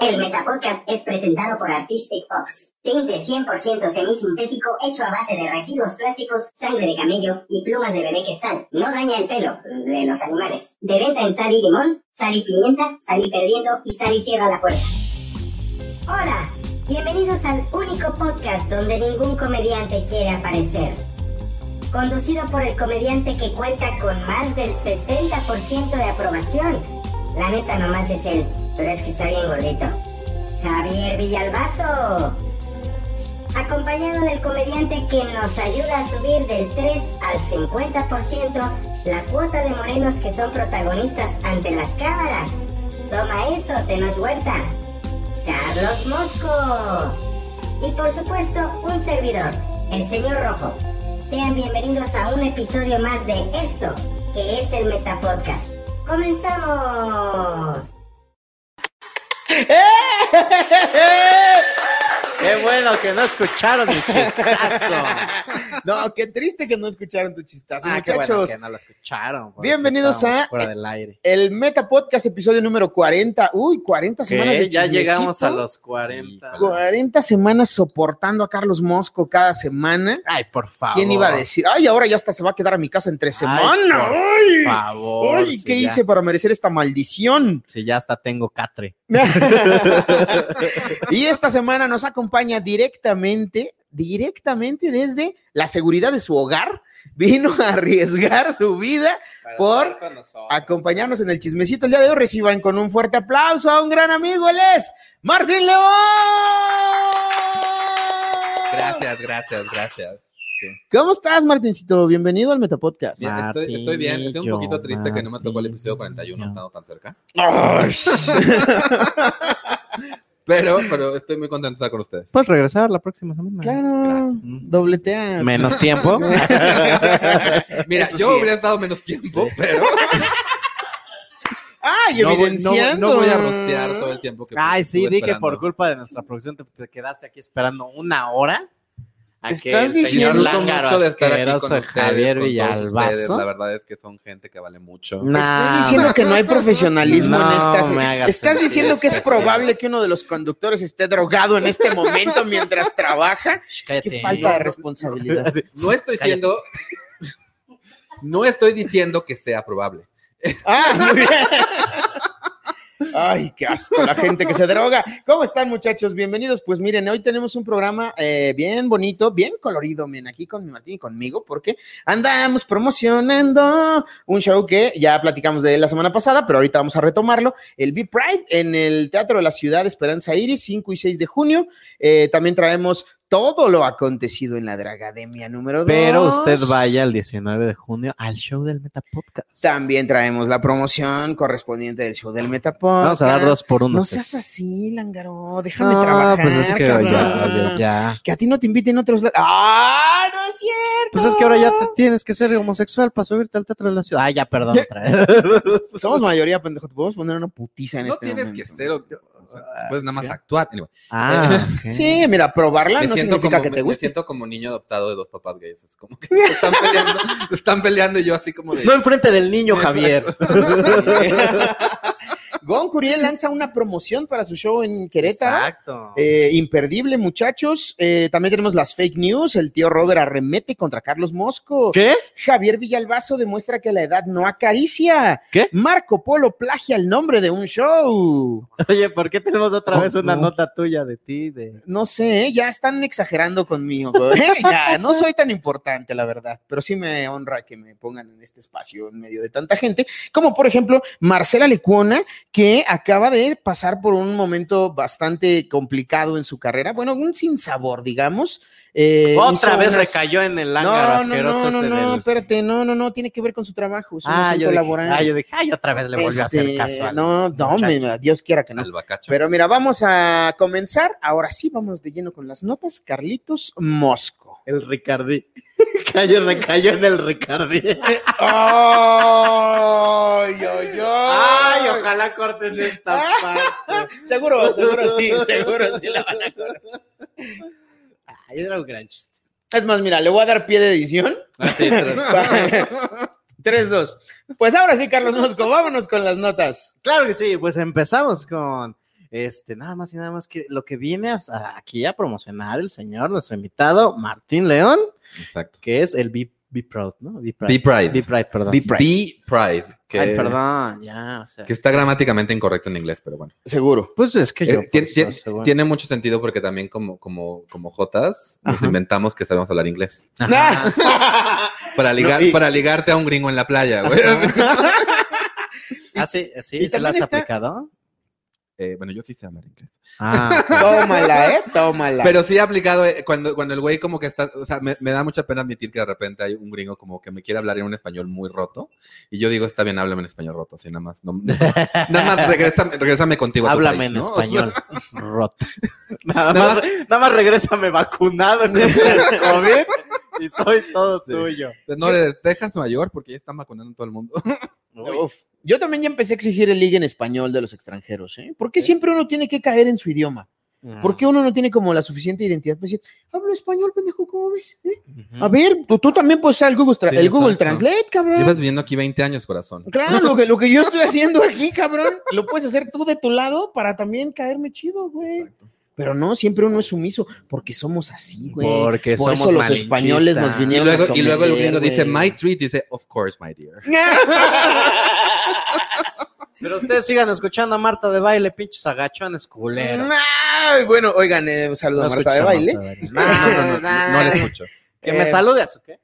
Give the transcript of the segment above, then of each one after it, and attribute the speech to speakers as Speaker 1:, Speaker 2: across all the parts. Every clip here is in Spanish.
Speaker 1: El Metapodcast es presentado por Artistic Fox. Tinte 100% semisintético hecho a base de residuos plásticos, sangre de camello y plumas de bebé quetzal. No daña el pelo de los animales. De venta en sal y limón, sal y pimienta, salí perdiendo y sal y cierra la puerta. Hola, bienvenidos al único podcast donde ningún comediante quiere aparecer. Conducido por el comediante que cuenta con más del 60% de aprobación. La neta nomás es él, pero es que está bien gordito. Javier Villalbazo. Acompañado del comediante que nos ayuda a subir del 3 al 50% la cuota de morenos que son protagonistas ante las cámaras. Toma eso, Tenoch Huerta. Carlos Mosco. Y por supuesto, un servidor, el señor Rojo. Sean bienvenidos a un episodio más de esto, que es el Metapodcast. ¡Comenzamos!
Speaker 2: Qué bueno que no escucharon mi chistazo.
Speaker 3: No, qué triste que no escucharon tu chistazo,
Speaker 2: Ah, qué bueno
Speaker 3: muchachos.
Speaker 2: que no lo escucharon. porque
Speaker 3: Bienvenidos
Speaker 2: estábamos
Speaker 3: a-
Speaker 2: Fuera del aire.
Speaker 3: El Meta Podcast, episodio número 40. Uy, 40 semanas de
Speaker 2: ya
Speaker 3: chismecito.
Speaker 2: llegamos a los 40.
Speaker 3: 40 semanas soportando a Carlos Mosco cada semana.
Speaker 2: Ay, por favor.
Speaker 3: ¿Quién iba a decir? Ay, ahora ya hasta se va a quedar a mi casa entre semana.
Speaker 2: por
Speaker 3: Ay,
Speaker 2: favor,
Speaker 3: Ay,
Speaker 2: si
Speaker 3: ¿qué
Speaker 2: ya-
Speaker 3: hice para merecer esta maldición?
Speaker 2: Si ya hasta tengo catre.
Speaker 3: y esta semana nos acompaña directamente, directamente desde la seguridad de su hogar. Vino a arriesgar su vida Por estar acompañarnos en el chismecito. El día de hoy reciban con un fuerte aplauso a un gran amigo, él es Martín León.
Speaker 4: Gracias, gracias, gracias.
Speaker 3: ¿Cómo estás, Martincito? Bienvenido al Metapodcast.
Speaker 4: Bien, estoy, estoy bien, estoy un
Speaker 2: Martillo,
Speaker 4: poquito triste que no me tocó el episodio 41
Speaker 2: martillo.
Speaker 4: estando tan cerca. Pero, pero estoy muy contento de estar con ustedes.
Speaker 2: Puedes regresar la próxima semana.
Speaker 3: Ah, Claro,
Speaker 2: Gracias.
Speaker 3: dobleteas.
Speaker 2: Menos tiempo.
Speaker 4: Mira,
Speaker 3: Eso
Speaker 4: yo
Speaker 3: sí.
Speaker 4: hubiera estado menos tiempo, pero
Speaker 3: Ay,
Speaker 4: no, voy- no, voy-
Speaker 3: evidenciando.
Speaker 4: no voy a rostear todo el tiempo que
Speaker 2: Ay, sí,
Speaker 4: estuve
Speaker 2: di que
Speaker 4: esperando.
Speaker 2: por culpa de nuestra producción te, te quedaste aquí esperando una hora. A que
Speaker 3: Estás
Speaker 2: el señor
Speaker 3: diciendo-
Speaker 2: Lángaro
Speaker 4: mucho de estar aquí con
Speaker 2: asqueroso
Speaker 4: ustedes,
Speaker 2: Javier
Speaker 4: con todos ustedes. La
Speaker 2: Villalbazo.
Speaker 4: verdad es que son gente que vale mucho.
Speaker 2: Nah,
Speaker 3: Estás diciendo que no hay profesionalismo
Speaker 2: No
Speaker 3: en estas.
Speaker 2: me hagas
Speaker 3: Estás
Speaker 2: sentir
Speaker 3: diciendo que es
Speaker 2: especial.
Speaker 3: probable que uno de los conductores esté drogado en este momento mientras trabaja.
Speaker 2: cállate.
Speaker 3: Qué falta de responsabilidad.
Speaker 4: No estoy
Speaker 2: Cállate.
Speaker 4: siendo... No estoy diciendo que sea probable.
Speaker 3: Ah, muy bien. Ay, qué asco la gente que se droga. ¿Cómo están, muchachos? Bienvenidos. Pues miren, hoy tenemos un programa eh, bien bonito, bien colorido. Miren, aquí con mi Martín y conmigo, porque andamos promocionando un show que ya platicamos de él la semana pasada, pero ahorita vamos a retomarlo. El Be Pride en el Teatro de la Ciudad Esperanza Iris, 5 y 6 de junio. Eh, también traemos todo lo acontecido en la Dragademia número 2.
Speaker 2: Pero usted vaya el 19 de junio al show del Meta Podcast.
Speaker 3: También traemos la promoción correspondiente del show del Metapod.
Speaker 2: Vamos a dar dos por uno.
Speaker 3: No
Speaker 2: usted.
Speaker 3: seas así, Langaró. Déjame
Speaker 2: No,
Speaker 3: trabajar.
Speaker 2: pues es que ya,
Speaker 3: cabrón.
Speaker 2: ya, ya.
Speaker 3: Que a ti no te inviten a otros lados. ¡Ah! No es cierto.
Speaker 2: Pues es que ahora ya te tienes que ser homosexual para subirte al teatro de la ciudad. Ah, ya, perdón. otra vez.
Speaker 3: Pues Somos mayoría, pendejo. Te podemos poner una putiza en
Speaker 4: No
Speaker 3: este
Speaker 4: tienes
Speaker 3: momento.
Speaker 4: que ser... o- o sea,
Speaker 3: ah,
Speaker 4: puedes nada más actuar. Anyway.
Speaker 2: Ah, ok.
Speaker 3: Sí, mira, probarla
Speaker 4: Me
Speaker 3: no
Speaker 4: siento
Speaker 3: significa
Speaker 4: como-
Speaker 3: que
Speaker 4: me-
Speaker 3: te
Speaker 4: Me
Speaker 3: guste.
Speaker 4: siento como niño adoptado de dos papás gays. Es como que se están peleando, se están peleando y yo así como de...
Speaker 2: No enfrente del niño, Javier.
Speaker 3: Gon Curiel lanza una promoción para su show en Querétaro.
Speaker 2: Exacto.
Speaker 3: Eh, imperdible, muchachos. Eh, también tenemos las fake news. El tío Robert arremete contra Carlos Mosco.
Speaker 2: ¿Qué?
Speaker 3: Javier Villalbazo demuestra que la edad no acaricia.
Speaker 2: ¿Qué?
Speaker 3: Marco Polo plagia el nombre de un show.
Speaker 2: Oye, ¿por qué tenemos otra
Speaker 3: Oh,
Speaker 2: vez una
Speaker 3: no.
Speaker 2: nota tuya de ti? De...
Speaker 3: No sé, ¿eh? ya están exagerando conmigo. ¿eh? Ya, no soy tan importante, la verdad, pero sí me honra que me pongan en este espacio en medio de tanta gente, como por ejemplo Marcela Lecuona, que acaba de pasar por un momento bastante complicado en su carrera. Bueno, un sinsabor, digamos. Eh,
Speaker 2: Otra
Speaker 3: hizo
Speaker 2: vez
Speaker 3: unas-
Speaker 2: recayó en el
Speaker 3: No,
Speaker 2: hangar
Speaker 3: no,
Speaker 2: asqueroso
Speaker 3: no, no,
Speaker 2: este
Speaker 3: no,
Speaker 2: del-
Speaker 3: espérate, no, no, no, tiene que ver con su trabajo. es un
Speaker 2: Ah
Speaker 3: asunto
Speaker 2: yo, dije,
Speaker 3: laboral.
Speaker 2: ah, yo dije, ay, otra vez le volvió a hacer
Speaker 3: Este,
Speaker 2: caso. al
Speaker 3: No, no,
Speaker 2: muchacho.
Speaker 3: me- Dios quiera que no.
Speaker 4: Al bacacho.
Speaker 3: Pero mira, vamos a comenzar. Ahora sí, vamos de lleno con las notas. Carlitos Mosco.
Speaker 2: El Ricardí. Cayó, recayó en el Ricardí.
Speaker 3: ¡Ay, ay, ay!
Speaker 2: Ay, ojalá corten esta parte.
Speaker 3: Seguro, seguro sí, seguro sí la van a cortar.
Speaker 2: Ay, era un gran chiste.
Speaker 3: Es más, mira, le voy a dar pie de edición.
Speaker 4: Ah, sí, pero-
Speaker 3: 3-2. Pues ahora sí, Carlos Mosco, vámonos con las notas.
Speaker 2: Claro que sí, pues empezamos con este, nada más y nada más que lo que viene a- a- aquí a promocionar el señor, nuestro invitado Martín León,
Speaker 4: Exacto.
Speaker 2: que es el Be, Be Proud, ¿no? Be Proud.
Speaker 4: Be Pride.
Speaker 2: Be Pride, perdón.
Speaker 4: Be Pride. que,
Speaker 2: Ay, perdón, ya, o sea.
Speaker 4: que está gramáticamente incorrecto en inglés, pero bueno.
Speaker 3: Seguro.
Speaker 2: Pues es que yo.
Speaker 4: Eh, tien-
Speaker 2: pues,
Speaker 4: tien-
Speaker 2: no sé, bueno.
Speaker 4: Tiene mucho sentido porque también como, como, como Jotas nos
Speaker 3: Ajá.
Speaker 4: inventamos que sabemos hablar inglés.
Speaker 2: Ajá.
Speaker 4: Para, ligar,
Speaker 3: y-
Speaker 4: para ligarte a un gringo en la playa, güey.
Speaker 2: Ah, sí, sí,
Speaker 3: y
Speaker 2: ¿se lo has
Speaker 3: también está-
Speaker 2: aplicado?
Speaker 4: Eh, bueno, yo sí sé hablar inglés.
Speaker 2: Ah,
Speaker 3: Tómala, ¿eh? Tómala.
Speaker 4: Pero sí he aplicado eh, cuando, cuando el güey como que está, o sea, me, me da mucha pena admitir que de repente hay un gringo como que me quiere hablar en un español muy roto y yo digo, está bien, háblame en español roto, así nada más, no- no- nada más regrésame, regrésame contigo. a tu
Speaker 2: háblame
Speaker 4: país,
Speaker 2: en
Speaker 4: ¿no? O sea,
Speaker 2: español. Roto. Nada más, nada más regrésame vacunado contra el COVID y soy todo
Speaker 4: Sí.
Speaker 2: tuyo.
Speaker 4: no, de Texas, Nueva York, porque ya están vacunando a todo el mundo.
Speaker 3: Uf. Yo también ya empecé a exigir el ligue en español de los extranjeros, ¿eh? Porque siempre uno tiene que caer en su idioma.
Speaker 2: Ah,
Speaker 3: ¿Por qué uno no tiene como la suficiente identidad para decir, hablo español, pendejo, ¿cómo ves? eh? A ver, tú, tú también puedes usar el Google, Tra-
Speaker 4: Sí,
Speaker 3: el Google
Speaker 4: exacto.
Speaker 3: Translate, cabrón.
Speaker 4: Llevas viviendo aquí 20 años, corazón.
Speaker 3: Claro, lo que, lo que yo estoy haciendo aquí, cabrón, lo puedes hacer tú de tu lado para también caerme chido, güey.
Speaker 4: Exacto.
Speaker 3: Pero no, siempre uno es sumiso, porque somos así, güey.
Speaker 2: Porque
Speaker 3: Por
Speaker 2: somos
Speaker 3: eso los españoles nos
Speaker 2: malinchistas.
Speaker 4: Y
Speaker 3: vinieron
Speaker 4: luego,
Speaker 3: a
Speaker 4: y luego el gringo
Speaker 3: someter,
Speaker 4: dice,
Speaker 3: güey.
Speaker 4: my treat, dice, of course, my dear.
Speaker 2: Pero ustedes sigan escuchando a Marta de baile, pinches agachones culeros.
Speaker 3: Ay, bueno, oigan, eh, un saludo
Speaker 2: No
Speaker 3: a Marta
Speaker 2: escuchas
Speaker 3: de
Speaker 2: a
Speaker 3: baile.
Speaker 2: Marta de Baile.
Speaker 4: No, no, no, no, no le escucho.
Speaker 2: Que me
Speaker 3: Eh,
Speaker 2: salude a su qué.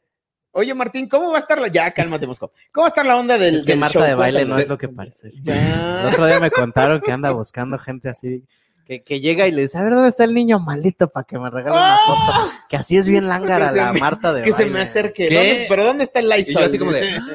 Speaker 3: Oye, Martín, ¿cómo va a estar la... Ya, cálmate, Mosco. ¿Cómo va a estar la onda del,
Speaker 2: Es que
Speaker 3: del
Speaker 2: Marta
Speaker 3: show?
Speaker 2: de baile no
Speaker 3: Cuéntanos.
Speaker 2: es lo que parece. El
Speaker 3: Ya.
Speaker 2: otro día me contaron que anda buscando gente así. Que, que llega y le dice, a ver, ¿dónde está el niño malito para que me regale una foto? ¡Ah! Que así es bien lángara
Speaker 3: Que se
Speaker 2: la
Speaker 3: me-
Speaker 2: Marta de
Speaker 3: Que se
Speaker 2: Baile.
Speaker 3: me acerque.
Speaker 4: ¿Qué?
Speaker 3: ¿Dónde- ¿Pero dónde está el
Speaker 4: Y
Speaker 3: Lysol?
Speaker 4: yo así como de, "Ah,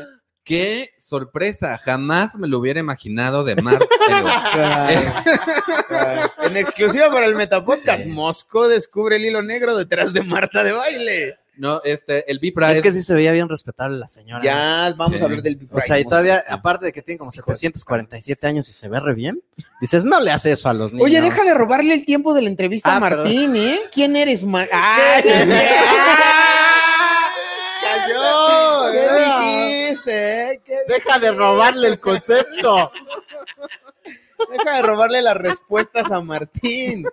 Speaker 4: qué sorpresa, jamás me lo hubiera imaginado de Marta. Pero-
Speaker 3: Claro. En exclusiva para el Metapodcast,
Speaker 4: Sí.
Speaker 3: Mosco descubre el hilo negro detrás de Marta de baile.
Speaker 4: No, este, el B-Pride.
Speaker 2: Es que sí se veía bien respetable la señora.
Speaker 3: Ya vamos
Speaker 4: Sí.
Speaker 3: a hablar del
Speaker 2: Ah, O sea, y todavía, aparte de que tiene como
Speaker 3: Hijo de-
Speaker 2: 747 años y se ve re bien, dices, no le hace eso a los niños.
Speaker 3: Oye, deja de robarle el tiempo de la entrevista a
Speaker 2: Ah,
Speaker 3: Martín, ¿eh? ¿Quién eres, Martín?
Speaker 2: ¡Cayó!
Speaker 3: ¿Qué dijiste? eh? ¿Qué-
Speaker 2: Deja de robarle el concepto.
Speaker 3: Deja de robarle las respuestas a Martín.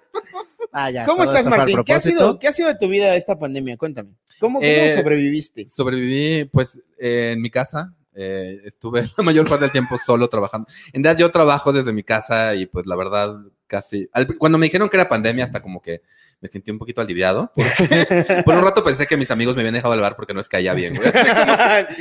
Speaker 2: Ah, ya,
Speaker 3: ¿Cómo
Speaker 2: todo
Speaker 3: estás,
Speaker 2: eso fue al
Speaker 3: Martín? ¿Qué ha,
Speaker 2: propósito.
Speaker 3: sido, ¿Qué ha sido de tu vida esta pandemia? Cuéntame. ¿Cómo, cómo
Speaker 4: Eh,
Speaker 3: sobreviviste?
Speaker 4: Sobreviví, pues, eh, en mi casa. Eh, estuve la mayor parte del tiempo solo trabajando. En realidad, yo trabajo desde mi casa y, pues, la verdad, casi. al- cuando me dijeron que era pandemia, hasta como que me sentí un poquito aliviado. porque por un rato pensé que mis amigos me habían dejado al bar porque no les caía bien, güey.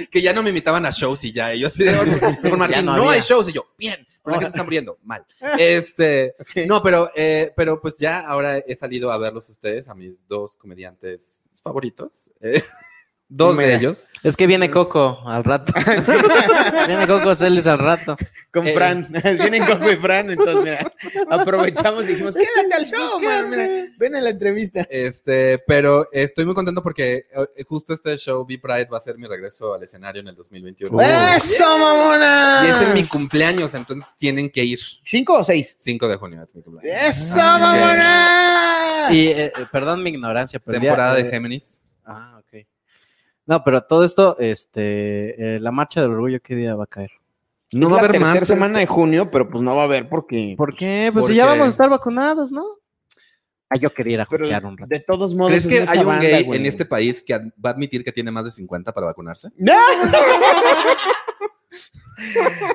Speaker 4: que ya no me invitaban a shows y ya. Y yo así de, con
Speaker 2: Ya
Speaker 4: Martín,
Speaker 2: no
Speaker 4: no, hay
Speaker 2: había".
Speaker 4: shows. Y yo, bien, porque se están muriendo, mal. Este, no, pero, eh, pero pues ya ahora he salido a verlos a ustedes, a mis dos comediantes favoritos. eh, dos
Speaker 3: Mira.
Speaker 4: de ellos.
Speaker 2: Es que viene Coco al rato. viene Coco Celis al rato.
Speaker 3: Con
Speaker 4: Eh,
Speaker 3: Fran, vienen con mi Fran, entonces mira, aprovechamos y dijimos, Pues quédate al show, mano, mira, ven a la entrevista.
Speaker 4: Este, pero estoy muy contento porque eh, justo este show, Be Pride, va a ser mi regreso al escenario en el 2021.
Speaker 2: Uh.
Speaker 3: ¡Eso, mamona!
Speaker 4: Y es en mi cumpleaños, entonces tienen que ir.
Speaker 3: ¿Cinco o seis?
Speaker 4: 5 de junio es mi cumpleaños.
Speaker 3: ¡Eso,
Speaker 2: Ah, ok.
Speaker 3: mamona!
Speaker 2: Y eh, eh, perdón mi ignorancia, pero el día-
Speaker 4: Temporada
Speaker 2: eh,
Speaker 4: de Géminis.
Speaker 2: Ah, ok. No, pero todo esto, este, eh, la marcha del orgullo, ¿qué día va a caer?
Speaker 4: No
Speaker 3: es
Speaker 4: va a
Speaker 3: la
Speaker 4: haber
Speaker 3: tercera
Speaker 4: marcha.
Speaker 3: semana de junio, pero pues no va a haber porque...
Speaker 2: ¿Por qué? Pues
Speaker 4: Porque-
Speaker 2: si ya vamos a estar vacunados, ¿no? Ah, yo quería ir a
Speaker 3: Pero
Speaker 2: jugar un rato.
Speaker 3: de todos modos...
Speaker 4: ¿Crees
Speaker 3: pues, es
Speaker 4: que
Speaker 3: mucha
Speaker 4: hay un
Speaker 3: banda,
Speaker 4: gay
Speaker 3: güey.
Speaker 4: en este país que ad- va a admitir que tiene más de 50 para vacunarse?
Speaker 3: ¡No!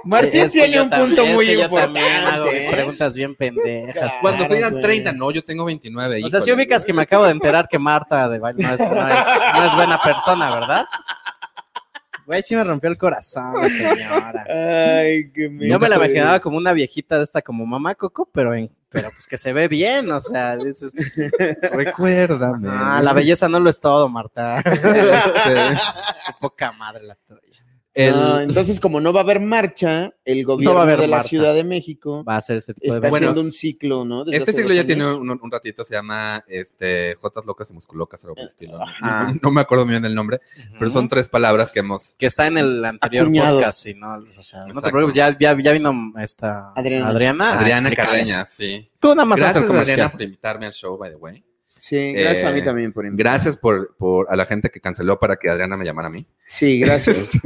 Speaker 3: Martín
Speaker 2: Es que
Speaker 3: tiene
Speaker 2: yo
Speaker 3: un
Speaker 2: también-
Speaker 3: punto
Speaker 2: es que
Speaker 3: muy
Speaker 2: yo también hago
Speaker 3: importante.
Speaker 2: mis
Speaker 3: ¿eh?
Speaker 2: preguntas bien pendejas.
Speaker 4: Cuando
Speaker 3: Claro,
Speaker 4: tengan
Speaker 3: güey.
Speaker 4: 30, no, yo tengo 29.
Speaker 2: O sea, si
Speaker 4: híjole.
Speaker 2: ubicas que me acabo de enterar que Marta de baile no es, no es- no es buena persona, ¿verdad?
Speaker 5: Güey, sí me rompió el corazón, la señora.
Speaker 3: Ay, qué
Speaker 5: Yo me la imaginaba como una viejita de esta, como mamá Coco, pero en, pero pues que se ve bien, o sea, dices,
Speaker 4: Recuérdame.
Speaker 5: ah, la belleza no lo es todo, Marta.
Speaker 4: Este,
Speaker 5: Qué poca madre la tuya.
Speaker 4: el-
Speaker 3: No, entonces, como no va a haber marcha, el gobierno
Speaker 5: va a haber
Speaker 3: de la
Speaker 5: marcha.
Speaker 3: Ciudad de México
Speaker 5: Va a ser este tipo de
Speaker 3: está
Speaker 4: Bueno,
Speaker 3: haciendo un ciclo, ¿no? Desde
Speaker 4: este
Speaker 3: hace
Speaker 4: siglo
Speaker 3: dos
Speaker 4: ya tiene
Speaker 3: años.
Speaker 4: un, un ratito, se llama este, Jotas Locas y Musculocas, algo por el estilo. ¿no?
Speaker 3: Ajá.
Speaker 4: No me acuerdo muy bien del nombre, pero son tres palabras que hemos.
Speaker 5: que está en el anterior
Speaker 3: Acuñado.
Speaker 5: podcast, y no, o sea, no te
Speaker 4: Exacto.
Speaker 5: preocupes, ya, ya, ya vino esta
Speaker 3: Adriana.
Speaker 5: Adriana, a
Speaker 4: Adriana
Speaker 5: explicarles.
Speaker 4: Carreña, sí.
Speaker 5: Tú nada más haces
Speaker 4: Gracias,
Speaker 5: el comercial.
Speaker 4: Adriana, por invitarme al show, by the way.
Speaker 3: Sí, gracias a
Speaker 4: Eh,
Speaker 3: mí también por invitar.
Speaker 4: Gracias por, por a la gente que canceló para que Adriana me llamara a mí.
Speaker 3: Sí, gracias.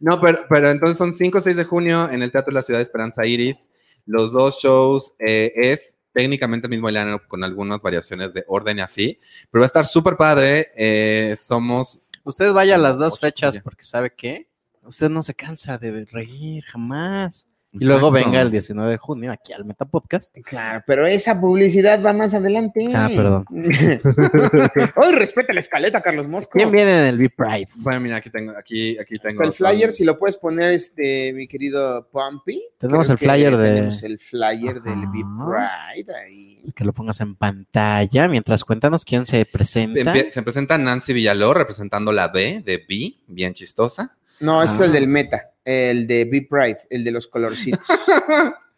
Speaker 4: No, pero, pero entonces son 5 o 6 de junio en el Teatro de la Ciudad de Esperanza Iris. Los dos shows eh, es técnicamente el mismo Eliano con algunas variaciones de orden y así, pero va a estar súper padre. eh, somos,
Speaker 5: Usted vaya a las dos
Speaker 4: Ocho,
Speaker 5: fechas
Speaker 4: ya.
Speaker 5: porque sabe qué. Usted no se cansa de reír jamás. Y luego venga el 19 de junio aquí al Meta Podcast.
Speaker 3: claro, pero esa publicidad va más adelante.
Speaker 5: Ah, perdón.
Speaker 3: Hoy respeta la escaleta, Carlos Mosco.
Speaker 5: ¿Quién viene en el B Pride?
Speaker 4: Bueno, mira, aquí tengo, aquí, aquí tengo.
Speaker 3: El flyer, si
Speaker 4: son-
Speaker 3: lo puedes poner, este, mi querido Pumpy.
Speaker 5: Tenemos
Speaker 3: Creo
Speaker 5: el flyer
Speaker 3: que
Speaker 5: de-
Speaker 3: Tenemos el flyer del
Speaker 5: Ajá.
Speaker 3: B-Pride ahí.
Speaker 5: Que lo pongas en pantalla mientras cuéntanos quién se presenta.
Speaker 4: empie- se presenta Nancy Villaló representando la B de B, bien chistosa.
Speaker 3: No, ese es
Speaker 5: Ah.
Speaker 3: el del Meta, el de B-Pride, el de los colorcitos.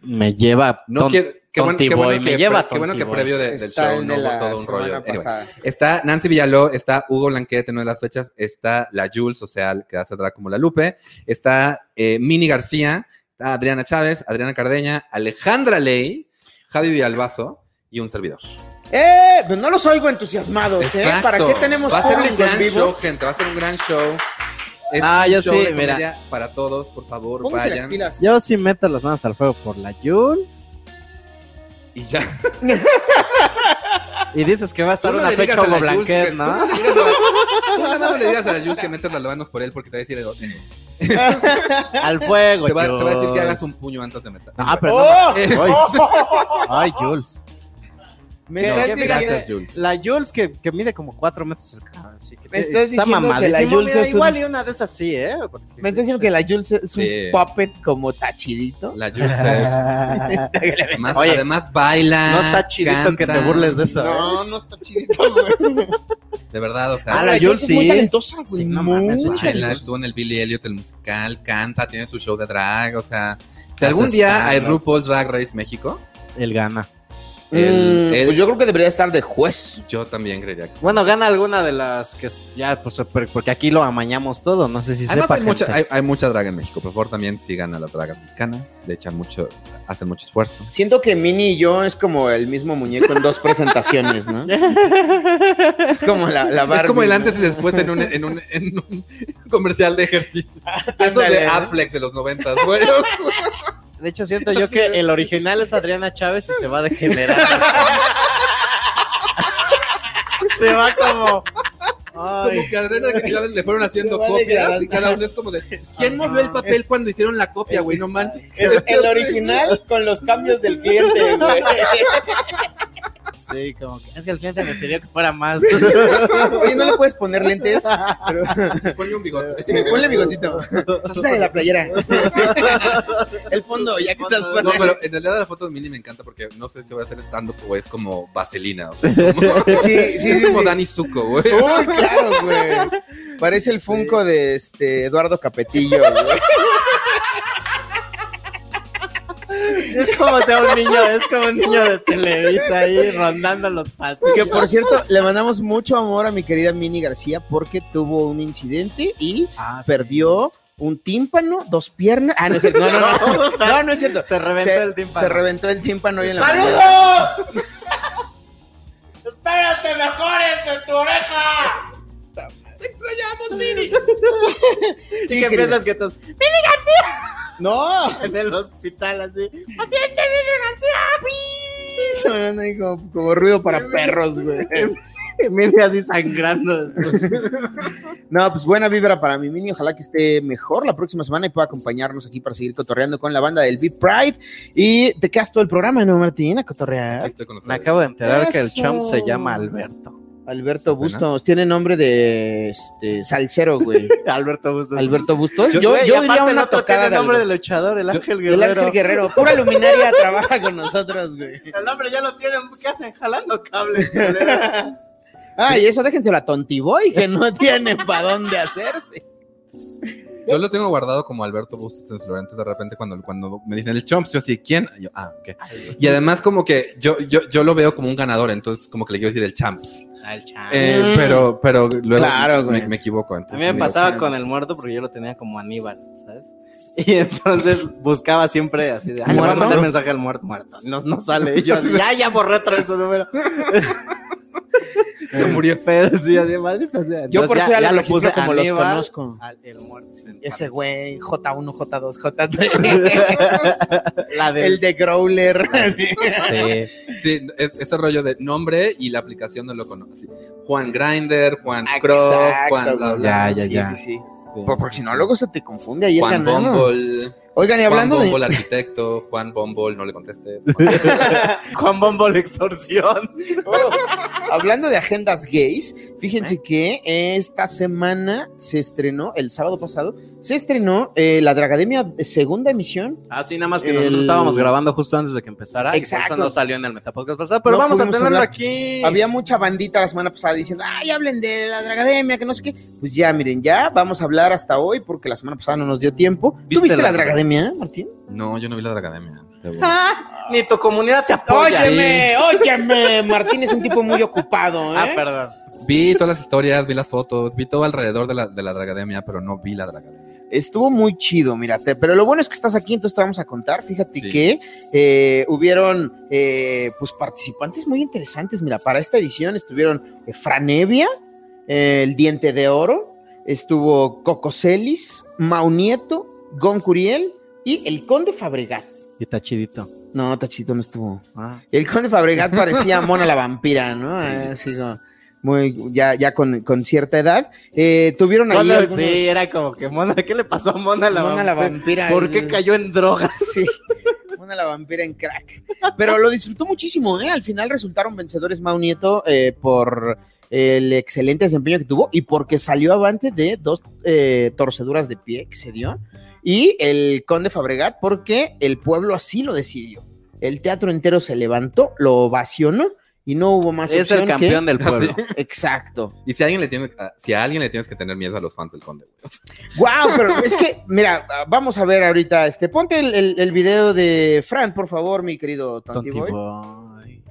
Speaker 5: Me lleva.
Speaker 4: No
Speaker 5: ton-
Speaker 4: quiero- qué bueno, qué
Speaker 5: Tonti
Speaker 4: bueno
Speaker 5: Boy, me
Speaker 4: que,
Speaker 5: lleva
Speaker 4: pre- qué bueno
Speaker 5: Tonti
Speaker 4: que
Speaker 5: Boy.
Speaker 4: previo de- del
Speaker 3: Está
Speaker 4: show
Speaker 3: el
Speaker 4: no
Speaker 3: de
Speaker 4: hubo
Speaker 3: la
Speaker 4: todo un rollo.
Speaker 3: semana
Speaker 4: Anyway.
Speaker 3: pasada.
Speaker 4: Está Nancy Villaló, está Hugo Blanquete en una de las fechas, está la Jules, o sea, que hace drag como la Lupe, está eh, Mini García, está Adriana Chávez, Adriana Cardeña, Alejandra Ley, Javi Villalbazo y un servidor.
Speaker 3: ¡Eh! Pues no los oigo entusiasmados, ¿eh?
Speaker 4: Exacto.
Speaker 3: ¿Para qué tenemos
Speaker 4: Va a ser un
Speaker 3: público en
Speaker 4: gran
Speaker 3: vivo?
Speaker 4: show, gente, va a ser un gran show. Es
Speaker 5: Ah,
Speaker 4: un
Speaker 5: yo
Speaker 4: show
Speaker 5: sí,
Speaker 4: de
Speaker 5: mira.
Speaker 4: comedia Para todos, por favor,
Speaker 3: Pónganse las
Speaker 4: vayan.
Speaker 3: pilas.
Speaker 5: Yo sí meto las manos al fuego por la Jules.
Speaker 4: Y ya.
Speaker 5: Y dices que va a estar
Speaker 4: Tú no
Speaker 5: una
Speaker 4: le digas
Speaker 5: fecha
Speaker 4: a la
Speaker 5: como
Speaker 4: Jules
Speaker 5: Blanquet,
Speaker 4: que- tú no
Speaker 5: ¿no?
Speaker 4: le digas a la- tú nada más no le digas a la Jules que metas las manos por él porque te va a decir el otro.
Speaker 5: Al fuego,
Speaker 4: Te va, te va a decir que hagas un
Speaker 5: Jules.
Speaker 4: puño antes de meter.
Speaker 5: Ah, pero
Speaker 3: ¡Oh!
Speaker 4: Es-
Speaker 5: no. Ay, Jules.
Speaker 3: Me
Speaker 4: No,
Speaker 3: estás
Speaker 5: mira,
Speaker 3: diciendo,
Speaker 4: gracias, Jules.
Speaker 5: La Jules que, que mide como 4 metros el cabrón. Así que
Speaker 3: Me estás diciendo que la
Speaker 5: mamadísimo.
Speaker 3: Jules
Speaker 5: Mira,
Speaker 3: es un-
Speaker 5: igual y una de esas sí, ¿eh? Porque-
Speaker 3: ¿me estás diciendo que la Jules es un
Speaker 4: Sí.
Speaker 3: puppet como tachidito.
Speaker 4: La Jules
Speaker 5: no
Speaker 4: es. Más,
Speaker 5: Oye,
Speaker 4: además baila.
Speaker 5: está chidito que te
Speaker 4: canta.
Speaker 5: burles de eso. ¿eh?
Speaker 3: no está tachidito, güey.
Speaker 4: De verdad, o sea.
Speaker 5: Ah, la
Speaker 4: baila,
Speaker 5: Jules
Speaker 3: es muy
Speaker 5: sí.
Speaker 3: talentosa, güey.
Speaker 5: Sí, no
Speaker 3: muy
Speaker 5: mames, baila,
Speaker 3: talentosa.
Speaker 4: Estuvo en el Billy Elliot, el musical, canta, tiene su show de drag, o sea. Si
Speaker 5: Hace
Speaker 4: algún día hay
Speaker 5: stand-up.
Speaker 4: RuPaul's Drag Race México,
Speaker 5: Él gana.
Speaker 4: el-
Speaker 3: Mm,
Speaker 4: el-
Speaker 3: Pues yo creo que debería estar de juez.
Speaker 4: yo también creería que.
Speaker 5: Bueno, gana alguna de las que es- ya, pues, por- porque aquí lo amañamos todo. No sé si
Speaker 4: Además,
Speaker 5: sepa.
Speaker 4: hay mucha,
Speaker 5: gente.
Speaker 4: hay, hay mucha drag en México. Por favor, también sigan a las dragas mexicanas. Le echan mucho, hacen mucho esfuerzo.
Speaker 3: Siento que Mini y yo es como el mismo muñeco en dos presentaciones, ¿no? Es como la, la Barbie.
Speaker 4: es como el
Speaker 3: ¿no?
Speaker 4: antes y después en un, en un, en un comercial de ejercicio. Eso
Speaker 3: Ándale,
Speaker 4: de
Speaker 3: ¿no?
Speaker 4: Affleck de los noventas, güey.
Speaker 5: De hecho, siento yo que el original es Adriana Chávez y se va degenerando. se va como. Ay.
Speaker 4: Como que a Adriana que ya le fueron haciendo
Speaker 3: Se va
Speaker 4: copias y
Speaker 3: degradando.
Speaker 4: cada uno es como de ¿Quién movió el papel cuando hicieron la copia, güey? No manches.
Speaker 3: Es el original con los cambios del cliente, güey.
Speaker 5: Sí, como que es que el cliente me pidió que fuera más.
Speaker 3: Oye, no le puedes poner lentes, pero
Speaker 4: Ponle un bigote.
Speaker 3: Sí, ponle bigotito. Quítale la playera. El fondo, ya que estás
Speaker 4: No,
Speaker 3: fuera.
Speaker 4: pero en realidad la foto de Mini me encanta porque no sé si voy a hacer stand-up o es como vaselina. O sea, como-
Speaker 3: Sí, sí, sí.
Speaker 4: es como
Speaker 3: sí.
Speaker 4: Dani Zuko, güey.
Speaker 3: Uy, claro, güey. Parece el Funko de este Eduardo Capetillo, güey.
Speaker 5: Es como sea un niño, es como un niño de Televisa ahí rondando los pasos.
Speaker 3: Que por cierto, le mandamos mucho amor a mi querida Mini García porque tuvo un incidente y
Speaker 2: Ah,
Speaker 5: ah,
Speaker 3: perdió un tímpano, dos piernas. Ah, no es cierto. No, no, no. No, no es cierto.
Speaker 5: Se reventó el tímpano.
Speaker 3: Se reventó el tímpano hoy en la mañana.
Speaker 2: ¡Saludos! ¡Espérate mejores de tu oreja!
Speaker 5: Sí,
Speaker 3: Sí, querida.
Speaker 5: que piensas que estás
Speaker 3: No.
Speaker 5: en el hospital así.
Speaker 3: Sonando ahí como, como ruido para perros, güey.
Speaker 5: Y Mini así sangrando.
Speaker 3: No, pues buena vibra para mi mini. Ojalá que esté mejor la próxima semana y pueda acompañarnos aquí para seguir cotorreando con la banda del Beat Pride. Y te quedas todo el programa, ¿no, Martín? A cotorrear.
Speaker 4: Estoy con
Speaker 5: Me
Speaker 4: ustedes.
Speaker 5: acabo de enterar que el
Speaker 3: Eso.
Speaker 5: chum se llama Alberto.
Speaker 3: Alberto
Speaker 4: Apenas.
Speaker 3: Bustos. Tiene nombre de este, salsero, güey.
Speaker 2: Alberto Bustos.
Speaker 3: Alberto Bustos.
Speaker 2: Yo,
Speaker 3: Yo, yo,
Speaker 2: güey,
Speaker 3: iría a
Speaker 2: aparte el
Speaker 3: una
Speaker 2: otro
Speaker 3: tocada
Speaker 2: tiene
Speaker 3: de
Speaker 2: nombre de
Speaker 3: Alberto-
Speaker 2: luchador, el Ángel
Speaker 3: del
Speaker 2: Guerrero.
Speaker 3: Ángel Guerrero. Pura luminaria trabaja con nosotros, güey.
Speaker 2: El nombre ya lo tienen, ¿qué hacen? Jalando cables. culeros.
Speaker 3: Ay, Ah, eso déjense la tontiboy, que no tiene para dónde hacerse.
Speaker 4: Yo lo tengo guardado como Alberto Bustos en su lugar. Entonces, de repente, cuando, cuando me dicen el Chomps, yo así, ¿quién? Y yo, ah, ok. Y además, como que yo, yo, yo lo veo como un ganador, entonces, como que le quiero decir el Champs. Eh, pero, pero luego
Speaker 3: Claro, güey.
Speaker 4: me, me equivoco. entonces
Speaker 2: A mí me
Speaker 4: digo,
Speaker 2: pasaba
Speaker 4: "Champs".
Speaker 2: con el muerto porque yo lo tenía como Aníbal, ¿sabes? Y entonces buscaba siempre así de, ay, le voy a
Speaker 3: ¿Muerto?
Speaker 2: mandar mensaje al muerto, muerto. No, no sale. Y yo así, ya, ya borré otra vez su número.
Speaker 4: Se murió.
Speaker 2: Pero sí, así, maldita sea.
Speaker 3: Yo por
Speaker 2: Entonces
Speaker 3: eso pues ya,
Speaker 2: ya
Speaker 3: lo puse como los
Speaker 2: Aníbal
Speaker 3: conozco.
Speaker 2: al- el muerto. sí, el
Speaker 3: Ese
Speaker 2: muerto.
Speaker 3: güey, J1, J2, J3.
Speaker 2: La del...
Speaker 3: el de Growler. así.
Speaker 4: Sí, es- ese rollo de nombre y la aplicación no lo conoce. Juan Grinder, Juan
Speaker 3: Ah, Exacto,
Speaker 4: Croft, Juan bla,
Speaker 3: güey.
Speaker 4: bla.
Speaker 3: Sí, sí, sí.
Speaker 4: Sí.
Speaker 3: Por- Porque si no, luego se te confunde ahí el
Speaker 4: Juan
Speaker 3: ganado.
Speaker 4: Bumble,
Speaker 3: Oigan, y
Speaker 4: Juan
Speaker 3: hablando de.
Speaker 4: Bumble arquitecto, Juan Bumble, no le contestes.
Speaker 2: Juan Bombo la extorsión.
Speaker 3: Hablando de agendas gays, fíjense que esta semana se estrenó, el sábado pasado, se estrenó eh, la Dragademia segunda emisión.
Speaker 2: Ah, sí, nada más que
Speaker 3: El-
Speaker 2: nosotros estábamos grabando justo antes de que empezara. y por
Speaker 3: Exacto.
Speaker 2: eso no salió en el Metapodcast pasado, pero
Speaker 3: No
Speaker 2: vamos a
Speaker 3: pudimos
Speaker 2: tenerlo
Speaker 3: hablar.
Speaker 2: aquí.
Speaker 3: Había mucha bandita la semana pasada diciendo, ay, hablen de la Dragademia, que no sé qué. Pues ya, miren, ya vamos a hablar hasta hoy porque la semana pasada no nos dio tiempo. ¿Tú
Speaker 4: ¿Viste
Speaker 3: viste la,
Speaker 4: la-
Speaker 3: Dragademia, Martín?
Speaker 4: No, yo no vi la academia.
Speaker 2: Ah, ni tu comunidad te apoya.
Speaker 3: Óyeme, Eh, óyeme, Martín es un tipo muy ocupado, ¿eh?
Speaker 2: Ah, perdón.
Speaker 4: Vi todas las historias, vi las fotos, vi todo alrededor de la, de la dragademia, pero no vi la dragademia.
Speaker 3: Estuvo muy chido, mírate. Pero lo bueno es que estás aquí, entonces te vamos a contar. Fíjate
Speaker 4: Sí.
Speaker 3: que eh, hubieron eh, pues participantes muy interesantes. Mira, para esta edición estuvieron eh, Franevia, eh, El Diente de Oro, estuvo Cocoselis, Maunieto, Goncuriel y el Conde Fabregat.
Speaker 2: Y está chidito.
Speaker 3: No, Tachito no estuvo.
Speaker 2: Ah.
Speaker 3: El Conde Fabregat parecía Mona la vampira, ¿no? Eh, Así como muy, ya, ya con, con cierta edad. Eh, tuvieron ahí.
Speaker 2: Mona,
Speaker 3: algunos-
Speaker 2: sí, era como que Mona, ¿qué le pasó a Mona la
Speaker 3: Mona la vampira.
Speaker 2: ¿Por qué
Speaker 3: eh.
Speaker 2: cayó en drogas?
Speaker 3: Sí. Una la vampira en crack. Pero lo disfrutó muchísimo, ¿eh? Al final resultaron vencedores Mau Nieto eh, por el excelente desempeño que tuvo y porque salió avante de dos eh, torceduras de pie que se dio. Y el conde Fabregat porque el pueblo así lo decidió. El teatro entero se levantó, lo ovacionó y no hubo más
Speaker 2: es el
Speaker 3: opción que-
Speaker 2: campeón del pueblo.
Speaker 3: Exacto.
Speaker 4: Y si a alguien le tiene, a- si a alguien le tienes que tener miedo a los fans del conde, güey.
Speaker 3: Wow, pero es que, mira, vamos a ver ahorita, este, ponte el, el- el video de Fran, por favor, mi querido Tonti Boy.
Speaker 2: Boy.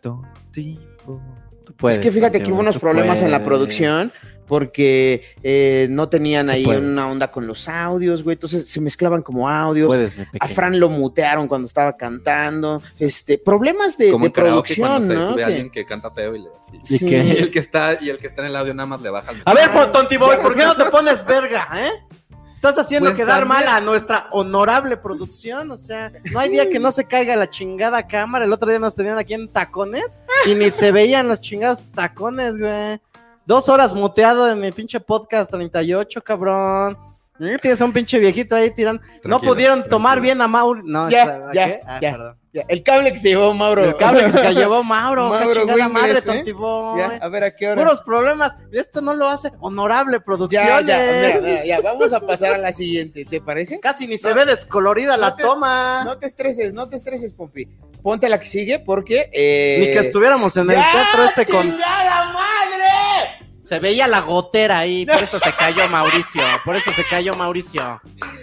Speaker 2: Tú
Speaker 3: Es
Speaker 2: puedes,
Speaker 3: que fíjate
Speaker 2: Tonti
Speaker 3: que
Speaker 2: Boy,
Speaker 3: hubo unos
Speaker 2: tú
Speaker 3: problemas en la
Speaker 2: puedes.
Speaker 3: producción porque eh, no tenían ahí
Speaker 2: puedes.
Speaker 3: una onda con los audios, güey. Entonces se mezclaban como audios.
Speaker 2: Puedes, mi
Speaker 3: A
Speaker 2: pequeño.
Speaker 3: Fran lo mutearon cuando estaba cantando. Este, problemas de,
Speaker 4: Como
Speaker 3: de
Speaker 4: en karaoke
Speaker 3: producción,
Speaker 4: cuando se
Speaker 3: ¿no?
Speaker 4: sube
Speaker 3: Que-
Speaker 4: alguien que canta feo y le así.
Speaker 2: ¿Y
Speaker 3: Sí.
Speaker 4: Y
Speaker 2: qué?
Speaker 4: el que está, y el que está en el audio nada más le baja. el-
Speaker 2: A ver, po- Tonti Boy, ¿por qué no te pones verga, eh? Estás haciendo
Speaker 4: Pues
Speaker 2: quedar
Speaker 4: también-
Speaker 2: mal a nuestra honorable producción, o sea, no hay día que no se caiga la chingada cámara. El otro día nos tenían aquí en tacones y ni se veían los chingados tacones, güey. Dos horas muteado de mi pinche podcast 38, cabrón. Mm, Tienes a un pinche viejito ahí tirando. no
Speaker 4: Tranquilo,
Speaker 2: pudieron
Speaker 4: tranquilo.
Speaker 2: tomar bien a Mauro. No,
Speaker 3: Ya,
Speaker 2: está- ¿a
Speaker 3: ya,
Speaker 2: qué? Ah,
Speaker 3: ya.
Speaker 2: perdón.
Speaker 3: Ya, El cable que se llevó Mauro.
Speaker 2: El cable que se llevó Mauro. qué
Speaker 3: Mauro
Speaker 2: chingada
Speaker 3: Wingers,
Speaker 2: madre,
Speaker 3: ¿eh?
Speaker 2: Tonti Boy.
Speaker 3: Ya, a ver a qué hora.
Speaker 2: Puros problemas. Esto no lo hace honorable
Speaker 3: Ya,
Speaker 2: producciones.
Speaker 3: ya, mira, mira, ya, vamos a pasar a la siguiente, ¿te parece?
Speaker 2: Casi ni se ve descolorida la
Speaker 3: no te-
Speaker 2: toma.
Speaker 3: No te estreses, no te estreses, Pompi. Ponte la que sigue porque... eh,
Speaker 2: ni que estuviéramos en el
Speaker 3: ya,
Speaker 2: teatro este con.
Speaker 6: ¡Chingada madre!
Speaker 2: Se veía la gotera ahí. Por eso se cayó Mauricio. Por eso se cayó Mauricio.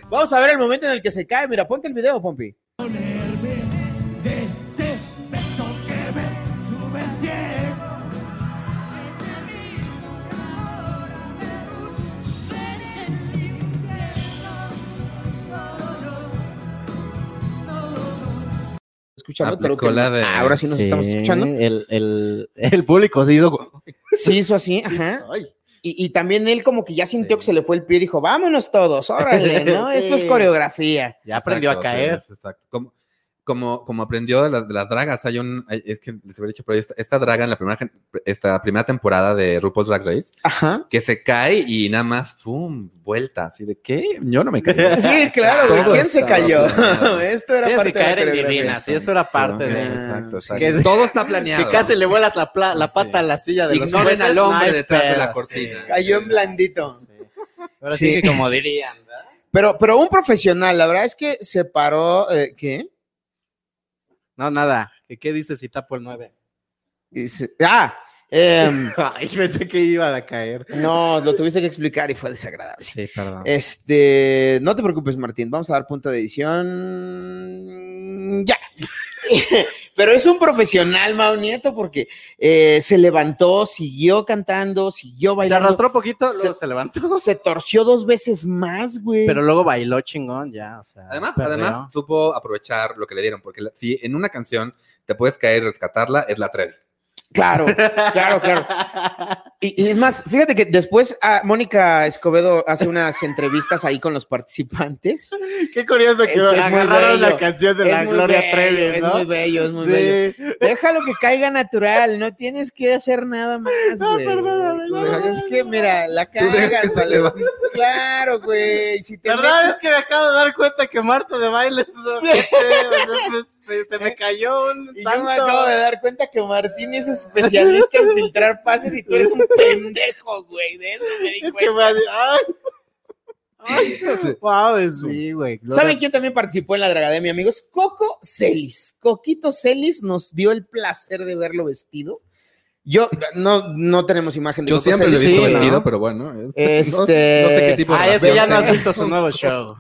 Speaker 3: Vamos a ver el momento en el que se cae. Mira, ponte el video, Pompi. Escuchando, creo que
Speaker 4: Aplicó la de-
Speaker 3: ahora sí nos estamos escuchando.
Speaker 2: El, el, el público se hizo.
Speaker 3: Se hizo así, ajá. Y, y también él como que ya sintió
Speaker 4: Sí.
Speaker 3: que se le fue el pie y dijo, vámonos todos, órale, ¿no?
Speaker 2: Sí.
Speaker 3: Esto es coreografía.
Speaker 2: pues, Ya aprendió a
Speaker 4: Exacto,
Speaker 2: caer.
Speaker 4: sí, es exacto. Como, como, como aprendió de, la- de las dragas. Hay un, hay- es que les había dicho, pero esta, esta draga en la primera, gen- esta primera temporada de RuPaul's Drag Race,
Speaker 3: Ajá.
Speaker 4: que se cae y nada más, ¡fum! Vuelta. Así de, ¿qué? Yo no me caí.
Speaker 3: Sí, claro, güey.
Speaker 4: Todo
Speaker 3: ¿Quién se
Speaker 4: estaba
Speaker 3: cayó?
Speaker 4: planeado.
Speaker 3: Esto era
Speaker 2: Tienes que
Speaker 3: parte de la
Speaker 2: caer en
Speaker 3: coreografía.
Speaker 2: divina, sí, esto era parte
Speaker 4: Ajá,
Speaker 2: de...
Speaker 4: Exacto, exacto.
Speaker 2: que-
Speaker 4: Todo está planeado.
Speaker 2: Que casi le vuelas la, pla- la pata
Speaker 4: Sí.
Speaker 2: a la silla de los
Speaker 4: Ignoren
Speaker 2: jueces.
Speaker 4: al
Speaker 2: no
Speaker 4: hombre
Speaker 2: hay
Speaker 4: detrás de la
Speaker 2: pedo,
Speaker 4: cortina.
Speaker 2: sí.
Speaker 3: Cayó en blandito.
Speaker 2: Ahora sí.
Speaker 3: Sí.
Speaker 2: que como dirían, ¿verdad?
Speaker 3: Pero, pero un profesional, la verdad es que se paró. eh, ¿Qué?
Speaker 2: No, nada. ¿Qué, qué dices si tapo el 9?
Speaker 3: Y se- ah, em,
Speaker 2: Ay, pensé que iba a caer.
Speaker 3: no, lo tuviste que explicar y fue desagradable.
Speaker 4: Sí, perdón.
Speaker 3: Este, no te preocupes, Martín, vamos a dar punto de edición. Mm, Ya. Pero es un profesional, Mao Nieto, porque eh, se levantó, siguió cantando, siguió
Speaker 2: Se
Speaker 3: bailando.
Speaker 2: arrastró poquito, luego
Speaker 3: Se-
Speaker 2: se levantó.
Speaker 3: se torció dos veces más, güey.
Speaker 2: Pero luego bailó chingón ya, o sea.
Speaker 4: Además,
Speaker 2: perreó.
Speaker 4: además supo aprovechar lo que le dieron, porque la- si en una canción te puedes caer y rescatarla, es la Trevi.
Speaker 3: Claro, claro, claro. Y, y es más, fíjate que después ah, Mónica Escobedo hace unas entrevistas ahí con los participantes.
Speaker 2: Qué curioso que
Speaker 3: Es- es muy
Speaker 2: agarraron
Speaker 3: bello.
Speaker 2: la canción de
Speaker 3: Es
Speaker 2: la
Speaker 3: muy
Speaker 2: Gloria
Speaker 3: bello,
Speaker 2: Trevi, ¿no?
Speaker 3: Es muy bello, es muy
Speaker 2: Sí.
Speaker 3: bello. Déjalo que caiga natural, no tienes que hacer nada más,
Speaker 2: No,
Speaker 3: güey.
Speaker 2: perdóname, no, no,
Speaker 3: es que, mira, la
Speaker 4: deja que
Speaker 3: cagas,
Speaker 4: se
Speaker 3: vale.
Speaker 4: levante.
Speaker 3: Claro, güey. Si te
Speaker 2: La verdad
Speaker 3: metes-
Speaker 2: es que me acabo de dar cuenta que Marta de baile es- es- es- pues, se me cayó un
Speaker 3: Y yo
Speaker 2: santo.
Speaker 3: me acabo de dar cuenta que Martín es especialista en filtrar pases y tú eres un pendejo, güey. De eso me di
Speaker 2: Es
Speaker 3: cuenta.
Speaker 2: que me... ¡Ay! ¡Ay! ¡Wow! Sí, güey.
Speaker 3: ¿Saben quién también participó en la Dragademia, amigos? Coco Celis. Coquito Celis nos dio el placer de verlo vestido. Yo, no, no tenemos imagen de
Speaker 4: Yo
Speaker 3: Coco
Speaker 4: siempre lo he
Speaker 3: Celis,
Speaker 4: visto
Speaker 3: sí, ¿no?
Speaker 4: vestido, pero bueno. es-
Speaker 3: Este-
Speaker 4: No, no sé qué tipo de
Speaker 2: Ah, es que
Speaker 4: relación
Speaker 2: ya no has
Speaker 4: tenga.
Speaker 2: visto su nuevo show.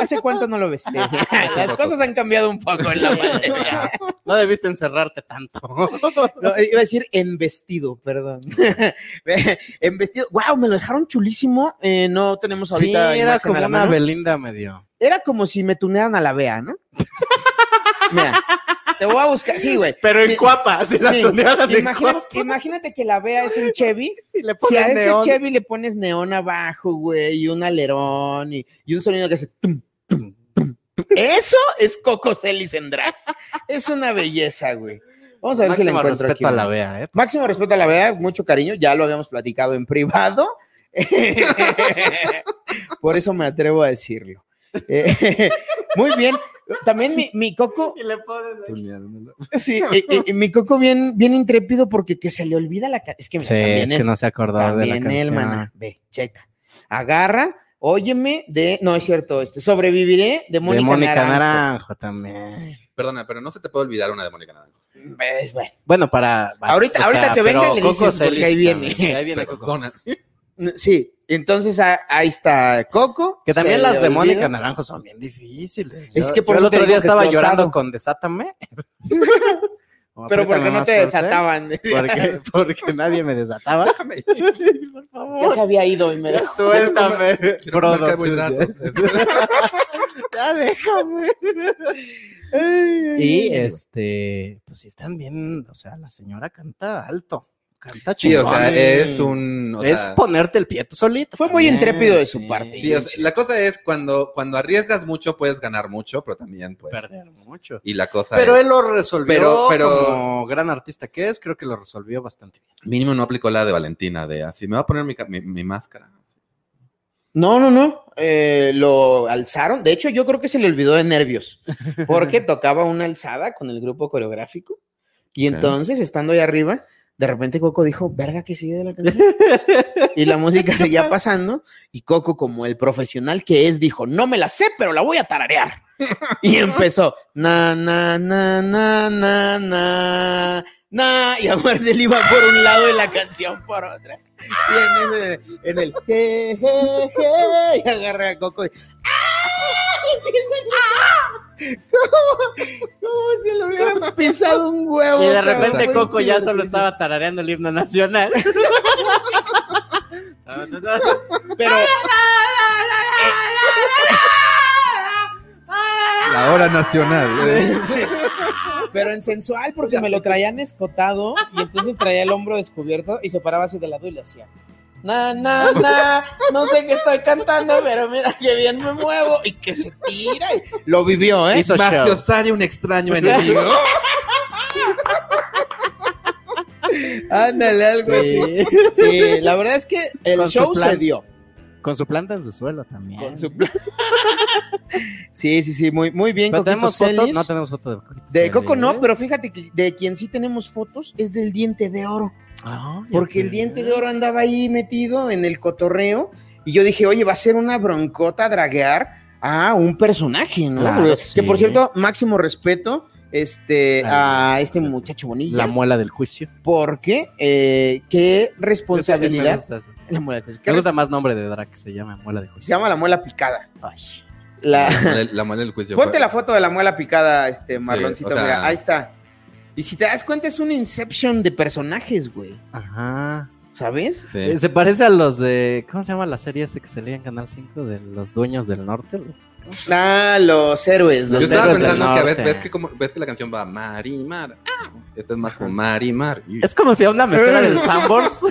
Speaker 3: ¿Hace cuánto no lo vestí? Las cosas han cambiado un poco en la pandemia.
Speaker 2: No debiste encerrarte tanto.
Speaker 3: No, iba a decir en vestido, perdón. en vestido. Wow, me lo dejaron chulísimo. Eh, no tenemos ahorita. imagen a la mano.
Speaker 2: Belinda medio.
Speaker 3: Era como si me tunearan a la vea, ¿no? Mira, te voy a buscar. Sí, güey.
Speaker 2: Pero
Speaker 3: Sí,
Speaker 2: en cuapa, si la
Speaker 3: sí.
Speaker 2: tunearon en
Speaker 3: Imagínate,
Speaker 2: cuapa.
Speaker 3: imagínate que la vea es un Chevy.
Speaker 2: Y le
Speaker 3: Si
Speaker 2: ponen
Speaker 3: a ese
Speaker 2: neón.
Speaker 3: Chevy le pones neón abajo, güey, y un alerón y, y un sonido que hace tum, tum, tum, tum. Eso es Coco Celis en drag. Es una belleza, güey. Vamos a ver si la
Speaker 2: Máximo
Speaker 3: encuentro
Speaker 2: respeto
Speaker 3: aquí.
Speaker 2: a
Speaker 3: güey.
Speaker 2: la vea, ¿eh?
Speaker 3: Máximo respeto a la vea, mucho cariño, ya lo habíamos platicado en privado. Por eso me atrevo a decirlo. Eh, Muy bien. También mi, mi Coco,
Speaker 2: Y le ponen
Speaker 4: Tuneándomelo.
Speaker 3: sí, y- y- mi Coco bien, bien intrépido porque que se le olvida la ca- Es que mira,
Speaker 2: Sí,
Speaker 3: también
Speaker 2: es
Speaker 3: él-
Speaker 2: que no se acordaba de la
Speaker 3: también él,
Speaker 2: canción.
Speaker 3: mana. Ve, checa. Agarra, óyeme de. No es cierto, este. Sobreviviré de
Speaker 2: De
Speaker 3: Mónica,
Speaker 2: Mónica
Speaker 3: Naranjo.
Speaker 2: Naranjo también.
Speaker 4: Perdona, pero no se te puede olvidar una de Mónica Naranjo.
Speaker 3: Ves, bueno.
Speaker 2: Bueno, para...
Speaker 3: Ahorita- ahorita que venga
Speaker 2: pero
Speaker 3: le
Speaker 2: Coco
Speaker 3: dices,
Speaker 2: Celis
Speaker 3: porque ahí viene.
Speaker 2: también, Ahí viene Coco.
Speaker 4: Perdona.
Speaker 3: Sí, entonces a- ahí está Coco.
Speaker 2: Que también
Speaker 3: se
Speaker 2: las
Speaker 3: le
Speaker 2: de
Speaker 3: olvida.
Speaker 2: Mónica Naranjo son bien difíciles.
Speaker 3: Es
Speaker 2: Yo-
Speaker 3: que por
Speaker 2: yo el
Speaker 3: eso te
Speaker 2: otro
Speaker 3: digo
Speaker 2: día
Speaker 3: que
Speaker 2: estaba
Speaker 3: te osado.
Speaker 2: llorando con Desátame. O
Speaker 3: Pero porque
Speaker 2: apriétame
Speaker 3: no
Speaker 2: más
Speaker 3: te
Speaker 2: fuerte, ¿eh?
Speaker 3: desataban.
Speaker 2: Porque, porque nadie me desataba.
Speaker 4: Déjame.
Speaker 2: por
Speaker 3: Ya se
Speaker 2: favor,
Speaker 3: había ido y me dejó.
Speaker 2: suéltame.
Speaker 4: Quiero comer carbohidratos.
Speaker 2: Ya déjame. Y este, pues sí están bien, o sea, la señora canta alto, canta
Speaker 4: Sí, o
Speaker 2: chingón.
Speaker 4: sea, es un. o
Speaker 2: es
Speaker 4: sea,
Speaker 2: ponerte el pie tú solito.
Speaker 3: Fue muy
Speaker 2: también,
Speaker 3: intrépido de
Speaker 2: sí.
Speaker 3: su parte.
Speaker 4: sí, o sea, la cosa es cuando, cuando arriesgas mucho, puedes ganar mucho, pero también puedes.
Speaker 2: Perder mucho.
Speaker 4: Y la cosa
Speaker 2: Pero
Speaker 4: es,
Speaker 2: él lo resolvió
Speaker 4: Pero- pero-
Speaker 2: como gran artista que es, creo que lo resolvió bastante bien.
Speaker 4: mínimo no aplicó la de Valentina, de así, me voy a poner mi, ca- mi- mi máscara.
Speaker 3: No, no, no. eh, lo alzaron. De hecho, yo creo que se le olvidó de nervios. Porque tocaba una alzada con el grupo coreográfico. Y
Speaker 4: Ok.
Speaker 3: entonces, estando ahí arriba, de repente Coco dijo, verga, que sigue de la canción. y la música seguía pasando. Y Coco, como el profesional que es, dijo, no me la sé, pero la voy a tararear. y empezó, na, na, na, na, na, na. na", y a muerte él iba por un lado y la canción por otra. Y en, ese- en el je, je, je, y agarra a Coco y ¡ah! Empieza a llorar. Como, como si le hubieran pisado un huevo.
Speaker 2: Y de
Speaker 3: cabrón.
Speaker 2: repente
Speaker 3: Fue
Speaker 2: Coco ya solo
Speaker 3: divertidísimo.
Speaker 2: estaba tarareando el himno nacional.
Speaker 3: Pero
Speaker 4: La hora nacional. ¿eh?
Speaker 3: Sí. Pero en sensual, porque me lo traían escotado y entonces traía el hombro descubierto y se paraba así de lado y le hacía. Na, na, na, no sé qué estoy cantando, pero mira qué bien me muevo y que se tira. y- Lo vivió, ¿eh?
Speaker 2: Hizo show.
Speaker 4: Maciosare un extraño enemigo.
Speaker 3: Ándale, algo así.
Speaker 2: Sí.
Speaker 3: Sí, la verdad es que el
Speaker 2: Con su
Speaker 3: show
Speaker 2: plan.
Speaker 3: se dio.
Speaker 2: Con su planta en su suelo también.
Speaker 3: Con su plan. Sí, sí, sí, muy, muy bien.
Speaker 2: ¿Pero
Speaker 3: Coquito
Speaker 2: tenemos foto?
Speaker 3: Celis.
Speaker 2: No tenemos foto de Coquito
Speaker 3: De
Speaker 2: Celis.
Speaker 3: Coco no, pero fíjate que de quien sí tenemos fotos es del diente de oro.
Speaker 2: Ah, ya
Speaker 3: Porque
Speaker 5: pues.
Speaker 3: el
Speaker 2: sé.
Speaker 3: diente de oro andaba ahí metido en el cotorreo y yo dije, oye, va a ser una broncota draguear a un personaje, ¿no?
Speaker 2: Claro,
Speaker 3: Porque-
Speaker 2: sí.
Speaker 3: Que por cierto, máximo respeto este,
Speaker 2: Ah,
Speaker 3: a este muchacho bonito.
Speaker 2: La muela del juicio.
Speaker 3: porque eh, qué responsabilidad. La muela del juicio. ¿Qué
Speaker 2: Me
Speaker 3: res-
Speaker 2: gusta más nombre de drag que se llama muela del
Speaker 3: Se
Speaker 2: juicio.
Speaker 3: llama la muela picada.
Speaker 2: Ay.
Speaker 3: La-
Speaker 4: La muela- La muela del juicio.
Speaker 3: Ponte
Speaker 4: fue-
Speaker 3: la foto de la muela picada, este
Speaker 4: Sí,
Speaker 3: marloncito,
Speaker 4: o sea-
Speaker 3: mira, ahí está. Y si te das cuenta, es un inception de personajes, güey.
Speaker 2: Ajá.
Speaker 3: ¿Sabes?
Speaker 4: Sí.
Speaker 2: Eh, Se parece a los de. ¿Cómo se llama la serie este que se leía en Canal 5? De los dueños del norte. Los-
Speaker 3: Ah, los héroes,
Speaker 4: Yo
Speaker 3: los
Speaker 4: estaba
Speaker 3: héroes del
Speaker 4: pensando que a veces
Speaker 2: norte.
Speaker 4: ves que, como, ves que la canción va Marimar. Ah, esta es más como Marimar.
Speaker 2: Es como si a una mesera del Sambors.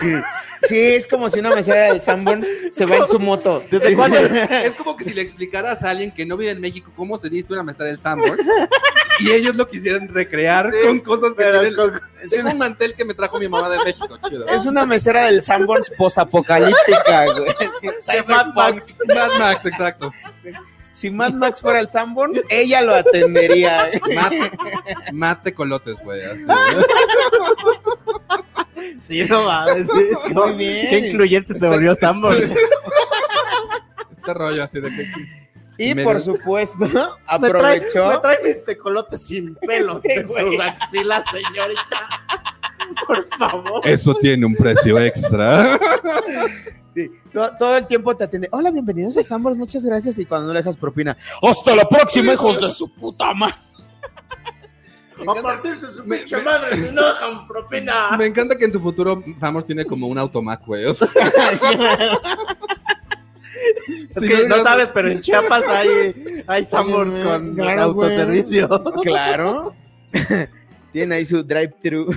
Speaker 3: Sí, es como si una mesera del Sanborns se va en su moto.
Speaker 2: ¿Desde cuándo?
Speaker 4: Es como que si le explicaras a alguien que no vive en México cómo se viste una maestra del Sanborns y ellos lo quisieran recrear con cosas que tienen. Es un mantel que me trajo mi mamá de México, chido.
Speaker 3: Es una mesera del Sanborns posapocalíptica, güey. Si Mad Max,
Speaker 4: Mad Max, exacto.
Speaker 3: si Mad Max fuera el Sanborns, ella lo atendería.
Speaker 4: Mate, mate colotes, güey. así.
Speaker 2: Sí, no mames. sí, es como-
Speaker 3: Muy bien.
Speaker 2: Qué incluyente se volvió Sambors.
Speaker 4: Este rollo así de que.
Speaker 3: Y
Speaker 4: Me-
Speaker 3: por supuesto,
Speaker 2: Me trae,
Speaker 3: aprovechó.
Speaker 2: me trae mis tecolotes sin pelos
Speaker 3: Sí,
Speaker 2: de
Speaker 3: güey.
Speaker 2: su axila, señorita. Por favor.
Speaker 4: Eso tiene un precio extra.
Speaker 3: Sí, to- todo el tiempo te atende. Hola, bienvenidos a Sanborns, muchas gracias. Y cuando no le dejas propina, ¡hasta la próxima, hijos de su puta madre!
Speaker 6: A partirse su
Speaker 4: Me-
Speaker 6: pinche
Speaker 4: me-
Speaker 6: madre si no dejan propina.
Speaker 4: Me encanta que en tu futuro Vamos tiene como un automac, güey. o sea,
Speaker 2: Es
Speaker 4: si
Speaker 2: que no
Speaker 4: digas-
Speaker 2: sabes, pero en Chiapas hay, hay Sambors
Speaker 3: Oye,
Speaker 2: con
Speaker 3: claro,
Speaker 2: autoservicio.
Speaker 3: Claro. Tiene ahí su drive-thru.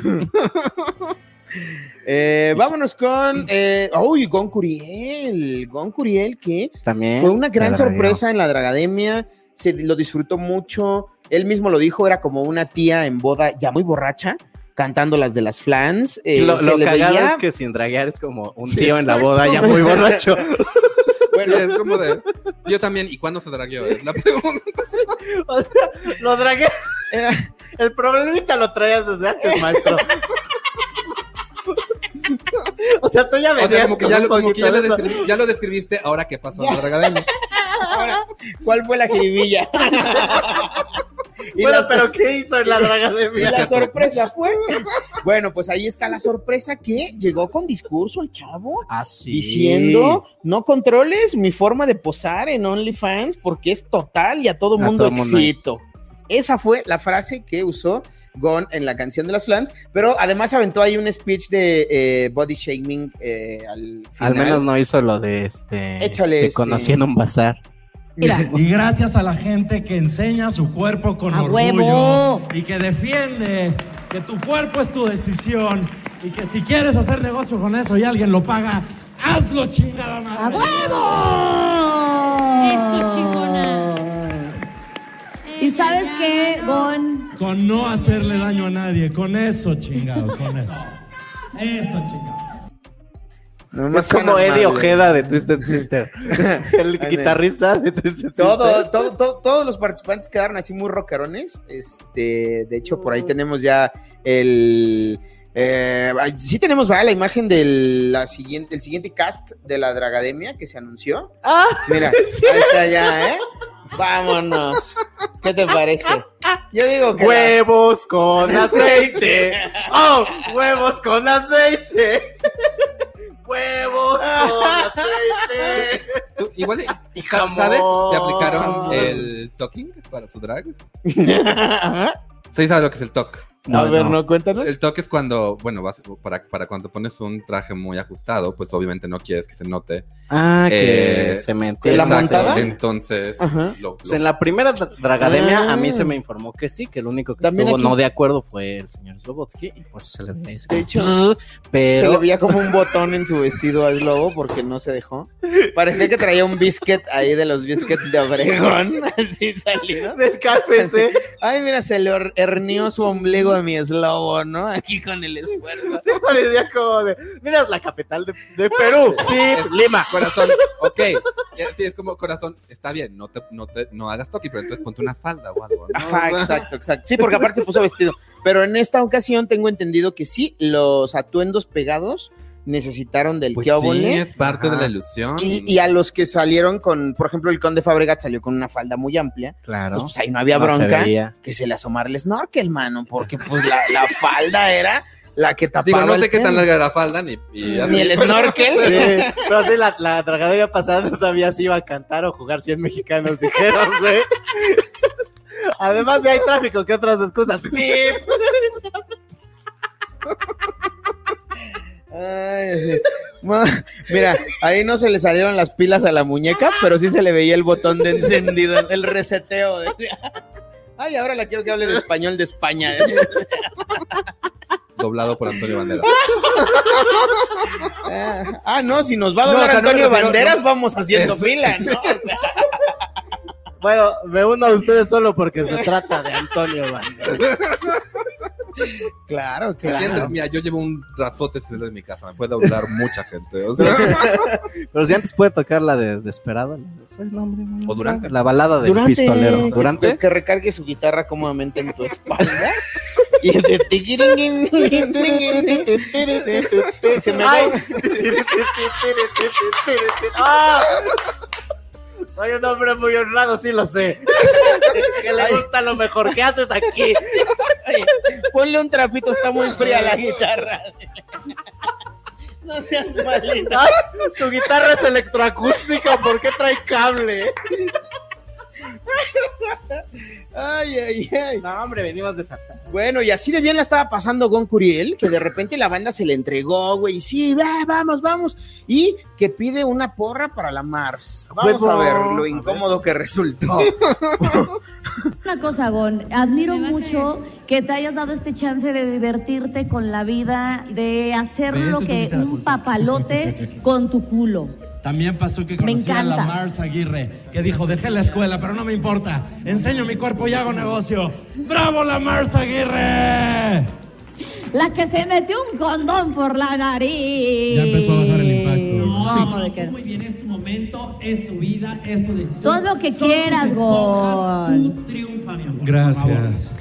Speaker 3: Eh, vámonos con. eh, ¡Uy! Gon Curiel. Gon Curiel, que
Speaker 2: También.
Speaker 3: fue una gran sorpresa en la Dragademia. Se lo disfrutó mucho. Él mismo lo dijo, era como una tía en boda ya muy borracha, cantando las de las flans. eh,
Speaker 2: lo
Speaker 3: se
Speaker 2: lo
Speaker 3: le
Speaker 2: cagado
Speaker 3: veía-
Speaker 2: es que sin draguear es como un
Speaker 4: Sí,
Speaker 2: tío en la
Speaker 4: exacto.
Speaker 2: boda ya muy borracho.
Speaker 4: Bueno, es como de. Yo también. ¿Y cuándo se dragueó? Es la pregunta.
Speaker 2: O sea, lo dragué. Era- el problemita lo traías desde antes, maestro. O sea, tú ya
Speaker 4: O sea,
Speaker 2: venías
Speaker 4: como que
Speaker 2: con
Speaker 4: ya
Speaker 2: un
Speaker 4: lo, como que ya
Speaker 2: poquito
Speaker 4: lo
Speaker 2: de eso.
Speaker 4: describí- ya lo describiste, ahora qué pasó en la dragademia.
Speaker 3: Ahora, ¿Cuál fue la jiribilla? Y
Speaker 2: Bueno,
Speaker 3: las-
Speaker 2: pero ¿qué hizo en la draga de
Speaker 3: Y
Speaker 2: mí?
Speaker 3: la sorpresa fue. Bueno, pues ahí está la sorpresa que llegó con discurso el chavo
Speaker 2: Así.
Speaker 3: diciendo: No controles mi forma de posar en OnlyFans porque es total y a todo
Speaker 2: A
Speaker 3: mundo
Speaker 2: todo mundo.
Speaker 3: éxito. Esa fue la frase que usó Gon en la canción de las flans, pero además aventó ahí un speech de eh, body shaming eh, al final.
Speaker 2: Al menos no hizo lo de este.
Speaker 3: Échale,
Speaker 2: Te
Speaker 3: este-
Speaker 2: conocí en un bazar.
Speaker 7: Y gracias a la gente que enseña su cuerpo con
Speaker 8: ¡A
Speaker 7: orgullo
Speaker 8: huevo!
Speaker 7: y que defiende que tu cuerpo es tu decisión y que si quieres hacer negocio con eso y alguien lo paga, hazlo chingada madre.
Speaker 8: ¡A huevo! Eso, chingona.
Speaker 9: ¿Y sabes qué, Gon?
Speaker 7: Con no hacerle daño a nadie, con eso chingado, con eso. Eso chingado.
Speaker 3: No me
Speaker 2: Es como
Speaker 3: suena
Speaker 2: Eddie
Speaker 3: mal, güey.
Speaker 2: Ojeda de Twisted Sister. el guitarrista de Twisted
Speaker 3: Todo,
Speaker 2: Sister.
Speaker 3: todo, todo- todos los participantes quedaron así muy rocarones. Este, de hecho, por ahí tenemos ya el. eh, ay, sí tenemos ¿verdad? la imagen del la siguiente, el siguiente cast de la Dragademia que se anunció.
Speaker 2: Ah,
Speaker 3: Mira, ahí está ya, ¿eh? Vámonos. ¿Qué te parece? Yo digo que. la-
Speaker 2: huevos con aceite. Oh, huevos con aceite. Huevos con aceite.
Speaker 4: Tú, igual, eh,
Speaker 2: Y jamón.
Speaker 4: ¿sabes? Se aplicaron el talking para su drag.
Speaker 3: Ajá.
Speaker 4: Sí, sabes lo que es el talk.
Speaker 10: a ver, no,
Speaker 2: Pues
Speaker 10: cuéntanos.
Speaker 5: Eh,
Speaker 4: El toque es cuando, bueno, vas- para, para cuando pones un traje muy ajustado, pues obviamente no quieres que se note.
Speaker 5: Ah, que
Speaker 4: Eh,
Speaker 5: se metió.
Speaker 4: Exacto,
Speaker 5: montada?
Speaker 4: Entonces,
Speaker 3: Ajá.
Speaker 4: lo-
Speaker 5: Pues en la primera dra- dragademia
Speaker 3: Ah.
Speaker 5: a mí se me informó que sí, que el único que
Speaker 3: También
Speaker 5: estuvo
Speaker 3: aquí.
Speaker 5: no de acuerdo fue el señor Slobotsky y por eso se le veía ese-
Speaker 3: De hecho, Se le
Speaker 5: pero
Speaker 3: veía como un botón en su vestido al lobo porque no se dejó. Parecía que traía un biscuit ahí de los biscuits de Obregón. Así salido.
Speaker 5: del KFC
Speaker 3: Ay, mira, se le her- hernió su ombligo a mi eslobo, ¿no? Aquí con el esfuerzo.
Speaker 5: se parecía como de, mira es la capital de, de Perú, Pip, Lima.
Speaker 4: Corazón, ok. Eh, Sí, es como corazón, está bien, no te, no te, no hagas toque, pero entonces ponte una falda o algo. ¿no?
Speaker 3: Ajá, exacto, exacto. Sí, porque aparte se puso vestido. Pero en esta ocasión tengo entendido que sí, los atuendos pegados necesitaron del
Speaker 4: Pues
Speaker 3: que
Speaker 4: sí, es parte
Speaker 3: Ajá.
Speaker 4: de la ilusión.
Speaker 3: y, y a los que salieron con, por ejemplo, el conde Fabregat salió con una falda muy amplia.
Speaker 5: Claro.
Speaker 3: Entonces, pues ahí no había
Speaker 5: No se
Speaker 3: bronca
Speaker 5: veía.
Speaker 3: que se le asomara el snorkel, mano, porque pues la, la falda era la que tapaba.
Speaker 4: Digo, no
Speaker 3: el
Speaker 4: sé qué tan
Speaker 3: pelo.
Speaker 4: larga era la falda, ni, y así,
Speaker 3: Ni el
Speaker 4: pero-
Speaker 3: snorkel.
Speaker 5: Sí, pero sí, la, la tragadera pasada no sabía si iba a cantar o jugar 100 mexicanos, dijeron, güey. Además, si hay tráfico, ¿qué otras excusas? ¡Pip!
Speaker 3: Ay, sí. Ma- Mira, ahí no se le salieron las pilas a la muñeca, pero sí se le veía el botón de encendido, el reseteo. decía. Ay, ahora la quiero que hable de español de España.
Speaker 4: Doblado por Antonio Banderas.
Speaker 3: Ah, ah, no, si nos va a
Speaker 4: No,
Speaker 3: doblar
Speaker 4: o sea, no me
Speaker 3: Antonio
Speaker 4: refiero-
Speaker 3: Banderas,
Speaker 4: no.
Speaker 3: vamos haciendo
Speaker 4: Es-
Speaker 3: fila, ¿no? O sea,
Speaker 5: Bueno, me uno a ustedes solo porque se trata de Antonio Banderas.
Speaker 3: claro,
Speaker 4: Aquí entre- Mira, yo llevo un ratote sin salir de mi casa, me puede doblar mucha gente. O sea,
Speaker 5: Pero si antes puede tocar la de Desperado, la de Soy nombre.
Speaker 4: O Durante.
Speaker 5: La balada del
Speaker 3: Durante.
Speaker 5: pistolero. Durante.
Speaker 3: Que recargue su guitarra cómodamente en tu espalda. Y es de tiquiringuin, tiquiringuin, tiquiringuin. Se me va-
Speaker 5: Ay. ¡Ah! Soy un hombre muy honrado, sí lo sé. Que le gusta lo mejor que haces aquí.
Speaker 3: Ponle un trapito, está muy fría la guitarra. No seas malita.
Speaker 5: Ay, Tu guitarra es electroacústica, ¿por qué trae cable?
Speaker 3: Ay, ay, ay.
Speaker 5: No, hombre, venimos de Santa.
Speaker 3: Bueno, y así de bien la estaba pasando Gon Curiel, que de repente la banda se le entregó, güey. y Sí, va, vamos, vamos. Y que pide una porra para la Mars. Vamos
Speaker 5: Huevo.
Speaker 3: a ver
Speaker 5: A
Speaker 3: lo
Speaker 5: ver.
Speaker 3: incómodo que resultó.
Speaker 9: Una cosa, Gon, admiro
Speaker 11: Me va a
Speaker 9: mucho que te hayas dado este chance de divertirte con la vida, de hacer
Speaker 7: Pero ya
Speaker 9: lo
Speaker 7: tú
Speaker 9: que
Speaker 7: tuviste la
Speaker 9: un
Speaker 7: culpa.
Speaker 9: papalote con tu culo.
Speaker 7: También pasó que
Speaker 9: Me
Speaker 7: conocí a la
Speaker 9: encanta.
Speaker 7: Mars Aguirre, que dijo, dejé la escuela, pero no me importa. Enseño mi cuerpo y hago negocio. ¡Bravo la Mars Aguirre!
Speaker 11: La que se metió un condón por la nariz.
Speaker 7: Ya empezó a bajar el impacto.
Speaker 11: No, hombre, que-
Speaker 7: Muy bien, es tu momento, es tu vida, es tu decisión.
Speaker 9: Todo lo que Son tus quieras, esponjas, Gol.
Speaker 7: Tú triunfa, mi amor. Gracias.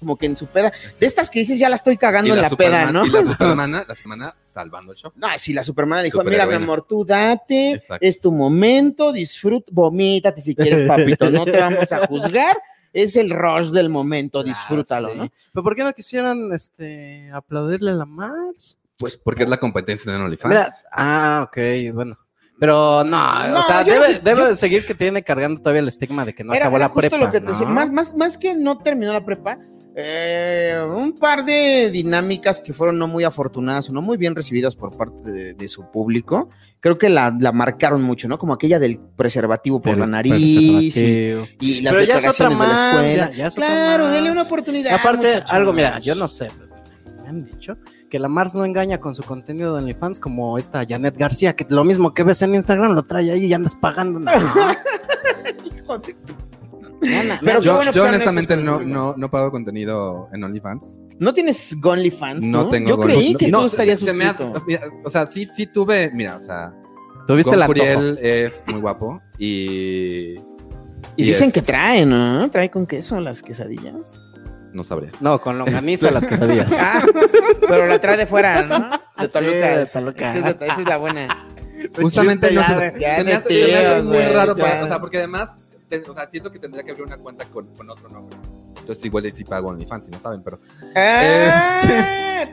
Speaker 3: Como que en su peda. De estas que dices, ya la estoy
Speaker 4: y
Speaker 3: cagando en la peda,
Speaker 4: Superman-
Speaker 3: ¿no?
Speaker 4: Y la supermana, la semana salvando el show.
Speaker 3: No, si la Superman le dijo, mira,
Speaker 4: Superheroína.
Speaker 3: mi amor, tú date,
Speaker 4: Exacto.
Speaker 3: es tu momento, disfruta, vomítate si quieres, papito, no te vamos a juzgar, es el rush del
Speaker 5: Ah,
Speaker 3: momento, disfrútalo, ¿no?
Speaker 5: Pero ¿por qué no quisieran este, aplaudirle a la Mars?
Speaker 4: Pues porque es la competencia de OnlyFans.
Speaker 5: Mira, ah, ok, bueno. Pero no,
Speaker 3: No,
Speaker 5: o sea,
Speaker 3: yo-
Speaker 5: debe,
Speaker 3: yo-
Speaker 5: debe de seguir que tiene cargando todavía el estigma de que no acabó la
Speaker 3: justo
Speaker 5: prepa.
Speaker 3: lo que te
Speaker 5: ¿no?
Speaker 3: decía, más, más, más que no terminó la prepa, eh, un par de dinámicas que fueron no muy afortunadas o no muy bien recibidas por parte de, de su público, creo que la, la marcaron mucho, ¿no? Como aquella del preservativo por la
Speaker 5: Del
Speaker 3: nariz y,
Speaker 5: preservativo.
Speaker 3: y las
Speaker 5: Pero ya es otra
Speaker 3: declaraciones de la
Speaker 5: más,
Speaker 3: escuela.
Speaker 5: ya- ya es otra
Speaker 3: claro,
Speaker 5: más.
Speaker 3: denle una oportunidad.
Speaker 5: Aparte,
Speaker 3: muchachos.
Speaker 5: algo, mira, yo no sé. Me han dicho que la Mars no engaña con su contenido de OnlyFans como esta Janet García, que lo mismo que ves en Instagram lo trae ahí y andas pagando. ¿no?
Speaker 3: Pero
Speaker 4: yo,
Speaker 3: qué bueno que
Speaker 4: yo
Speaker 3: sean
Speaker 4: honestamente
Speaker 3: estos
Speaker 4: no,
Speaker 3: con-
Speaker 4: no, no pago contenido en OnlyFans.
Speaker 3: ¿No tienes GonlyFans?
Speaker 4: No
Speaker 3: tú?
Speaker 4: tengo
Speaker 3: Yo
Speaker 4: Gon-
Speaker 3: creí
Speaker 4: no-
Speaker 3: que
Speaker 4: no,
Speaker 3: tú estarías
Speaker 4: se me ha-
Speaker 3: suscrito.
Speaker 4: mira, O sea, sí, sí tuve. Mira, o sea,
Speaker 5: ¿Tuviste
Speaker 4: Gon
Speaker 5: la
Speaker 4: Curiel es muy guapo y.
Speaker 3: Y
Speaker 4: y
Speaker 3: dicen
Speaker 4: es-
Speaker 3: que trae, ¿no? Trae con queso las quesadillas.
Speaker 4: No sabría.
Speaker 5: No, con longaniza las quesadillas.
Speaker 3: Ah, pero la trae de fuera, ¿no? Ah, De
Speaker 5: Sí, de Toluca.
Speaker 3: Es que es de- esa es la buena.
Speaker 4: Justamente no
Speaker 3: ya
Speaker 4: se-
Speaker 3: de- Pues ya
Speaker 4: se me
Speaker 3: de
Speaker 4: hace, se me hace
Speaker 3: tío,
Speaker 4: muy
Speaker 3: güey,
Speaker 4: raro
Speaker 3: ya.
Speaker 4: para- o sea, porque además, te- o sea, siento que tendría que abrir una cuenta con, con otro nombre. Entonces igual y sí pago OnlyFans, si no saben, pero.
Speaker 3: Ah,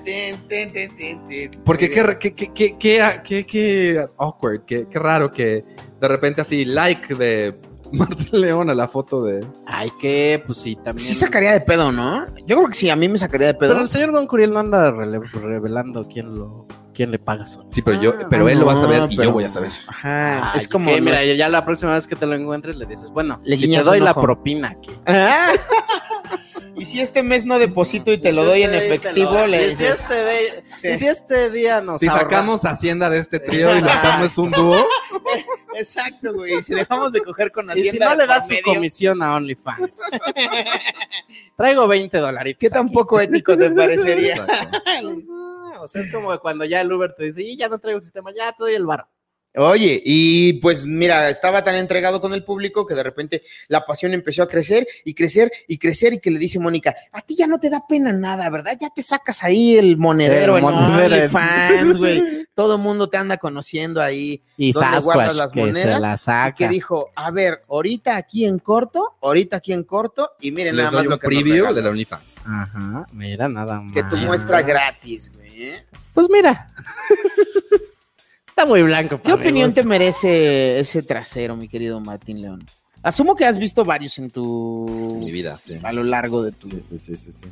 Speaker 3: tin, tin, tin, tin, tin.
Speaker 4: este, Porque
Speaker 3: Muy
Speaker 4: qué,
Speaker 3: bien.
Speaker 4: ra- qué, qué, qué, qué, qué- qué awkward, qué, qué raro que de repente así like de Martín León a la foto de.
Speaker 12: Ay, qué, pues sí, también.
Speaker 3: Sí sacaría de pedo, ¿no? Yo creo que sí, a mí me sacaría de pedo.
Speaker 5: Pero el señor Don Curiel no anda rele- revelando quién lo quién le paga su
Speaker 4: Sí, pero yo,
Speaker 3: Ah,
Speaker 4: pero él lo va a saber
Speaker 3: no,
Speaker 4: y
Speaker 3: pero-
Speaker 4: yo voy a saber.
Speaker 3: Ajá,
Speaker 5: Ay,
Speaker 3: Ah, es como...
Speaker 5: que,
Speaker 3: los-
Speaker 5: mira, ya la próxima vez que te lo encuentres le dices, bueno,
Speaker 3: Le
Speaker 5: si te
Speaker 3: guiñas
Speaker 5: doy
Speaker 3: un
Speaker 5: la
Speaker 3: ojo.
Speaker 5: propina. ¿qué?
Speaker 3: Ah. y si este mes no deposito y te lo
Speaker 5: Y si
Speaker 3: doy en
Speaker 5: este día te
Speaker 3: efectivo,
Speaker 5: lo-
Speaker 3: Ah, le
Speaker 5: y si
Speaker 3: dices,
Speaker 5: este de-
Speaker 3: Sí.
Speaker 5: y si este día nos
Speaker 4: Si
Speaker 5: ahorra-
Speaker 4: sacamos Hacienda de este trío y lo hacemos un dúo,
Speaker 3: Exacto, güey. Si dejamos de coger con
Speaker 5: y
Speaker 3: Hacienda.
Speaker 5: si no
Speaker 3: de
Speaker 5: le
Speaker 3: por
Speaker 5: das su
Speaker 3: medio,
Speaker 5: comisión a OnlyFans. Traigo 20 dolaritos.
Speaker 3: ¿Qué
Speaker 5: aquí.
Speaker 3: tampoco ético te parecería?
Speaker 4: Exacto.
Speaker 5: Ajá, O sea, es como cuando ya el Uber te dice, y ya no traigo sistema, ya te doy el bar.
Speaker 3: Oye, y pues mira, estaba tan entregado con el público que de repente la pasión empezó a crecer y crecer y crecer y que le dice Mónica, a ti ya no te da pena nada, ¿verdad? Ya te sacas ahí el monedero
Speaker 5: El
Speaker 3: en
Speaker 5: monedero.
Speaker 3: OnlyFans, güey. Todo mundo te anda conociendo ahí.
Speaker 5: Y
Speaker 3: ¿Dónde
Speaker 5: Sasquatch,
Speaker 3: guardas las
Speaker 5: que
Speaker 3: monedas?
Speaker 5: se la
Speaker 3: Y
Speaker 5: saca.
Speaker 3: que dijo, a ver, ahorita aquí en corto, ahorita aquí en corto y miren
Speaker 4: les
Speaker 3: nada más
Speaker 4: doy
Speaker 3: lo
Speaker 4: un
Speaker 3: que nos
Speaker 4: preview
Speaker 3: regaló,
Speaker 4: de la OnlyFans.
Speaker 5: Ajá, mira, nada más.
Speaker 3: que tu muestra gratis, güey. ¿eh?
Speaker 5: Pues mira. Está muy blanco.
Speaker 3: ¿Qué
Speaker 5: para mi
Speaker 3: opinión
Speaker 5: gusto.
Speaker 3: te merece ese trasero, mi querido Martín León? Asumo que has visto varios en
Speaker 4: Mi
Speaker 3: tu
Speaker 4: vida, sí.
Speaker 3: a lo largo de tu
Speaker 4: Sí, sí, sí, sí, sí.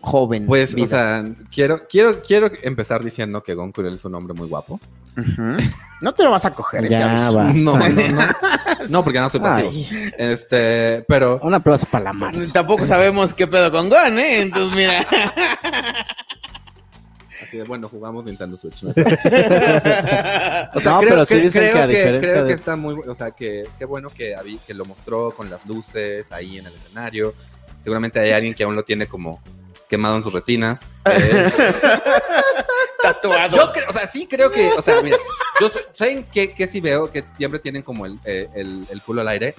Speaker 3: joven.
Speaker 4: Pues,
Speaker 3: vida.
Speaker 4: o sea, quiero, quiero, quiero empezar diciendo que Gon Curiel es un hombre muy guapo.
Speaker 3: Ujú. no te lo vas a coger,
Speaker 5: Ya
Speaker 3: ya ves.
Speaker 5: Basta.
Speaker 4: No, no, no. No, porque ya no soy pasivo.
Speaker 5: Ay,
Speaker 4: Este, pero
Speaker 5: un aplauso para la Mars.
Speaker 3: Tampoco sabemos qué pedo con Gon, ¿eh? Entonces, mira.
Speaker 4: Así de, bueno, jugamos Nintendo Switch. ¿no? o
Speaker 5: No, pero sí dicen que a
Speaker 4: creo
Speaker 5: diferencia de-
Speaker 4: que está muy, bu- o sea, que qué bueno que Avi- que lo mostró con las luces ahí en el escenario. Seguramente hay alguien que aún lo tiene como quemado en sus retinas. Eh,
Speaker 3: Tatuado.
Speaker 4: yo creo, o sea, sí creo que, o sea, mira, yo sé- saben que, que sí veo que siempre tienen como el, eh, el, el culo al aire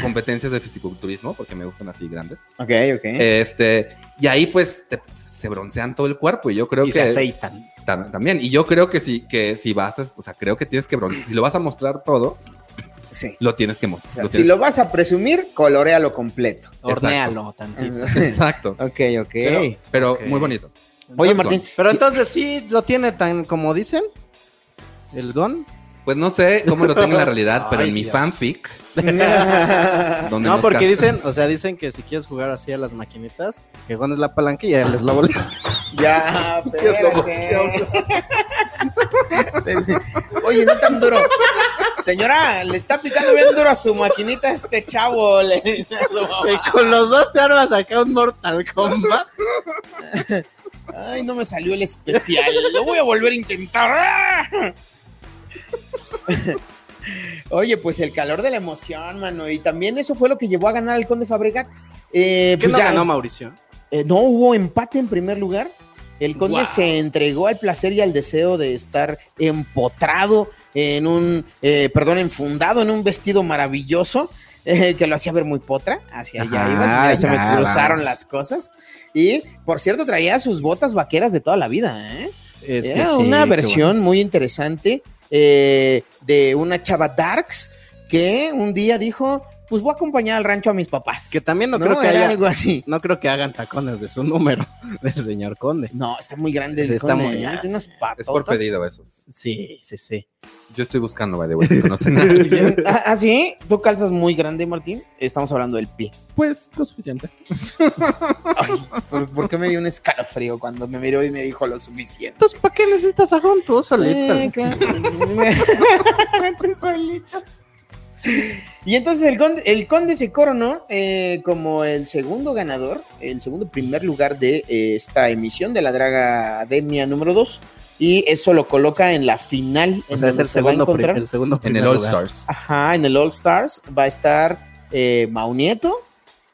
Speaker 4: competencias de fisiculturismo porque me gustan así grandes.
Speaker 3: Ok, ok.
Speaker 5: ¿Eh?
Speaker 4: Este, y ahí pues te- se broncean todo el cuerpo y yo creo
Speaker 5: Y se
Speaker 4: que
Speaker 5: aceitan.
Speaker 4: tam- también y yo creo que si que si vas, a- o sea, creo que tienes que broncear, si lo vas a mostrar todo,
Speaker 3: sí.
Speaker 4: lo tienes que mostrar.
Speaker 3: O sea,
Speaker 4: lo
Speaker 3: si
Speaker 4: tienes-
Speaker 3: lo vas a presumir, colorealo completo.
Speaker 5: Hornealo tantito.
Speaker 4: Exacto.
Speaker 3: ok, ok.
Speaker 4: Pero, pero
Speaker 5: Ok.
Speaker 4: muy bonito.
Speaker 3: Oye,
Speaker 4: Entonces,
Speaker 3: Martín,
Speaker 5: Pero entonces sí lo tiene tan como dicen. El Gon.
Speaker 4: Pues no sé cómo lo tengo en la realidad, pero
Speaker 5: Ay,
Speaker 4: en mi
Speaker 5: Dios.
Speaker 4: fanfic, donde
Speaker 5: No,
Speaker 4: nos
Speaker 5: porque
Speaker 4: cas-
Speaker 5: dicen, o sea, dicen que si quieres jugar así a las maquinitas, que Gon es la palanca y él es la bolita.
Speaker 3: Ya, espérate. Oye, no tan duro. Señora, le está picando bien duro a su maquinita este chavo. le dice a su mamá.
Speaker 5: Y con los dos te armas acá un Mortal Kombat.
Speaker 3: Ay, no me salió el especial. Lo voy a volver a intentar. ¡Ah! Oye, pues el calor de la emoción, mano. Y también eso fue lo que llevó a ganar al Conde Fabregat. Eh,
Speaker 5: ¿Qué
Speaker 3: pues
Speaker 5: no
Speaker 3: ya,
Speaker 5: ganó Mauricio?
Speaker 3: eh, no hubo empate en primer lugar. El conde
Speaker 5: Guau.
Speaker 3: se entregó al placer y al deseo de estar empotrado en un, eh, perdón, enfundado en un vestido maravilloso eh, que lo hacía ver muy potra. Hacia allá
Speaker 5: Ajá,
Speaker 3: ibas, mira, se
Speaker 5: ya,
Speaker 3: me cruzaron
Speaker 5: vamos.
Speaker 3: las cosas. Y, por cierto, traía sus botas vaqueras de toda la vida. ¿eh?
Speaker 5: Es que
Speaker 3: Era
Speaker 5: sí,
Speaker 3: una
Speaker 5: qué
Speaker 3: versión muy interesante eh, de una chava Darks que un día dijo, pues voy a acompañar al rancho a mis papás.
Speaker 5: bueno. Que también no,
Speaker 3: no,
Speaker 5: creo que
Speaker 3: era
Speaker 5: haya-
Speaker 3: algo así.
Speaker 5: no creo que hagan tacones de su número del señor Conde.
Speaker 3: No, está muy grande el
Speaker 5: Está
Speaker 3: cone,
Speaker 5: muy-
Speaker 3: ¿eh?
Speaker 5: ah,
Speaker 3: Tiene unas
Speaker 4: es por
Speaker 3: patotas.
Speaker 4: pedido esos.
Speaker 5: Sí, sí, sí.
Speaker 4: Yo estoy buscando, by the way, si conocen a alguien.
Speaker 3: Ah, ah, sí, tú calzas muy grande, Martín. Estamos hablando del pie.
Speaker 4: Pues lo suficiente.
Speaker 3: Ay, ¿por, por qué me dio un escalofrío cuando me miró y me dijo lo suficiente?
Speaker 5: Entonces, ¿para qué necesitas a Gon tú solita?
Speaker 3: Eh, claro. Tú solito. Y entonces el conde, el conde se coronó eh, como el segundo ganador, el segundo primer lugar de eh, esta emisión de la Draga Demia número 2. Y eso lo coloca en la final.
Speaker 5: O
Speaker 3: en
Speaker 5: sea, es
Speaker 3: donde
Speaker 5: el
Speaker 3: se va a
Speaker 5: segundo, pri-
Speaker 3: encontrar.
Speaker 5: el segundo
Speaker 4: En
Speaker 5: primer
Speaker 4: el All
Speaker 5: lugar.
Speaker 4: Stars.
Speaker 3: Ajá, en el All Stars va a estar eh, Maunieto,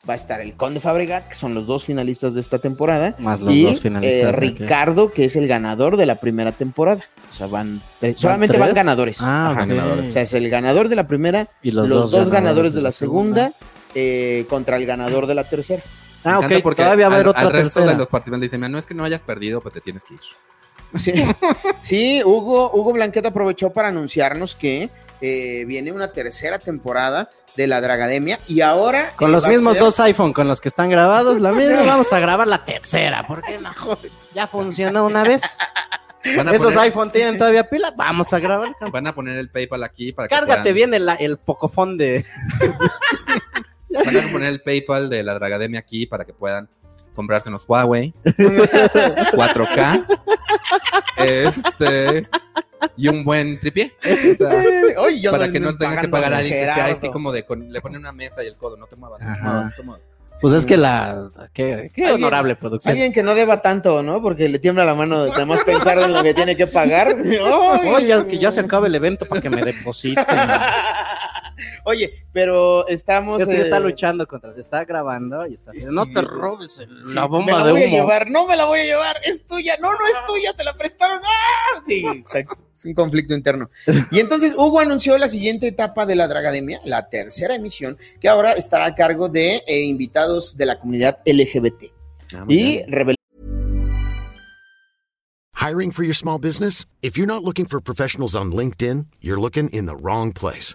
Speaker 3: va a estar el Conde Fabregat, que son los dos finalistas de esta temporada.
Speaker 5: Más los
Speaker 3: y,
Speaker 5: dos finalistas.
Speaker 3: eh,
Speaker 5: ¿no?
Speaker 3: Ricardo, que es el ganador de la primera temporada. O sea, van tres- solamente
Speaker 5: tres?
Speaker 3: van ganadores.
Speaker 5: Ah,
Speaker 3: Ajá.
Speaker 5: ok.
Speaker 4: ganadores.
Speaker 3: O sea, es el ganador de la primera,
Speaker 5: Y
Speaker 3: los, dos, ganadores, de la segunda, eh, contra el ganador de la tercera.
Speaker 5: Ah,
Speaker 4: Me encanta
Speaker 5: ok, todavía va a haber
Speaker 4: al-
Speaker 5: otra
Speaker 4: al resto
Speaker 5: tercera.
Speaker 4: de los participantes dicen, "Mira, no es que no hayas perdido, pues te tienes que ir.
Speaker 3: Sí, Sí, Hugo, Hugo Blanquet aprovechó para anunciarnos que eh, viene una tercera temporada de la Dragademia y ahora...
Speaker 5: Con
Speaker 3: eh,
Speaker 5: los
Speaker 3: va a
Speaker 5: mismos
Speaker 3: ser-
Speaker 5: dos iPhone con los que están grabados, la misma vamos a grabar la tercera, porque no, ya funcionó una vez.
Speaker 4: Van a
Speaker 2: Esos
Speaker 4: poner-
Speaker 2: iPhone tienen todavía pila. Vamos a grabar. cabrón.
Speaker 4: Van a poner el PayPal aquí para que
Speaker 2: Cárgate
Speaker 4: puedan-
Speaker 2: bien el, el pocofón de.
Speaker 4: Van a poner el PayPal de la Dragademia aquí para que puedan comprarse unos Huawei 4K. Este. Y un buen tripié. O sea,
Speaker 3: Ay, yo
Speaker 4: para
Speaker 3: no
Speaker 4: que no
Speaker 3: ando
Speaker 4: tengan que
Speaker 3: pagando
Speaker 4: pagar a alguien que sea
Speaker 3: Gerardo.
Speaker 4: así como de con- le ponen una mesa y el codo, no te muevas, no te
Speaker 5: Ajá.
Speaker 4: muevas, no te muevas.
Speaker 5: Pues es que la. Qué, qué
Speaker 3: Alguien-
Speaker 5: honorable producción.
Speaker 3: Alguien que no deba tanto, ¿no? Porque le tiembla la mano de nada más pensar en lo que tiene que pagar. Ay.
Speaker 5: Oye, que ya se acabe el evento para que me depositen.
Speaker 3: Oye, pero estamos.
Speaker 2: Es que
Speaker 3: eh,
Speaker 2: está luchando contra. Se está grabando y está. No te robes el-
Speaker 3: Este, sí,
Speaker 2: la
Speaker 3: me
Speaker 2: bomba
Speaker 3: la
Speaker 2: de
Speaker 3: voy a
Speaker 2: humo.
Speaker 3: llevar, no me la voy a llevar, es tuya, no, no es tuya, te la prestaron. ¡Ah! Sí, exacto. Es un conflicto interno. Y entonces Hugo anunció la siguiente etapa de la Dragademia, la tercera emisión, que ahora estará a cargo de eh, invitados de la comunidad LGBT.
Speaker 2: Ah,
Speaker 4: Ah,
Speaker 3: Y reveló
Speaker 13: Hiring for your small business? If you're not looking for professionals on LinkedIn, you're looking in the wrong place.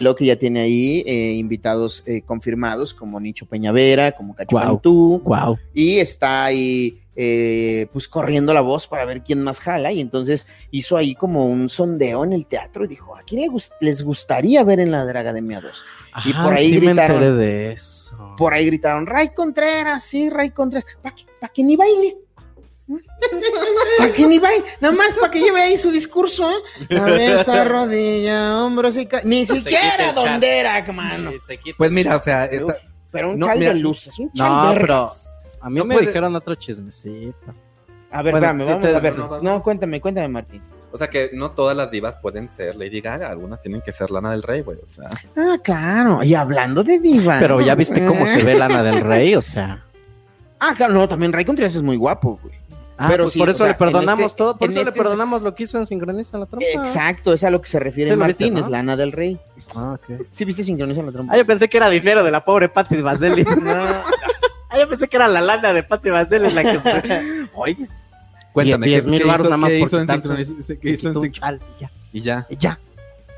Speaker 3: lo que ya tiene ahí eh, invitados eh, confirmados como Nicho Peñavera, como Cachipán
Speaker 5: Guau.
Speaker 3: Tú,
Speaker 5: Wow.
Speaker 3: y está ahí eh, pues corriendo la voz para ver quién más jala y entonces hizo ahí como un sondeo en el teatro y dijo, ¿a quién le gus- les gustaría ver en la Dragademia 2? Y por ahí
Speaker 5: sí
Speaker 3: gritaron.
Speaker 5: me enteré de eso.
Speaker 3: Por ahí gritaron, Ray Contreras, sí, Ray Contreras, para que, pa' que ni baile. Para que ni baile, nada más para que lleve ahí su discurso, ¿eh? Cabeza, rodilla, hombros y ca- Ni
Speaker 5: se quite
Speaker 3: siquiera
Speaker 5: el chal.
Speaker 3: dondera, mano.
Speaker 5: Sí, se quita.
Speaker 4: Pues mira, o sea, esta-
Speaker 3: Pero un
Speaker 4: No,
Speaker 3: chal
Speaker 4: mira.
Speaker 3: de luces, un chal
Speaker 5: No,
Speaker 3: vergas.
Speaker 5: pero a mí
Speaker 4: No
Speaker 5: me
Speaker 4: puede-
Speaker 5: dijeron otro chismecito.
Speaker 3: A ver,
Speaker 4: Bueno,
Speaker 3: espérame,
Speaker 4: te-
Speaker 3: vamos
Speaker 4: te-
Speaker 3: a ver.
Speaker 4: no, vamos.
Speaker 3: No, cuéntame, cuéntame, Martín.
Speaker 4: o sea que no todas las divas pueden ser Lady Gaga, algunas tienen que ser Lana del Rey, güey. O sea,
Speaker 3: Ah, claro. Y hablando de divas.
Speaker 5: Pero ya viste cómo se ve Lana del Rey, o sea.
Speaker 3: Ah, claro, no, también Ray Contreras es muy guapo, güey.
Speaker 2: Ah,
Speaker 3: Pero
Speaker 2: pues
Speaker 3: sí,
Speaker 2: por
Speaker 3: o
Speaker 2: eso
Speaker 3: sea,
Speaker 2: le perdonamos
Speaker 3: en este-
Speaker 2: todo. Por
Speaker 3: en
Speaker 2: eso le
Speaker 3: este-
Speaker 2: perdonamos lo que hizo en Sincroniza la Trompa.
Speaker 3: Exacto, es a lo que se refiere
Speaker 2: Sí lo
Speaker 3: Martín,
Speaker 2: viste, ¿no?
Speaker 3: es Lana del Rey.
Speaker 2: Ah, ok.
Speaker 3: Sí, viste sincronizar la trompa.
Speaker 2: Ah, yo pensé que era dinero de la pobre Patti Vaselis. Ah, yo pensé que era la lana de Patti Vaselis la que se...
Speaker 5: Oye,
Speaker 4: cuéntame.
Speaker 5: diez mil varos
Speaker 4: hizo-
Speaker 5: nada más
Speaker 4: qué
Speaker 5: por
Speaker 4: hizo en
Speaker 5: quitarse un-
Speaker 4: sincroniz- qué
Speaker 2: se
Speaker 4: hizo en
Speaker 2: quitó un
Speaker 4: sin-
Speaker 2: chal, y ya,
Speaker 4: Y ya.
Speaker 2: y ya.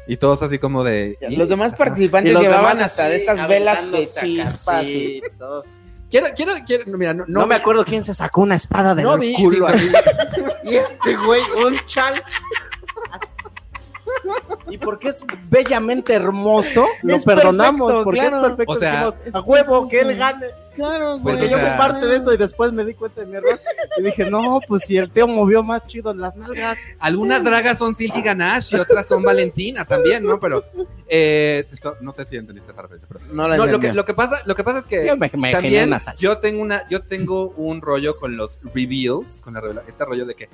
Speaker 4: Y todos así como de. y-
Speaker 3: Los demás
Speaker 4: Ajá.
Speaker 3: participantes
Speaker 2: Y los
Speaker 3: llevaban
Speaker 2: demás
Speaker 3: hasta
Speaker 2: así,
Speaker 3: de estas velas de
Speaker 2: aventándose acá,
Speaker 3: chispas.
Speaker 2: sí, todo.
Speaker 4: Quiero, quiero, quiero. no, Mira, no,
Speaker 2: No, me acuerdo quién se sacó una espada del
Speaker 4: No vi.
Speaker 2: culo.
Speaker 4: sí,
Speaker 2: así. y este güey, un chal. Y porque es bellamente hermoso, lo
Speaker 3: Es
Speaker 2: perdonamos.
Speaker 3: perfecto,
Speaker 2: porque
Speaker 3: claro.
Speaker 2: es perfecto.
Speaker 4: O sea,
Speaker 2: dijimos, a huevo, que él gane.
Speaker 3: Claro,
Speaker 4: Pues,
Speaker 2: Porque
Speaker 4: o
Speaker 2: yo fui
Speaker 4: sea-
Speaker 2: parte de eso y después me di cuenta de mi error. Y dije, no, pues si el tío movió más chido las nalgas.
Speaker 4: Algunas dragas son Silky Ganache y otras son Valentina también, ¿no? Pero eh, esto- no sé si entendiste esa referencia, pero-
Speaker 3: No la
Speaker 4: No, lo
Speaker 3: entendí.
Speaker 4: que, lo que pasa, lo que pasa es
Speaker 5: yo
Speaker 4: que
Speaker 5: me, me imaginé
Speaker 4: también
Speaker 5: una salsa.
Speaker 4: yo tengo una, yo tengo un rollo con los reveals, con la revela- este rollo de que,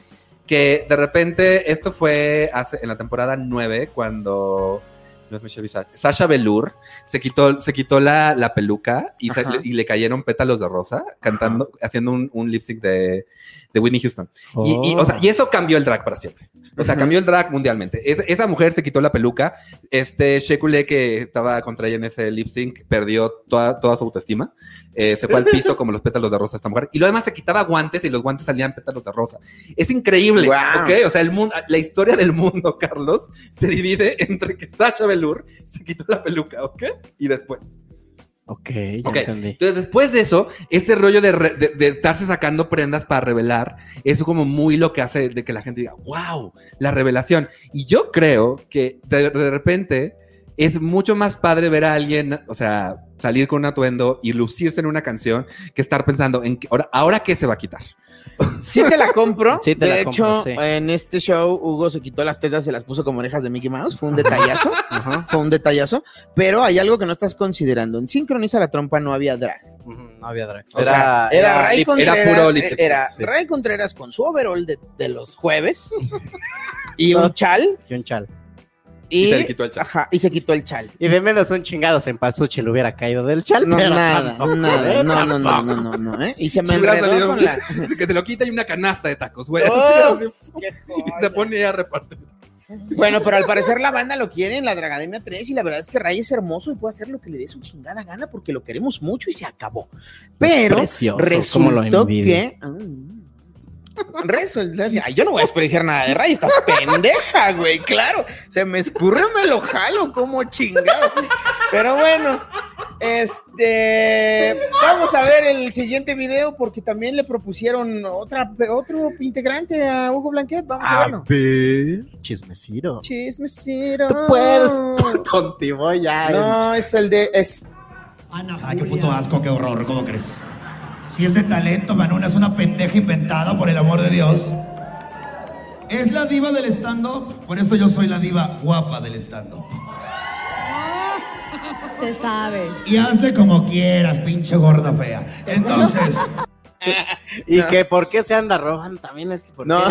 Speaker 4: que de repente esto fue hace en la temporada 9 cuando no es Michelle Visage, Sasha Velour se quitó, se quitó la, la peluca y, se-
Speaker 3: Ajá.
Speaker 4: y le cayeron pétalos de rosa cantando, haciendo un, un lip sync de, de Whitney Houston. Y, y, o sea, y eso cambió el drag para siempre. O sea,
Speaker 3: Oh. Ujú.
Speaker 4: cambió el drag mundialmente. Es- esa mujer se quitó la peluca. Este Shekule que estaba contra ella en ese lip sync perdió toda, toda su autoestima. Eh, se fue al piso como los pétalos de rosa esta mujer. Y lo demás se quitaba guantes y los guantes salían pétalos de rosa. Es increíble.
Speaker 3: Guau.
Speaker 4: ¿ok? O sea, el mundo, la historia del mundo, Carlos, se divide entre que Sasha Velour se quitó la peluca, ¿ok? Y después.
Speaker 5: Ok, ya
Speaker 4: Ok.
Speaker 5: entendí.
Speaker 4: Entonces, después de eso, este rollo de, re- de- de estarse sacando prendas para revelar, es como muy lo que hace de que la gente diga, wow, la revelación. Y yo creo que de, de repente es mucho más padre ver a alguien, o sea, salir con un atuendo y lucirse en una canción que estar pensando en que, ahora, ahora qué se va a quitar.
Speaker 3: Sí te la compro.
Speaker 5: Sí te
Speaker 3: de
Speaker 5: la
Speaker 3: hecho,
Speaker 5: compro, sí.
Speaker 3: en este show Hugo se quitó las tetas, se las puso como orejas de Mickey Mouse. Fue un detallazo. Fue un detallazo. Pero hay algo que no estás considerando. En Sincroniza la Trompa no había drag.
Speaker 5: No había drags.
Speaker 3: O sea, era, Ray
Speaker 5: lip-
Speaker 3: Contreras.
Speaker 4: era puro lip sync,
Speaker 3: era
Speaker 4: sí.
Speaker 3: Ray Contreras con su overall de, de los jueves y un chal.
Speaker 5: y un chal.
Speaker 4: Y,
Speaker 3: Y,
Speaker 4: se le quitó el chat.
Speaker 3: ajá, y se quitó el chal.
Speaker 2: Y de menos un chingado se empasuche le hubiera caído del chal.
Speaker 3: No,
Speaker 2: pero
Speaker 3: nada,
Speaker 2: tampoco,
Speaker 3: nada,
Speaker 2: ¿eh?
Speaker 3: no, no, no,
Speaker 2: Tampoco.
Speaker 3: no, no, no, ¿eh? Y se me
Speaker 4: Sí, hubiera
Speaker 3: enredó
Speaker 4: salido
Speaker 3: con
Speaker 4: un-
Speaker 3: la...
Speaker 4: Que se lo quita y una canasta de tacos, güey.
Speaker 3: ¡Uf!
Speaker 4: Y se pone a repartir.
Speaker 3: Bueno, pero al parecer la banda lo quiere en la Dragademia 3 y la verdad es que Ray es hermoso y puede hacer lo que le dé su chingada gana porque lo queremos mucho y se acabó. Pero
Speaker 5: precioso, cómo lo
Speaker 3: resultó
Speaker 5: envidio.
Speaker 3: que... Ah, Resultó Ay, yo no voy a despreciar nada de Ray, estás pendeja, güey, claro. Se me escurre, me lo jalo como chingado. Pero bueno, este, vamos a ver el siguiente video porque también le propusieron otra, otro integrante a Hugo Blanquet. Vamos
Speaker 5: Ah,
Speaker 3: a, verlo.
Speaker 5: Chismeciro.
Speaker 3: Chismecero.
Speaker 5: Tú puedes, Contigo ya.
Speaker 3: No, es el de. Es...
Speaker 7: Ana
Speaker 14: Ay, qué
Speaker 7: Julia.
Speaker 14: puto asco, qué horror, ¿cómo crees? Si es de talento, Manuna es una pendeja inventada, por el amor de Dios. Es la diva del stand-up, por eso yo soy la diva guapa del stand-up.
Speaker 8: Se sabe.
Speaker 14: Y hazte como quieras, pinche gorda fea. Entonces,
Speaker 2: Y que por qué se anda robando también es que por
Speaker 3: No.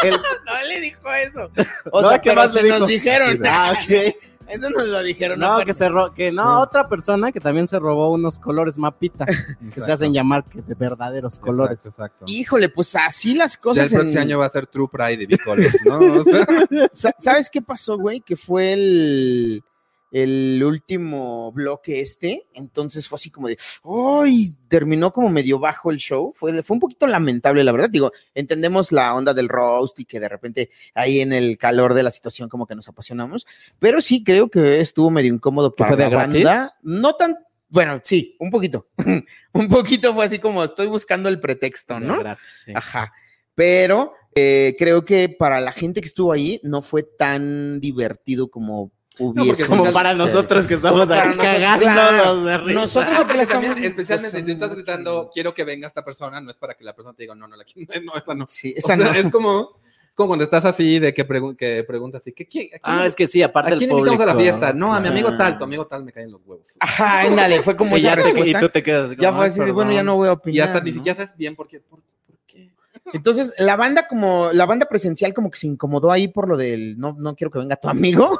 Speaker 2: qué. El-
Speaker 3: No le dijo eso.
Speaker 2: No, ¿qué
Speaker 3: pero
Speaker 2: más
Speaker 3: se
Speaker 2: le dijo?
Speaker 3: nos dijeron.
Speaker 2: Ah, ok.
Speaker 3: Eso nos lo dijeron.
Speaker 2: No,
Speaker 3: aparte.
Speaker 2: que se ro- que no, otra persona que también se robó unos colores mapita, que se hacen llamar que de verdaderos colores.
Speaker 4: Exacto. exacto.
Speaker 3: Híjole, pues así las
Speaker 4: Ya
Speaker 3: cosas.
Speaker 4: el próximo
Speaker 3: en-
Speaker 4: año va a ser True Pride y Bicolors, ¿no? O sea,
Speaker 3: Sa- ¿Sabes qué pasó, güey? Que fue el, el último bloque este. Entonces fue así como de, ¡ay! Terminó como medio bajo el show. Fue, fue un poquito lamentable, la verdad. Digo, entendemos la onda del roast y que de repente ahí en el calor de la situación como que nos apasionamos. Pero sí creo que estuvo medio incómodo para
Speaker 5: fue de
Speaker 3: la
Speaker 5: gratis?
Speaker 3: banda. No tan... Bueno, sí, un poquito. un poquito fue así como estoy buscando el pretexto, ¿no?
Speaker 5: Gratis, sí.
Speaker 3: Ajá. Pero eh, creo que para la gente que estuvo ahí no fue tan divertido como hubiese.
Speaker 4: como
Speaker 3: sido.
Speaker 4: para
Speaker 2: nosotros que
Speaker 3: estamos ahí cagándonos Nosotros lo que le estamos
Speaker 4: también, especialmente si
Speaker 3: gozando
Speaker 4: estás
Speaker 3: mucho.
Speaker 4: gritando, quiero que venga esta persona, no es para que la persona te diga, no, no, la quiero, no, esa no.
Speaker 3: Sí,
Speaker 4: O
Speaker 3: esa
Speaker 4: sea,
Speaker 3: no.
Speaker 4: Es como, es como cuando estás así de que, pregun- que preguntas así, ¿qué, qué, a quién,
Speaker 5: Ah, es que sí,
Speaker 4: ¿a
Speaker 5: aparte el
Speaker 4: quién invitamos a la
Speaker 5: público,
Speaker 4: fiesta? No, a mi amigo
Speaker 3: Ajá.
Speaker 4: tal, tu amigo tal me caen los huevos.
Speaker 3: Ajá, ándale, fue como
Speaker 5: Y,
Speaker 3: esa
Speaker 5: ya te, y
Speaker 3: respuesta.
Speaker 5: tú te quedas así
Speaker 3: ya
Speaker 5: como,
Speaker 3: fue
Speaker 5: "Ay,
Speaker 3: así de, bueno, ya
Speaker 5: perdón".
Speaker 3: no voy a opinar.
Speaker 4: Y hasta ni
Speaker 3: ¿no?
Speaker 4: siquiera sabes bien por qué. ¿Por, por qué?
Speaker 3: Entonces, la banda como, la banda presencial como que se incomodó ahí por lo del no, no quiero que venga tu amigo.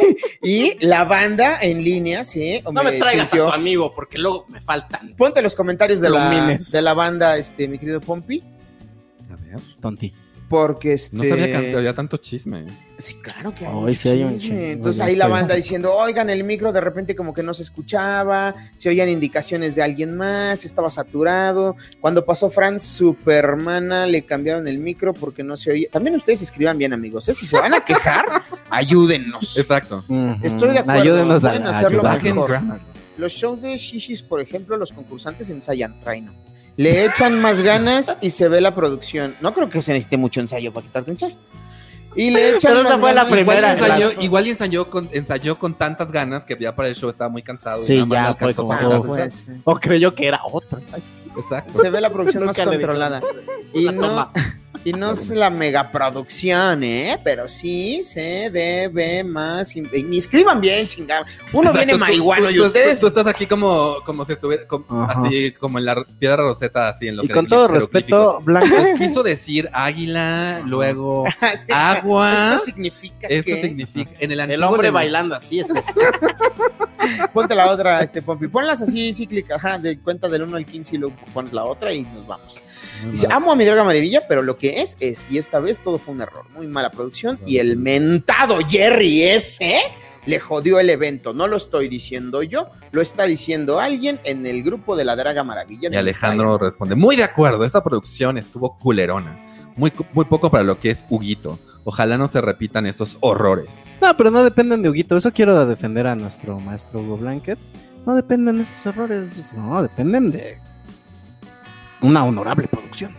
Speaker 3: y la banda en línea, sí.
Speaker 5: No me traigas
Speaker 3: sintió-
Speaker 5: a tu amigo porque luego me faltan.
Speaker 3: Ponte los comentarios de la,
Speaker 5: Lumines.
Speaker 3: de la banda, este, mi querido Pompi,
Speaker 4: A ver.
Speaker 5: Tonti.
Speaker 3: porque este.
Speaker 4: No sabía que había tanto chisme.
Speaker 3: Sí, claro que hay.
Speaker 5: Ay,
Speaker 3: mucho
Speaker 5: sí hay un
Speaker 3: chisme.
Speaker 5: chingo,
Speaker 3: Entonces
Speaker 5: ya
Speaker 3: ahí la
Speaker 5: estoy.
Speaker 3: banda diciendo, oigan, el micro de repente como que no se escuchaba, se oían indicaciones de alguien más, estaba saturado. Cuando pasó Fran, Supermana, le cambiaron el micro porque no se oía. También ustedes escriban bien, amigos, ¿eh? Si se van a quejar, ayúdennos.
Speaker 4: Exacto.
Speaker 3: Estoy de acuerdo,
Speaker 5: Ayúdenos a,
Speaker 3: pueden
Speaker 5: a
Speaker 3: hacerlo
Speaker 5: ayudar.
Speaker 3: mejor. Los shows de Shishis, por ejemplo, los concursantes ensayan, Reino. Le echan más ganas y se ve la producción. No creo que se necesite mucho ensayo para quitarte un chal. Y le echan
Speaker 5: Pero esa
Speaker 3: más
Speaker 5: fue la
Speaker 3: ganas.
Speaker 4: Igual
Speaker 5: primera,
Speaker 4: y
Speaker 5: Era
Speaker 4: ensayó, igual y ensayó, con, ensayó con tantas ganas que ya para el show estaba muy cansado. y
Speaker 5: Sí,
Speaker 4: nada más
Speaker 5: ya
Speaker 4: le alcanzó
Speaker 5: fue
Speaker 4: para
Speaker 5: como- oh.
Speaker 4: darse
Speaker 3: Pues,
Speaker 5: O creyó que era otro.
Speaker 4: Exacto.
Speaker 3: se ve la producción más
Speaker 5: Nunca le dijeron.
Speaker 3: controlada. Y
Speaker 5: La
Speaker 3: no,
Speaker 5: toma.
Speaker 3: y no es la megaproducción, ¿eh? Pero sí se debe más. in- Y escriban bien, chingada. Uno
Speaker 4: Exacto,
Speaker 3: viene
Speaker 4: tú-
Speaker 3: marihuano
Speaker 4: tú-
Speaker 3: y
Speaker 4: tú-
Speaker 3: ustedes.
Speaker 4: Tú, estás aquí como, como si estuviera como-
Speaker 5: Ajá.
Speaker 4: así, como en la piedra roseta, así en los
Speaker 2: Y con todo respeto,
Speaker 4: jeroglíficos.
Speaker 2: Blanca,
Speaker 4: Pues quiso decir águila, luego
Speaker 3: Así,
Speaker 4: agua.
Speaker 3: Esto significa
Speaker 4: Ah, Esto
Speaker 3: que.
Speaker 4: significa. En el,
Speaker 5: El
Speaker 4: antiguo
Speaker 5: hombre
Speaker 4: del-
Speaker 5: bailando así es eso.
Speaker 3: Ponte la otra, este Pompi. Ponlas así cíclicas, ajá, de cuenta del 1 al 15 y luego pones la otra y nos vamos. Dice, amo a mi draga maravilla, pero lo que es, es. Y esta vez todo fue un error. Muy mala producción. Y el mentado Jerry ese ¿eh? le jodió el evento. No lo estoy diciendo yo, lo está diciendo alguien en el grupo de la draga maravilla.
Speaker 4: Y Alejandro responde, muy de acuerdo, esta producción estuvo culerona. Muy, cu- muy poco para lo que es Huguito. Ojalá no se repitan esos horrores.
Speaker 2: No, pero no dependen de Huguito. Eso quiero defender a nuestro maestro Hugo Blanquet. No dependen de esos errores. No, dependen de una honorable producción.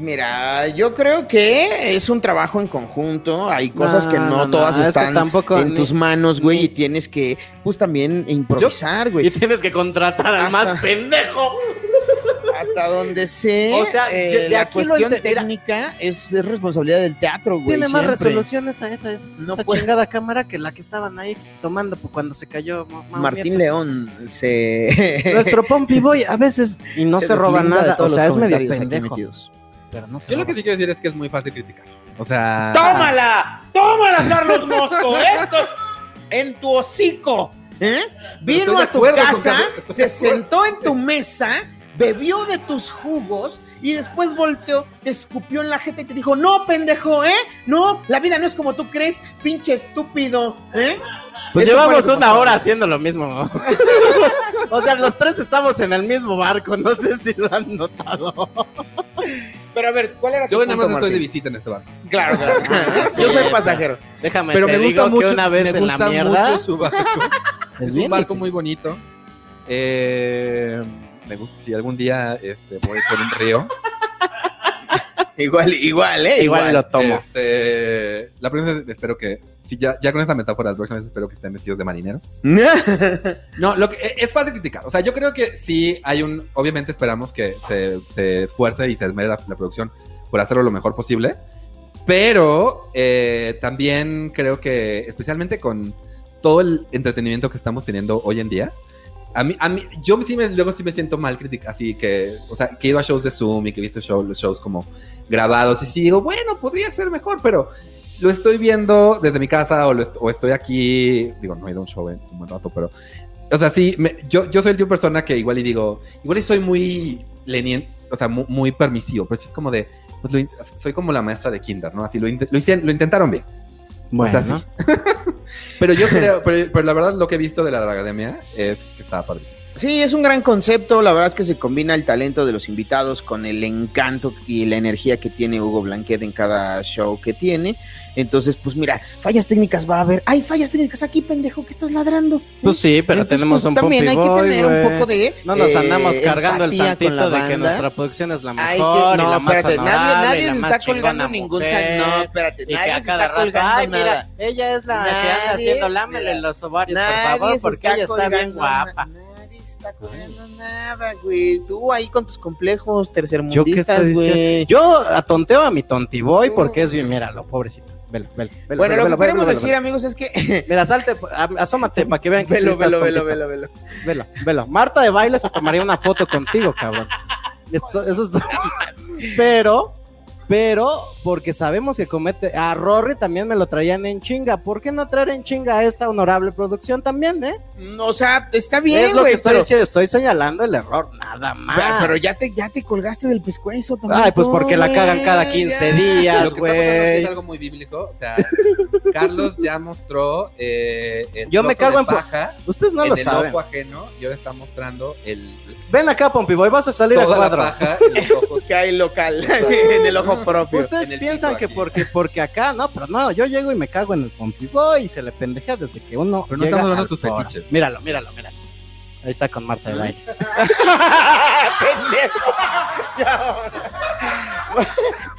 Speaker 3: Mira, yo creo que es un trabajo en conjunto. Hay cosas que no,
Speaker 2: no, no,
Speaker 3: todas
Speaker 2: es que
Speaker 3: están
Speaker 2: tampoco
Speaker 3: en
Speaker 2: ni-
Speaker 3: tus manos, güey,
Speaker 2: ni-
Speaker 3: y tienes que, pues también improvisar, güey.
Speaker 5: Y tienes que contratar al
Speaker 3: Hasta-
Speaker 5: más pendejo.
Speaker 3: Hasta donde sé,
Speaker 5: O sea,
Speaker 3: eh,
Speaker 5: yo- de
Speaker 3: la
Speaker 5: aquí lo
Speaker 3: cuestión
Speaker 5: ente- mira.
Speaker 3: técnica es, es responsabilidad del teatro, güey.
Speaker 2: Tiene más
Speaker 3: siempre.
Speaker 2: resoluciones a esa, esa,
Speaker 3: No
Speaker 2: esa
Speaker 3: puede.
Speaker 2: chingada cámara que la que estaban ahí tomando pu- cuando se cayó Ma- Mao
Speaker 3: Martín
Speaker 2: Nieto.
Speaker 3: León se.
Speaker 2: Nuestro Pompi Boy a veces y no se, roba
Speaker 3: deslinda de
Speaker 2: nada. O
Speaker 3: todos
Speaker 2: sea,
Speaker 3: los
Speaker 2: es medio
Speaker 3: comentarios aquí
Speaker 2: pendejo.
Speaker 3: metidos.
Speaker 2: Pero no se
Speaker 4: Yo lo
Speaker 2: roba.
Speaker 4: que sí quiero decir es que es muy fácil criticar. O sea...
Speaker 3: ¡Tómala! ¡Tómala, Carlos Mosco! ¡En tu, en tu hocico! ¿Eh?
Speaker 4: estoy
Speaker 3: Vino
Speaker 4: de
Speaker 3: a tu
Speaker 4: acuerdo con
Speaker 3: casa,
Speaker 4: Carlos, estoy
Speaker 3: se
Speaker 4: de acuerdo.
Speaker 3: sentó en tu mesa, bebió de tus jugos y después volteó, te escupió en la jeta y te dijo, no, pendejo, ¿eh? No, la vida no es como tú crees, pinche estúpido, ¿eh?
Speaker 5: Pues
Speaker 3: Eso fue
Speaker 5: llevamos
Speaker 3: lo que
Speaker 5: una
Speaker 3: pasó.
Speaker 5: hora haciendo lo mismo. o sea, los tres estamos en el mismo barco. No sé si lo han notado.
Speaker 3: Pero a ver, ¿cuál era
Speaker 4: Yo
Speaker 3: tu
Speaker 4: nada más
Speaker 3: punto,
Speaker 4: estoy de
Speaker 3: Martín?
Speaker 4: visita en este bar.
Speaker 3: Claro, claro.
Speaker 5: Ah, Sí.
Speaker 3: Yo soy pasajero.
Speaker 5: Déjame
Speaker 4: Pero
Speaker 5: te
Speaker 4: me gusta
Speaker 5: digo
Speaker 4: mucho.
Speaker 5: que una vez
Speaker 4: me
Speaker 5: en la
Speaker 4: gusta
Speaker 5: mierda.
Speaker 4: mucho su barco. es
Speaker 5: bien
Speaker 4: un barco muy bonito. Eh, me gusta, si algún día este, voy por un río.
Speaker 3: Igual, igual, ¿eh?
Speaker 5: Igual lo tomo.
Speaker 4: Este, la próxima vez espero que, si ya, ya con esta metáfora, la próxima vez espero que estén vestidos de marineros. No, lo que, e- es fácil criticar. O sea, yo creo que sí hay un. Obviamente esperamos que se, se esfuerce y se esmere la, la producción por hacerlo lo mejor posible. Pero eh, también creo que, especialmente con todo el entretenimiento que estamos teniendo hoy en día, a mí, a mí yo sí me, luego sí me siento mal crítica. Así que, o sea, que he ido a shows de Zoom y que he visto show- los shows como grabados y sí digo, bueno, podría ser mejor, pero lo estoy viendo desde mi casa o, lo est- o estoy aquí. Digo, no he ido a un show en un buen rato, pero. O sea, sí, me- yo, yo soy el tipo de persona que igual y digo, igual y soy muy leniente, o sea, mu- muy, permisivo, pero sí es como de, pues lo in- soy como la maestra de kinder, ¿no? Así lo, inte- lo, hicieron- lo intentaron bien.
Speaker 5: Bueno.
Speaker 3: pues
Speaker 4: O sea, sí. pero yo creo, pero, pero la verdad lo que he visto de la Dragademia es que estaba padrísimo.
Speaker 3: Sí, es un gran concepto. La verdad es que se combina el talento de los invitados con el encanto y la energía que tiene Hugo Blanquet en cada show que tiene. Entonces, pues mira, fallas técnicas va a haber. Hay fallas técnicas aquí, pendejo, que estás ladrando.
Speaker 5: Pues sí, pero
Speaker 3: Entonces,
Speaker 5: tenemos
Speaker 3: pues,
Speaker 5: un
Speaker 3: También hay que
Speaker 5: Poppy Boy,
Speaker 3: tener un
Speaker 5: güey.
Speaker 3: poco de.
Speaker 5: No nos
Speaker 3: eh,
Speaker 5: andamos cargando el
Speaker 3: empatía con la
Speaker 5: santito de que
Speaker 3: banda.
Speaker 5: nuestra producción es la
Speaker 3: Hay que-
Speaker 5: mejor. y
Speaker 3: no,
Speaker 5: la más
Speaker 3: espérate, nadie,
Speaker 5: honorable,
Speaker 3: nadie
Speaker 5: y la
Speaker 3: se
Speaker 5: más
Speaker 3: está
Speaker 5: chingona
Speaker 3: colgando ningún san-
Speaker 5: mujer.
Speaker 3: No, espérate,
Speaker 5: Y que
Speaker 3: nadie
Speaker 5: a
Speaker 3: se
Speaker 5: cada
Speaker 3: está
Speaker 5: rato,
Speaker 3: colgando
Speaker 5: ay, mira,
Speaker 3: nada.
Speaker 5: Ella es la que anda
Speaker 3: Nadie,
Speaker 5: haciendo lámele los ovarios, por
Speaker 3: Nadie
Speaker 5: favor,
Speaker 3: se
Speaker 5: porque ella está bien
Speaker 3: colgando na-
Speaker 5: guapa.
Speaker 3: Nadie se está colgando nada, güey. Tú ahí con tus complejos
Speaker 5: Yo qué
Speaker 3: tercermundistas,
Speaker 5: estoy
Speaker 3: güey.
Speaker 5: diciendo. Yo atonteo a mi tontiboy porque es bien, míralo, pobrecito. Velo, velo, velo.
Speaker 3: Mm. Bueno,
Speaker 5: velo,
Speaker 3: lo
Speaker 5: velo,
Speaker 3: que queremos
Speaker 5: velo,
Speaker 3: decir,
Speaker 5: velo.
Speaker 3: amigos, es que.
Speaker 5: Mira, salte, a- asómate para que vean que
Speaker 3: Velo,
Speaker 5: sí estás
Speaker 3: velo, velo,
Speaker 5: tontito.
Speaker 3: velo, velo.
Speaker 5: Velo, velo. Marta de baile se tomaría una foto contigo, cabrón. Esto- eso es- Pero, pero, porque sabemos que comete. A Rory también me lo traían en chinga. ¿Por qué no traer en chinga a esta honorable producción también, eh?
Speaker 3: Mm, O sea, está bien,
Speaker 5: es lo
Speaker 3: güey,
Speaker 5: que estoy
Speaker 3: pero-
Speaker 5: diciendo. Estoy señalando el error, nada más.
Speaker 3: Ya, Pero ya te, ya te colgaste del pescuezo también.
Speaker 5: Ay, pues
Speaker 3: tú,
Speaker 5: porque la
Speaker 3: güey,
Speaker 5: cagan cada
Speaker 3: ya.
Speaker 5: 15
Speaker 4: Lo
Speaker 5: días,
Speaker 4: que está pasando aquí
Speaker 5: güey.
Speaker 4: es algo muy bíblico, o sea, Carlos ya mostró eh, el
Speaker 5: Yo me
Speaker 4: trozo
Speaker 5: cago
Speaker 4: de
Speaker 5: en po-
Speaker 4: paja
Speaker 5: Ustedes no
Speaker 4: en
Speaker 5: lo
Speaker 4: el
Speaker 5: saben.
Speaker 4: ojo ajeno y ahora está mostrando el,
Speaker 5: Ven acá, Pompiboy, vas a salir a
Speaker 4: toda la
Speaker 5: cuadro.
Speaker 4: paja y los ojos.
Speaker 3: Que hay local,
Speaker 5: Pues,
Speaker 3: en el ojo propio.
Speaker 4: en
Speaker 5: Ustedes
Speaker 4: el
Speaker 5: piensan
Speaker 4: piso
Speaker 5: que
Speaker 4: aquí.
Speaker 5: porque, porque acá, no, pero no, yo llego y me cago en el pompiboy y se le pendejea desde que uno.
Speaker 4: Pero no
Speaker 5: llega
Speaker 4: estamos hablando de
Speaker 5: al
Speaker 4: tus
Speaker 5: foro.
Speaker 4: fetiches.
Speaker 5: Míralo, míralo, míralo. Ahí está con Marta de baile.
Speaker 3: pendejo.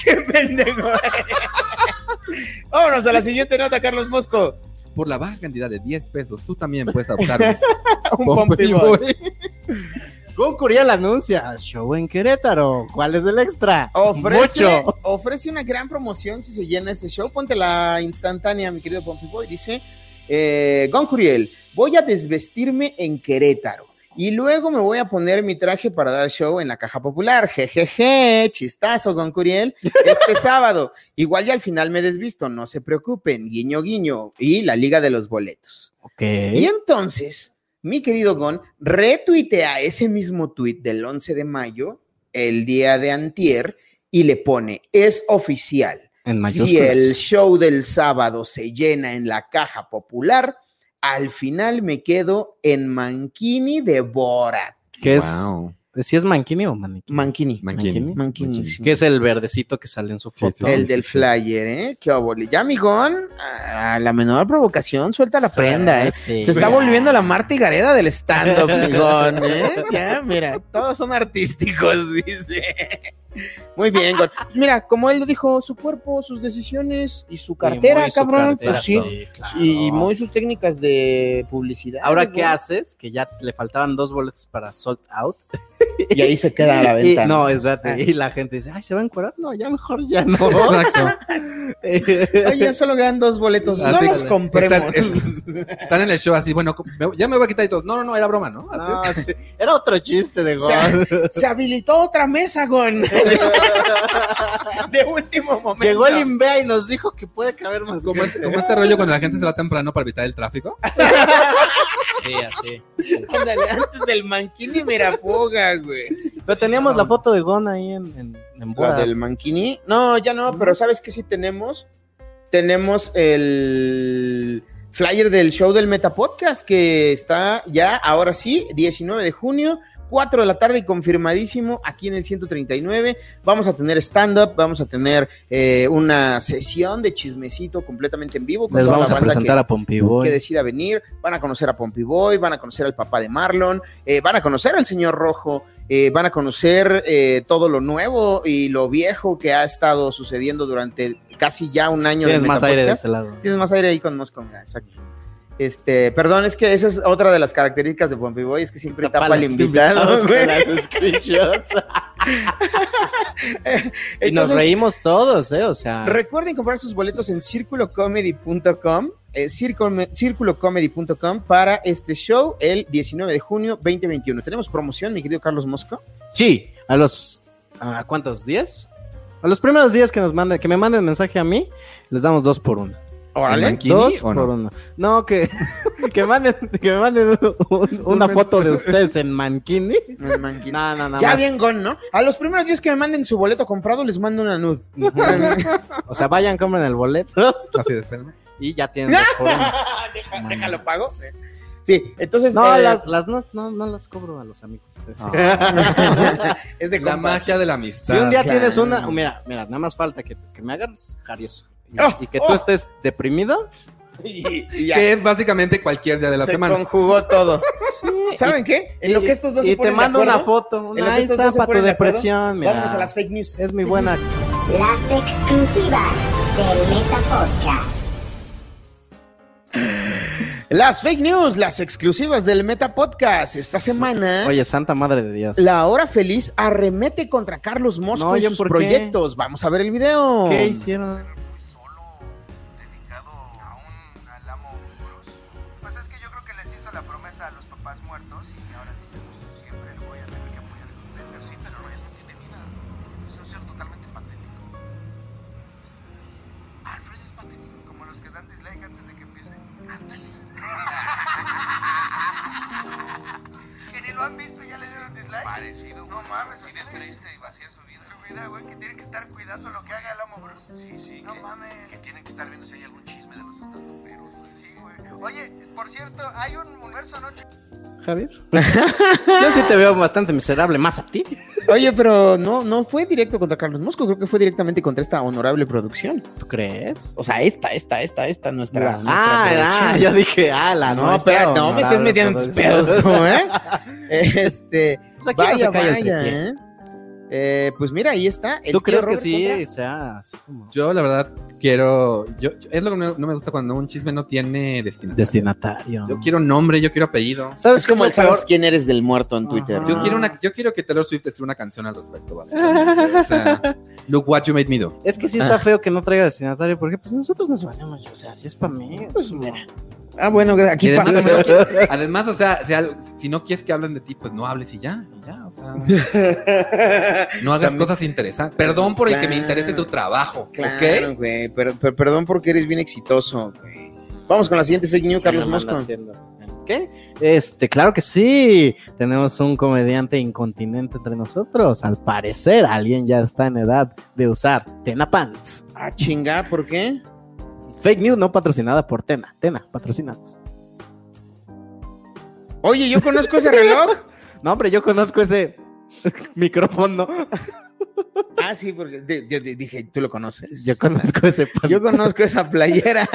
Speaker 3: Qué pendejo. güey. Vámonos a la siguiente nota, Carlos Mosco.
Speaker 4: Por la baja cantidad de 10 pesos, tú también puedes adoptar
Speaker 3: Un Pompey Boy.
Speaker 5: Gon Curiel anuncia show en Querétaro. ¿Cuál es el extra?
Speaker 3: Ofrece,
Speaker 5: Mucho.
Speaker 3: ofrece una gran promoción si se llena este show. Ponte la instantánea, mi querido Pompey Boy. Dice eh, Gon Curiel, voy a desvestirme en Querétaro. Y luego me voy a poner mi traje para dar show en la caja popular. Jejeje, chistazo, Gon Curiel. Este sábado. Igual ya al final me desvisto, no se preocupen. Guiño, guiño. Y la liga de los boletos.
Speaker 5: Ok.
Speaker 3: Y entonces, mi querido Gon, retuitea ese mismo tuit del 11 de mayo, el día de antier, y le pone, es oficial.
Speaker 5: En
Speaker 3: Si
Speaker 5: mayúsculas.
Speaker 3: el show del sábado se llena en la caja popular, al final me quedo en Mankini de Borat.
Speaker 5: Que es,
Speaker 4: Wow.
Speaker 5: si es Mankini o Maniquini.
Speaker 3: Mankini.
Speaker 4: Mankini.
Speaker 3: Mankini,
Speaker 4: Mankini.
Speaker 3: sí.
Speaker 5: Que es el verdecito que sale en su
Speaker 4: Sí, sí,
Speaker 5: foto.
Speaker 3: El del flyer, ¿eh? Qué obole. Ya, mi Gon, a la menor provocación, suelta la prenda, ¿eh?
Speaker 5: Sí.
Speaker 3: Se está volviendo la Marta y Gareda del stand-up, Gon, ¿eh? Ya, mira, todos son artísticos, dice. Muy bien, Gon. Mira, como él lo dijo, su cuerpo, sus decisiones y su cartera,
Speaker 5: muy su
Speaker 3: cabrón.
Speaker 5: cartera,
Speaker 3: pues sí.
Speaker 5: sí, claro.
Speaker 3: Y muy sus técnicas de publicidad.
Speaker 5: Ahora, ¿qué
Speaker 3: Gon.
Speaker 5: haces? Que ya le faltaban dos boletos para sold out.
Speaker 3: Y ahí se queda a la
Speaker 5: Y-
Speaker 3: venta.
Speaker 5: no, espérate.
Speaker 3: Ah.
Speaker 5: Y la gente dice, ay, ¿se va a encuadrar? No, ya mejor ya no.
Speaker 4: Exacto.
Speaker 3: Oye, ya solo quedan dos boletos. Pues No
Speaker 4: Así
Speaker 3: los
Speaker 4: que-
Speaker 3: compremos.
Speaker 4: Están, están en el show así, bueno, me- ya me voy a quitar y todo. No, no, no, era broma, ¿no? Así.
Speaker 5: No, sí, Era otro chiste de
Speaker 3: O sea,
Speaker 5: gol.
Speaker 3: se habilitó otra mesa, Gon. De último momento.
Speaker 5: Llegó el INVEA y nos dijo que puede caber más
Speaker 4: Como este, como este rollo cuando la gente se va temprano para evitar el tráfico.
Speaker 5: Sí, así.
Speaker 3: Ándale, antes del manquín y mirafoga, güey.
Speaker 2: Pero teníamos la foto de Gon ahí en, en, en
Speaker 3: ¿La
Speaker 2: boda.
Speaker 3: del Mankini? No, ya no, pero ¿sabes qué sí tenemos? Tenemos el flyer del show del Metapodcast que está ya, ahora sí, 19 de junio. 4 de la tarde y confirmadísimo aquí en el 139. Vamos a tener stand-up, vamos a tener eh, una sesión de chismecito completamente en vivo. con
Speaker 5: Les
Speaker 3: toda
Speaker 5: vamos
Speaker 3: la
Speaker 5: a
Speaker 3: banda
Speaker 5: presentar
Speaker 3: que-
Speaker 5: a Pompey Boy.
Speaker 3: que decida venir, van a conocer a Pompey Boy, van a conocer al papá de Marlon, eh, van a conocer al señor Rojo, eh, van a conocer eh, todo lo nuevo y lo viejo que ha estado sucediendo durante casi ya un año. de
Speaker 5: Tienes más aire de
Speaker 3: Metapodcast.
Speaker 5: este lado.
Speaker 3: Tienes más aire ahí con Mosconga, exacto. Este, perdón, es que esa es otra de las características de Pompey Boy, es que siempre tapa, al
Speaker 5: los
Speaker 3: invitado.
Speaker 5: invitados
Speaker 3: güey.
Speaker 5: con las screenshots. y nos
Speaker 3: Entonces-
Speaker 5: reímos todos, ¿eh? O sea,
Speaker 3: Recuerden comprar sus boletos en circulocomedy.com, eh, circome- circulocomedy.com para este show el 19 de junio 2021. ¿Tenemos promoción, mi querido Carlos Mosco?
Speaker 5: sí, a los. ¿A cuántos? ¿10? A los primeros días que nos manden, que me manden mensaje a mí, les damos dos por uno.
Speaker 3: Órale.
Speaker 4: Mankini
Speaker 5: Dos
Speaker 4: o
Speaker 5: por
Speaker 4: no?
Speaker 5: uno. No, que, que manden, que me manden un- una foto de ustedes en Mankini.
Speaker 3: No, manquín.
Speaker 5: No, no, no.
Speaker 3: ya bien gon, ¿no? A los primeros días que me manden su boleto comprado les mando una nud.
Speaker 5: O sea, vayan, compren el boleto
Speaker 4: Así de espérame.
Speaker 5: y ya tienen dos por uno.
Speaker 3: Deja- déjalo pago. Sí, entonces
Speaker 5: No,
Speaker 3: eh,
Speaker 5: las, las no, no, no las cobro a los amigos.
Speaker 3: es de
Speaker 4: La
Speaker 3: compas.
Speaker 4: magia de la
Speaker 5: Si
Speaker 4: amistad.
Speaker 5: un día
Speaker 3: claro.
Speaker 5: tienes una, mira, mira, nada más falta que, que me hagas jarioso y,
Speaker 3: Oh,
Speaker 5: y que
Speaker 3: oh.
Speaker 5: tú estés deprimido.
Speaker 3: Y- y ya.
Speaker 4: Que es básicamente cualquier día de la
Speaker 3: Se
Speaker 4: semana.
Speaker 3: conjugó todo. ¿Saben qué? En lo que estos dos
Speaker 5: y
Speaker 3: se
Speaker 5: te
Speaker 3: ponen de
Speaker 5: mando una
Speaker 3: acuerdo,
Speaker 5: foto,
Speaker 3: en lo
Speaker 5: una
Speaker 3: que
Speaker 5: ahí
Speaker 3: estos
Speaker 5: está
Speaker 3: dos se
Speaker 5: para
Speaker 3: ponen
Speaker 5: tu
Speaker 3: de acuerdo,
Speaker 5: depresión, mira.
Speaker 3: Vamos a las fake news.
Speaker 5: Es muy buena.
Speaker 1: Las exclusivas del Metapodcast.
Speaker 3: Las fake news, las exclusivas del Meta Podcast. Esta semana,
Speaker 5: Oye, santa madre de Dios.
Speaker 3: la hora feliz arremete contra Carlos Mosco
Speaker 5: No,
Speaker 3: y
Speaker 5: ¿yo
Speaker 3: sus
Speaker 5: por qué?
Speaker 3: proyectos. Vamos a ver el video.
Speaker 5: ¿Qué hicieron?
Speaker 15: dedicado a un al amo Bruce? Pues es que yo creo que les hizo la promesa a los papás muertos y ahora dicen, pues siempre lo voy a tener que apoyar a este Peter. Sí, pero Ryan no tiene vida. Es un ser totalmente patético. Alfred es patético. Como los que dan dislike antes de que empiece. Ándale. que ni lo han visto y ya le dieron dislike. Parecido, No mames, así de triste y vacía su vida. Su vida, güey, que tiene que estar cuidando lo que haga el amo Bruce. Sí, sí. No mames. Que tienen que estar viendo si hay algún chisme de los estandoperos. Sí, güey. Oye, por cierto, hay un universo noche.
Speaker 5: Javier. Yo sí te veo bastante miserable, más a ti.
Speaker 3: Oye, pero no, no fue directo contra Carlos Mosco, creo que fue directamente contra esta honorable producción.
Speaker 5: ¿Tú crees?
Speaker 3: O sea, esta, esta, esta, esta, nuestra. nuestra
Speaker 5: ah, ah,
Speaker 3: producción.
Speaker 5: yo dije, ah, la
Speaker 3: No, espera, no me estés metiendo en tus pedos tú, ¿eh? Este,
Speaker 5: Pues aquí no
Speaker 3: vaya,
Speaker 5: se calla el
Speaker 3: vaya,
Speaker 5: tripié.
Speaker 3: ¿eh? Eh, Pues mira, ahí está. el
Speaker 5: ¿Tú
Speaker 3: tío
Speaker 5: crees que
Speaker 3: Robert
Speaker 5: sí?
Speaker 3: contra-
Speaker 5: sea así como-
Speaker 4: Yo, la verdad, quiero. Yo, yo- es lo que no, no me gusta cuando un chisme no tiene destino.
Speaker 5: Destinatario.
Speaker 4: Yo quiero nombre, yo quiero apellido.
Speaker 3: ¿Sabes
Speaker 5: Es
Speaker 3: cómo
Speaker 5: como
Speaker 3: el
Speaker 5: el sabor-
Speaker 3: sabes quién eres del muerto en Twitter?
Speaker 5: Ajá.
Speaker 4: Yo
Speaker 5: Ah.
Speaker 4: quiero una, yo quiero que Taylor Swift escriba una canción al respecto, básicamente. O sea, look what you made me do.
Speaker 5: Es que
Speaker 3: Ah.
Speaker 5: sí está feo que no traiga destinatario, porque pues nosotros nos valemos, o sea, si es para mí. Pues mira.
Speaker 3: Ah, bueno, gra-
Speaker 4: Y
Speaker 3: aquí
Speaker 4: además,
Speaker 3: pasa.
Speaker 4: si no quieres- además, o sea, si al- si no quieres que hablen de ti, pues no hables y ya, y ya, o sea, no hagas
Speaker 3: También-
Speaker 4: cosas interesantes. Perdón por el que me
Speaker 3: Claro.
Speaker 4: interese tu trabajo,
Speaker 3: Claro,
Speaker 4: ¿ok?
Speaker 3: güey. pero- pero perdón porque eres bien exitoso, güey. Vamos con la siguiente fake news, Carlos
Speaker 5: ¿Qué
Speaker 3: Mosco.
Speaker 5: andan haciendo? ¿Qué? Este, claro que sí. Tenemos un comediante incontinente entre nosotros. Al parecer, alguien ya está en edad de usar Tena Pants.
Speaker 3: Ah, chinga, ¿por qué?
Speaker 5: Fake news no patrocinada por Tena. Tena, patrocinados.
Speaker 3: Oye, yo conozco ese reloj.
Speaker 5: No, hombre, yo conozco ese micrófono.
Speaker 3: Ah, sí, porque de- yo de- dije, tú lo conoces.
Speaker 5: Yo conozco ese pan-
Speaker 3: Yo conozco esa playera.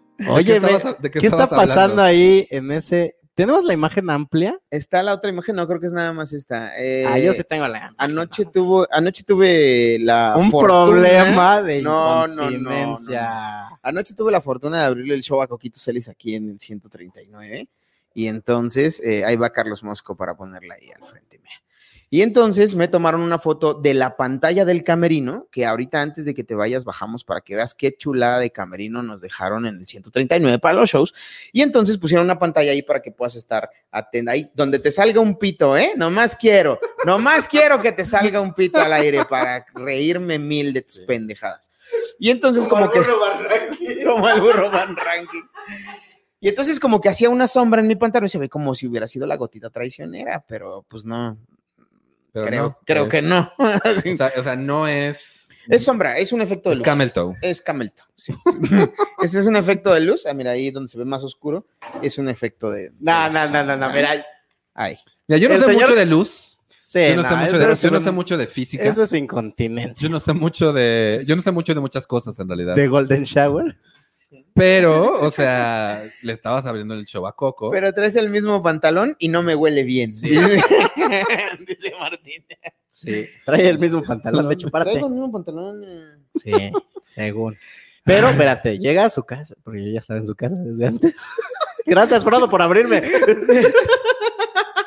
Speaker 5: Oye,
Speaker 4: ¿De qué
Speaker 5: ve,
Speaker 4: estabas- de qué
Speaker 5: ¿qué, está
Speaker 4: estabas hablando?
Speaker 5: pasando ahí en ese? ¿Tenemos la imagen amplia?
Speaker 3: Está la otra imagen, no creo que es nada más esta. Eh,
Speaker 5: ah, yo sí tengo la amplia.
Speaker 3: Anoche tuvo, anoche tuve la
Speaker 5: un
Speaker 3: fortuna-
Speaker 5: problema de
Speaker 3: No, no, no, no,
Speaker 5: incontinencia.
Speaker 3: Anoche tuve la fortuna de abrirle el show a Coquito Celis aquí en el 139. Y entonces eh, ahí va Carlos Mosco para ponerla ahí al frente. mira. Y entonces me tomaron una foto de la pantalla del camerino, que ahorita antes de que te vayas bajamos para que veas qué chulada de camerino nos dejaron en el 139 para los shows. Y entonces pusieron una pantalla ahí para que puedas estar atenta. Ahí donde te salga un pito, ¿eh? Nomás quiero, nomás quiero que te salga un pito al aire para reírme mil de tus pendejadas. Y entonces como que como el burro Van Ranking. Y entonces como que hacía una sombra en mi pantalón y se ve como si hubiera sido la gotita traicionera, pero pues no.
Speaker 4: Pero
Speaker 3: creo,
Speaker 4: no,
Speaker 3: creo
Speaker 4: es-
Speaker 3: que no.
Speaker 4: O sea, o sea, no es.
Speaker 3: Es sombra, es un efecto de
Speaker 4: Es
Speaker 3: luz.
Speaker 4: camel toe.
Speaker 3: Es camel toe, sí. Ese es un efecto de luz. Ah, mira, ahí donde se ve más oscuro, es un efecto de.
Speaker 2: No, no,
Speaker 3: de luz. Ah,
Speaker 2: no, no, no, mira, ahí.
Speaker 3: Ahí.
Speaker 4: Mira, yo no
Speaker 2: El
Speaker 4: sé
Speaker 2: señor-
Speaker 4: mucho de luz.
Speaker 2: Sí,
Speaker 4: yo no,
Speaker 2: no,
Speaker 4: sé mucho
Speaker 2: eso
Speaker 4: de
Speaker 2: es
Speaker 4: luz, yo no
Speaker 2: un-
Speaker 4: sé mucho de física.
Speaker 2: Eso es incontinencia.
Speaker 4: Yo no sé mucho de. Yo no sé mucho de muchas cosas en realidad.
Speaker 2: ¿De Golden Shower?
Speaker 4: Pero, o sea, le estabas abriendo el show a Coco.
Speaker 3: Pero traes el mismo pantalón y no me huele bien. Dice Martín.
Speaker 4: Sí.
Speaker 2: Trae el mismo pantalón, de hecho, para
Speaker 3: Traigo el mismo pantalón. eh.
Speaker 2: Sí, según. Pero espérate, llega a su casa, porque yo ya estaba en su casa desde antes. Gracias, Frodo, por abrirme.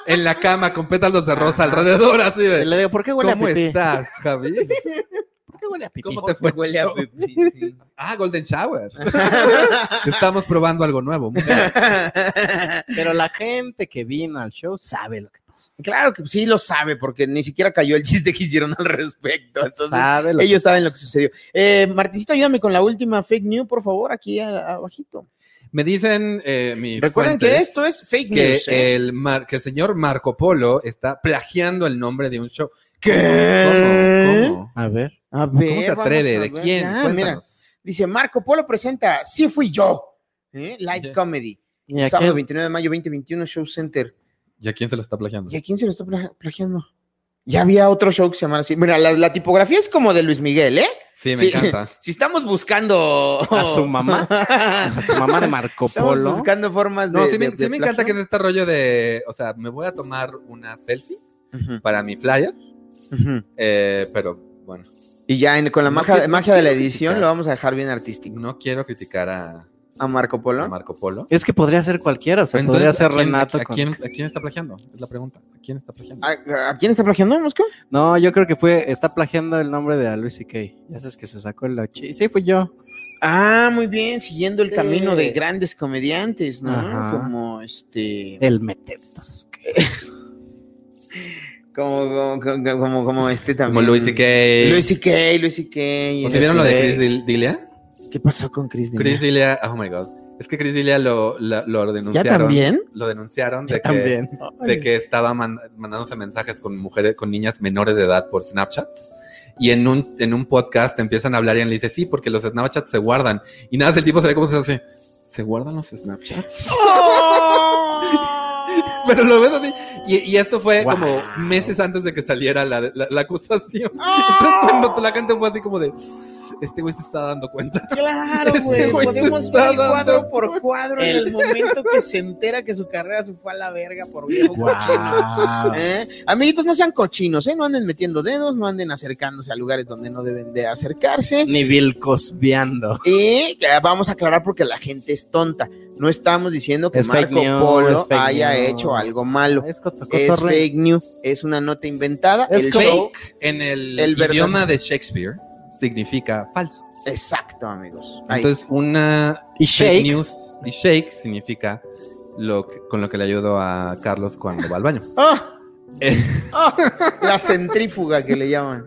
Speaker 4: En la cama con pétalos de rosa alrededor, así de.
Speaker 2: Le digo, ¿por qué huele a
Speaker 4: ¿Cómo
Speaker 2: pipí?
Speaker 4: estás, Javi?
Speaker 2: ¿Por qué huele a pipí?
Speaker 4: ¿Cómo te fue? el
Speaker 3: Huele a
Speaker 4: show?
Speaker 3: pipí, sí.
Speaker 4: Ah, Golden Shower. Estamos probando algo nuevo. mujer.
Speaker 2: Pero la gente que vino al show sabe lo que pasó.
Speaker 3: Claro que sí lo sabe, porque ni siquiera cayó el chiste que hicieron al respecto. Entonces,
Speaker 2: sabe lo que
Speaker 3: ellos saben lo que sucedió. Eh, Martincito, ayúdame con la última fake news, por favor, aquí a- abajito.
Speaker 4: Me dicen eh, mis
Speaker 3: Recuerden que
Speaker 4: fuentes
Speaker 3: esto es fake
Speaker 4: que
Speaker 3: news. ¿eh?
Speaker 4: el mar- que el señor Marco Polo está plagiando el nombre de un show.
Speaker 3: ¿Qué?
Speaker 4: ¿Cómo? ¿Cómo?
Speaker 2: A ver.
Speaker 3: A ver,
Speaker 4: ¿Cómo se
Speaker 3: Eh. vamos
Speaker 4: atreve?
Speaker 3: a
Speaker 4: ¿De
Speaker 3: ver.
Speaker 4: quién?
Speaker 3: Ya, mira,
Speaker 4: Cuéntanos.
Speaker 3: dice Marco Polo presenta Sí fui yo. ¿eh? Live
Speaker 4: Ya.
Speaker 3: Comedy.
Speaker 2: ¿Y a
Speaker 3: Sábado
Speaker 2: quién?
Speaker 3: 29 de mayo 2021, Show Center.
Speaker 4: ¿Y a quién se lo está plagiando?
Speaker 3: ¿Y a quién se lo está pla- plagiando? Ya había otro show que se llamara así. Mira, la, la tipografía es como de Luis Miguel, ¿eh?
Speaker 4: Sí, me
Speaker 3: Sí.
Speaker 4: encanta.
Speaker 3: Si estamos buscando.
Speaker 2: A su mamá. A su mamá de Marco
Speaker 3: Estamos
Speaker 2: Polo.
Speaker 3: buscando formas de.
Speaker 4: No, sí me,
Speaker 3: de-
Speaker 4: sí
Speaker 3: de
Speaker 4: me encanta que
Speaker 3: plagio.
Speaker 4: es este rollo de, o sea, me voy a tomar una selfie
Speaker 3: Ujú,
Speaker 4: para mi flyer,
Speaker 3: ujú.
Speaker 4: eh, pero bueno,
Speaker 3: Y ya en- con la
Speaker 4: No
Speaker 3: magia,
Speaker 4: quiero- no
Speaker 3: magia de la
Speaker 4: quiero
Speaker 3: edición
Speaker 4: criticar.
Speaker 3: lo vamos a dejar bien artístico.
Speaker 4: no quiero criticar a,
Speaker 3: A Marco Polo.
Speaker 4: a Marco Polo.
Speaker 2: Es que podría ser cualquiera, o sea,
Speaker 4: Entonces,
Speaker 2: podría
Speaker 4: ¿a
Speaker 2: ser
Speaker 4: quién-
Speaker 2: Renato.
Speaker 4: ¿a,
Speaker 2: con-
Speaker 4: quién, a quién está plagiando? Es la pregunta. ¿A quién está plagiando?
Speaker 3: Ah, ¿A, a quién está plagiando, Mosca?
Speaker 2: No, yo creo que fue, está plagiando el nombre de Luis C.K. Ya sabes que se sacó el... chi- Sí, fui yo.
Speaker 3: Ah, muy bien, siguiendo el
Speaker 2: Sí.
Speaker 3: camino de grandes comediantes, ¿no?
Speaker 2: Ajá.
Speaker 3: Como este.
Speaker 2: El metetas.
Speaker 3: Como, como, como, como- como este también.
Speaker 4: Como Luis C.K.
Speaker 3: Luis C.K., Luis C.K.
Speaker 4: ¿O
Speaker 3: este-
Speaker 4: se vieron lo de Chris Dil- D'Elia?
Speaker 3: ¿Qué pasó con Chris D'Elia?
Speaker 4: Chris D'Elia, oh my god. Es que Chris D'Elia lo, la- lo
Speaker 3: ¿Ya
Speaker 4: denunciaron.
Speaker 3: también?
Speaker 4: Lo denunciaron de que,
Speaker 2: También.
Speaker 4: de que estaba man- mandándose mensajes con mujeres, con niñas menores de edad por Snapchat. Y en un, en un podcast empiezan a hablar y él le dice, sí, porque los Snapchats se guardan. Y nada, más el tipo se ve cómo se hace. ¿Se guardan los Snapchats? Pero lo ves así. Y, y esto fue
Speaker 2: Wow.
Speaker 4: como meses antes de que saliera la, la, la acusación. Entonces cuando la gente fue así como de, este güey se está dando cuenta.
Speaker 3: Claro,
Speaker 4: Ese
Speaker 3: güey.
Speaker 4: güey te
Speaker 3: Podemos
Speaker 4: está
Speaker 3: ver cuadro
Speaker 4: dando-
Speaker 3: por cuadro en el momento que se entera que su carrera se fue a la verga por viejo cochino. ¿Eh? Amiguitos, no sean cochinos, ¿eh? No anden metiendo dedos, no anden acercándose a lugares donde no deben de acercarse.
Speaker 2: Ni Bill Cosbiando.
Speaker 3: Y eh, vamos a aclarar porque la gente es tonta. No estamos diciendo que
Speaker 2: Es fake
Speaker 3: Marco
Speaker 2: news, es
Speaker 3: Polo
Speaker 2: fake
Speaker 3: haya
Speaker 2: news.
Speaker 3: hecho algo malo.
Speaker 2: Es
Speaker 3: Es
Speaker 2: cotorreo.
Speaker 3: fake news, es una nota inventada.
Speaker 2: Es
Speaker 3: el
Speaker 2: como-
Speaker 3: show-
Speaker 4: En el,
Speaker 3: El verdadero.
Speaker 4: idioma de Shakespeare significa falso.
Speaker 3: Exacto, amigos. Ahí
Speaker 4: Entonces, una
Speaker 2: Y
Speaker 4: fake
Speaker 2: shake.
Speaker 4: news y shake significa lo que- con lo que le ayudo a Carlos cuando va al baño.
Speaker 3: ¡Ah!
Speaker 4: Eh,
Speaker 3: La centrífuga que le llaman.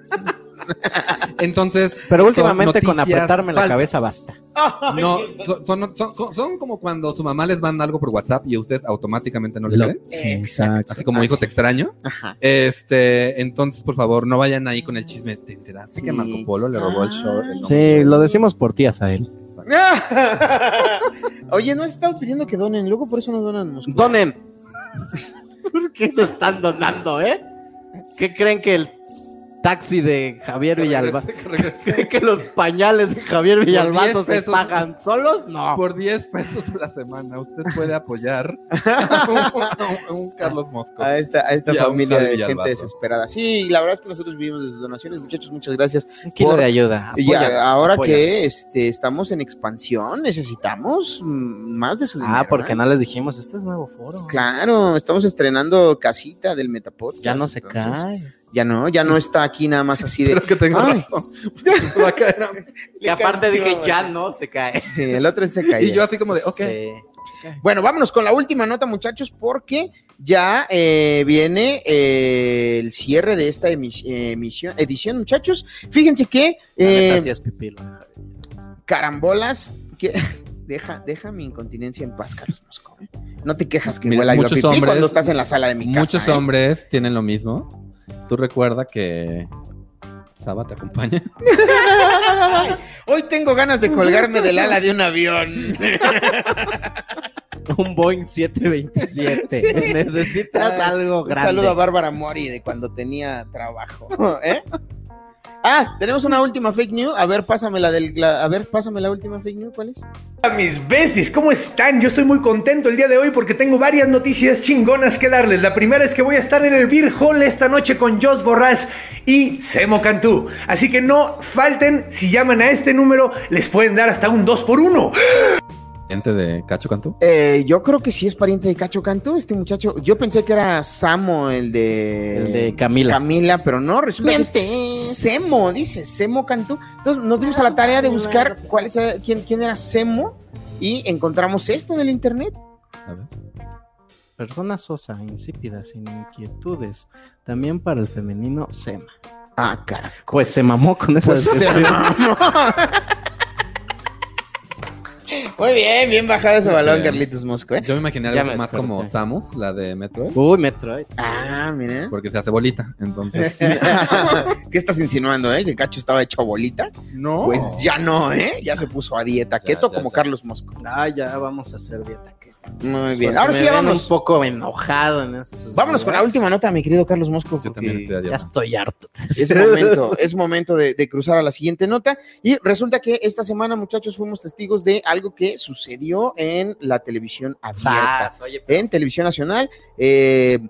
Speaker 4: Entonces,
Speaker 2: Pero
Speaker 4: son
Speaker 2: últimamente con
Speaker 4: noticias
Speaker 2: apretarme la
Speaker 4: falsas.
Speaker 2: cabeza basta.
Speaker 4: No, son, son- son- son como cuando su mamá les manda algo por WhatsApp y ustedes automáticamente no le
Speaker 2: Lo-
Speaker 4: creen.
Speaker 3: Exacto.
Speaker 4: Así
Speaker 2: Ah,
Speaker 4: como hijo te extraño.
Speaker 3: Ajá.
Speaker 4: Este, entonces, por favor, no vayan ahí con el chisme. ¿Te enteraste
Speaker 3: Sí.
Speaker 4: que Marco Polo le robó el show? el nombre
Speaker 2: Ah, Sí, lo decimos por ti, Azael.
Speaker 3: Oye, no has estado pidiendo que donen, luego por eso no donan Moscú.
Speaker 2: Donen. ¿Por qué te están donando, eh? ¿Qué creen que el taxi de Javier
Speaker 4: Que
Speaker 2: Villalba...
Speaker 4: regrese- que regrese.
Speaker 2: ¿Creen que los pañales de Javier Villalbazo
Speaker 4: 10
Speaker 2: se
Speaker 4: pesos.
Speaker 2: pagan solos? No.
Speaker 4: Por 10 pesos la semana, usted puede apoyar a un, a un Carlos Mosco.
Speaker 3: A esta, a esta
Speaker 4: Y a un
Speaker 3: familia
Speaker 4: Javi
Speaker 3: de gente
Speaker 4: Villalbazo.
Speaker 3: desesperada. Sí, la verdad es que nosotros vivimos de sus donaciones, muchachos, muchas gracias.
Speaker 2: Un kilo
Speaker 3: por-
Speaker 2: de ayuda.
Speaker 3: Y ya,
Speaker 2: Apóyanos,
Speaker 3: ahora
Speaker 2: apóyanos.
Speaker 3: que este, estamos en expansión, necesitamos mm, más de su dinero.
Speaker 2: Ah, porque
Speaker 3: ¿eh?
Speaker 2: no les dijimos, este es nuevo foro.
Speaker 3: Claro, estamos estrenando casita del Metapod.
Speaker 2: Ya no se cae.
Speaker 3: Ya no, ya no está aquí nada más así de.
Speaker 4: Espero que tenga
Speaker 3: Este, Ay.
Speaker 4: razón. Va a caer a mí.
Speaker 2: Y aparte dije, ya no se cae.
Speaker 3: Sí, el otro se caía.
Speaker 4: Y yo así como de, ok.
Speaker 2: Sí.
Speaker 3: Bueno, vámonos con la última nota, muchachos, porque ya eh, viene eh, el cierre de esta emis- emisión, edición, muchachos. Fíjense que
Speaker 2: La neta
Speaker 3: eh,
Speaker 2: sí es pipí, lo de Javier.
Speaker 3: carambolas. Que, deja, deja mi incontinencia en paz, Carlos Mosco. ¿eh? No te quejas que
Speaker 4: Mira,
Speaker 3: huela yo a
Speaker 4: muchos
Speaker 3: pipí
Speaker 4: hombres-
Speaker 3: cuando estás en la sala de mi casa.
Speaker 4: Muchos
Speaker 3: ¿eh?
Speaker 4: hombres tienen lo mismo. tú recuerda que Saba te acompaña.
Speaker 3: Ay, hoy tengo ganas de colgarme del ala de un avión.
Speaker 5: Un Boeing 727.
Speaker 3: Sí.
Speaker 5: Necesitas
Speaker 3: Ah,
Speaker 5: algo
Speaker 3: un
Speaker 5: grande.
Speaker 3: saludo a Bárbara Mori de cuando tenía trabajo. ¿eh? Ah, tenemos una última fake news. A ver, pásame la del. la- a ver, pásame la última fake news. ¿Cuál es?
Speaker 16: A mis besties, ¿cómo están? Yo estoy muy contento el día de hoy porque tengo varias noticias chingonas que darles. La primera es que voy a estar en el Beer Hall esta noche con Jos Borrás y Semo Cantú. Así que no falten, si llaman a este número, les pueden dar hasta un 2x1.
Speaker 4: Gente de Cacho Cantú.
Speaker 3: Eh, yo creo que sí es pariente de Cacho Cantú, este muchacho. Yo pensé que era Samo, el de.
Speaker 5: El de Camila.
Speaker 3: Camila, pero no, resulta que es Semo, dice Semo Cantú. Entonces nos dimos a la tarea de buscar cuál es, eh, quién, quién era Semo y encontramos esto en el internet.
Speaker 5: Persona sosa, insípida, sin inquietudes. También para el femenino, Sema.
Speaker 3: Ah, carajo.
Speaker 5: Pues se mamó con esa
Speaker 3: Pues, se
Speaker 5: descripción.
Speaker 3: mamó. Muy bien, bien bajado ese balón,
Speaker 4: Sí.
Speaker 3: Carlitos Mosco. ¿eh?
Speaker 4: Yo me imaginé
Speaker 3: Ya
Speaker 4: algo
Speaker 3: me
Speaker 4: más
Speaker 3: desperté.
Speaker 4: como Samus, la de Metroid.
Speaker 5: Uy, Metroid.
Speaker 3: Ah, mira.
Speaker 4: Porque se hace bolita. Entonces.
Speaker 3: ¿Qué estás insinuando, eh? ¿Que Cacho estaba hecho bolita?
Speaker 4: No.
Speaker 3: Pues ya no, ¿eh? Ya se puso a dieta keto
Speaker 5: ya,
Speaker 3: como
Speaker 5: ya.
Speaker 3: Carlos Mosco.
Speaker 5: Ah, ya vamos a hacer dieta.
Speaker 3: Muy bien.
Speaker 5: Pues,
Speaker 3: Ahora
Speaker 5: me
Speaker 3: sí, ya
Speaker 5: ven
Speaker 3: vámonos.
Speaker 5: Un poco enojado en esos
Speaker 3: Vámonos con la
Speaker 5: días.
Speaker 3: última nota, mi querido Carlos Mosco. porque
Speaker 5: Ya estoy harto.
Speaker 3: Es momento, es momento de, de cruzar a la siguiente nota. Y resulta que esta semana, muchachos, fuimos testigos de algo que sucedió en la televisión abierta.
Speaker 5: Sas, oye,
Speaker 3: en Televisión Nacional. Eh,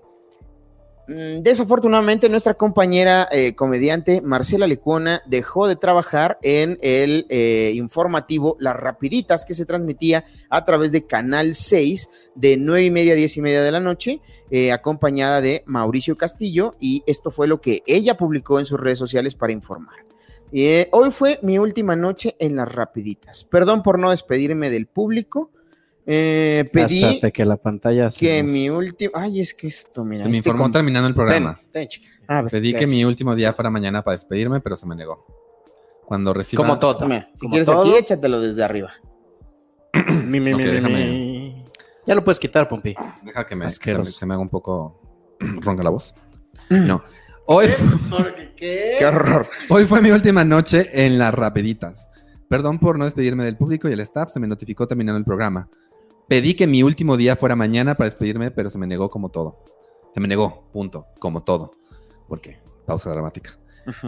Speaker 3: mm, desafortunadamente, nuestra compañera eh, comediante Marcela Licona dejó de trabajar en el eh, informativo Las Rapiditas, que se transmitía a través de Canal 6 de 9 y media a 10 y media de la noche, eh, acompañada de Mauricio Castillo, y esto fue lo que ella publicó en sus redes sociales para informar. Eh, hoy fue mi última noche en Las Rapiditas. Perdón por no despedirme del público. Eh, pedí
Speaker 5: Hástate que la pantalla se
Speaker 3: que
Speaker 5: nos-
Speaker 3: mi último. Ay, es que esto, mira.
Speaker 4: Se me
Speaker 3: estoy
Speaker 4: informó
Speaker 3: con-
Speaker 4: terminando el programa.
Speaker 3: Ten, ten, chica. A ver, pues,
Speaker 4: Pedí que
Speaker 3: gracias.
Speaker 4: mi último día fuera mañana para despedirme, pero se me negó. Cuando reciba.
Speaker 5: Como todo.
Speaker 3: Mira, si
Speaker 5: Ah, Como
Speaker 3: quieres
Speaker 5: todo.
Speaker 3: aquí, échatelo desde arriba.
Speaker 5: Mi, mi,
Speaker 4: Ok,
Speaker 5: mi, mi,
Speaker 4: déjame-
Speaker 5: mi. Ya lo puedes quitar, Pompi.
Speaker 4: Deja que me, que se, me
Speaker 5: Asqueroso.
Speaker 4: se me haga un poco ronca la voz.
Speaker 3: Mm.
Speaker 4: No. Hoy,
Speaker 3: Eh, Qué horror.
Speaker 4: hoy fue mi última noche en las rapiditas. Perdón por no despedirme del público y el staff, se me notificó terminando el programa. Pedí que mi último día fuera mañana para despedirme, pero se me negó como todo. Se me negó, punto, como todo. ¿Por qué? Pausa dramática.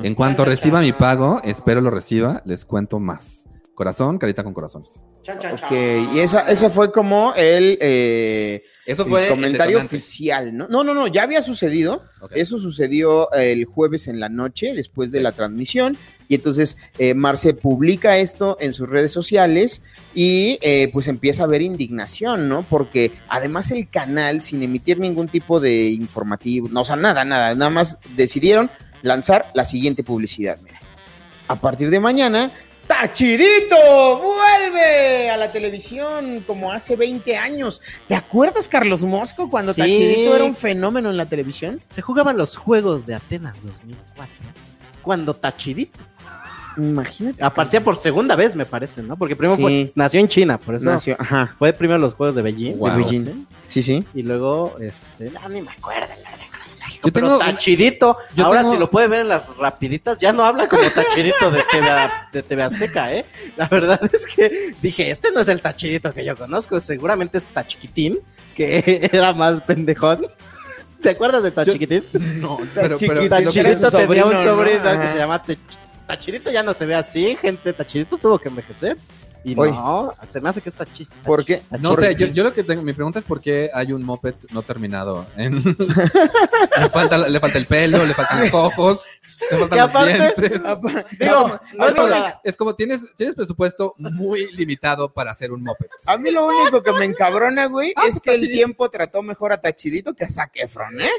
Speaker 4: En cuanto reciba mi pago, espero lo reciba, les cuento más. Corazón, carita con corazones.
Speaker 3: Ok, y esa, ese fue como el, eh,
Speaker 4: Eso fue
Speaker 3: el
Speaker 4: el
Speaker 3: comentario
Speaker 4: detonante.
Speaker 3: oficial, ¿no? No, no, no, ya había sucedido.
Speaker 4: Ok.
Speaker 3: Eso sucedió eh, el jueves en la noche, después de la transmisión. Y entonces eh, Marce publica esto en sus redes sociales y eh, pues empieza a haber indignación, ¿no? Porque además el canal, sin emitir ningún tipo de informativo, no, o sea, nada, nada, nada más decidieron lanzar la siguiente publicidad, mira. A partir de mañana, Tachirito vuelve a la televisión como hace 20 años. ¿Te acuerdas, Carlos Mosco, cuando
Speaker 5: Sí.
Speaker 3: Tachirito era un fenómeno en la televisión?
Speaker 5: Se jugaban los Juegos de Atenas 2004 cuando Tachirito
Speaker 3: Imagínate.
Speaker 5: aparecía por segunda vez, me parece, ¿no? Porque primero
Speaker 3: Sí.
Speaker 5: fue- nació en China, por eso
Speaker 3: Nació, ajá.
Speaker 5: fue primero los Juegos de Beijing.
Speaker 3: Wow.
Speaker 5: me parece,
Speaker 3: Beijing. Sí, sí.
Speaker 5: Y luego, este, no, ni me acuerdo. la verdad,
Speaker 4: Yo
Speaker 5: Pero
Speaker 4: tengo,
Speaker 5: Tachidito,
Speaker 4: yo
Speaker 5: ahora
Speaker 4: tengo-
Speaker 5: si lo puede ver en las rapiditas, ya no habla como Tachidito de TV, a- de TV Azteca, ¿eh? La verdad es que dije, este no es el Tachidito que yo conozco, seguramente es Tachiquitín, que era más pendejón. ¿Te acuerdas de Tachiquitín?
Speaker 4: No, pero, pero
Speaker 5: Chiquita,
Speaker 4: lo que
Speaker 3: Chile.
Speaker 4: eres-
Speaker 5: Tachirito
Speaker 3: era su
Speaker 5: tenía un
Speaker 3: sobrino,
Speaker 5: sobrino
Speaker 3: ¿no?
Speaker 5: que
Speaker 3: Ajá.
Speaker 5: se llama Te- Tachirito ya no se ve así, gente. Tachirito tuvo que envejecer. Y
Speaker 3: Oye.
Speaker 5: no, se me hace que está chiste.
Speaker 3: ¿Por qué?
Speaker 4: no sé, yo, yo lo que tengo, mi pregunta es por qué hay un moped no terminado. en- le, falta, le falta el pelo, le faltan los ojos, le faltan
Speaker 5: Que
Speaker 4: los
Speaker 5: aparte-
Speaker 4: dientes.
Speaker 5: Digo, no
Speaker 4: Ah,
Speaker 5: es
Speaker 4: no,
Speaker 5: una-
Speaker 4: es como tienes, tienes presupuesto muy limitado para hacer un moped.
Speaker 3: A mí lo único que me encabrona, güey,
Speaker 4: Ah,
Speaker 3: es
Speaker 4: pues,
Speaker 3: que el
Speaker 4: Tachirito.
Speaker 3: tiempo trató mejor a Tachidito que a Zac Efron, ¿eh?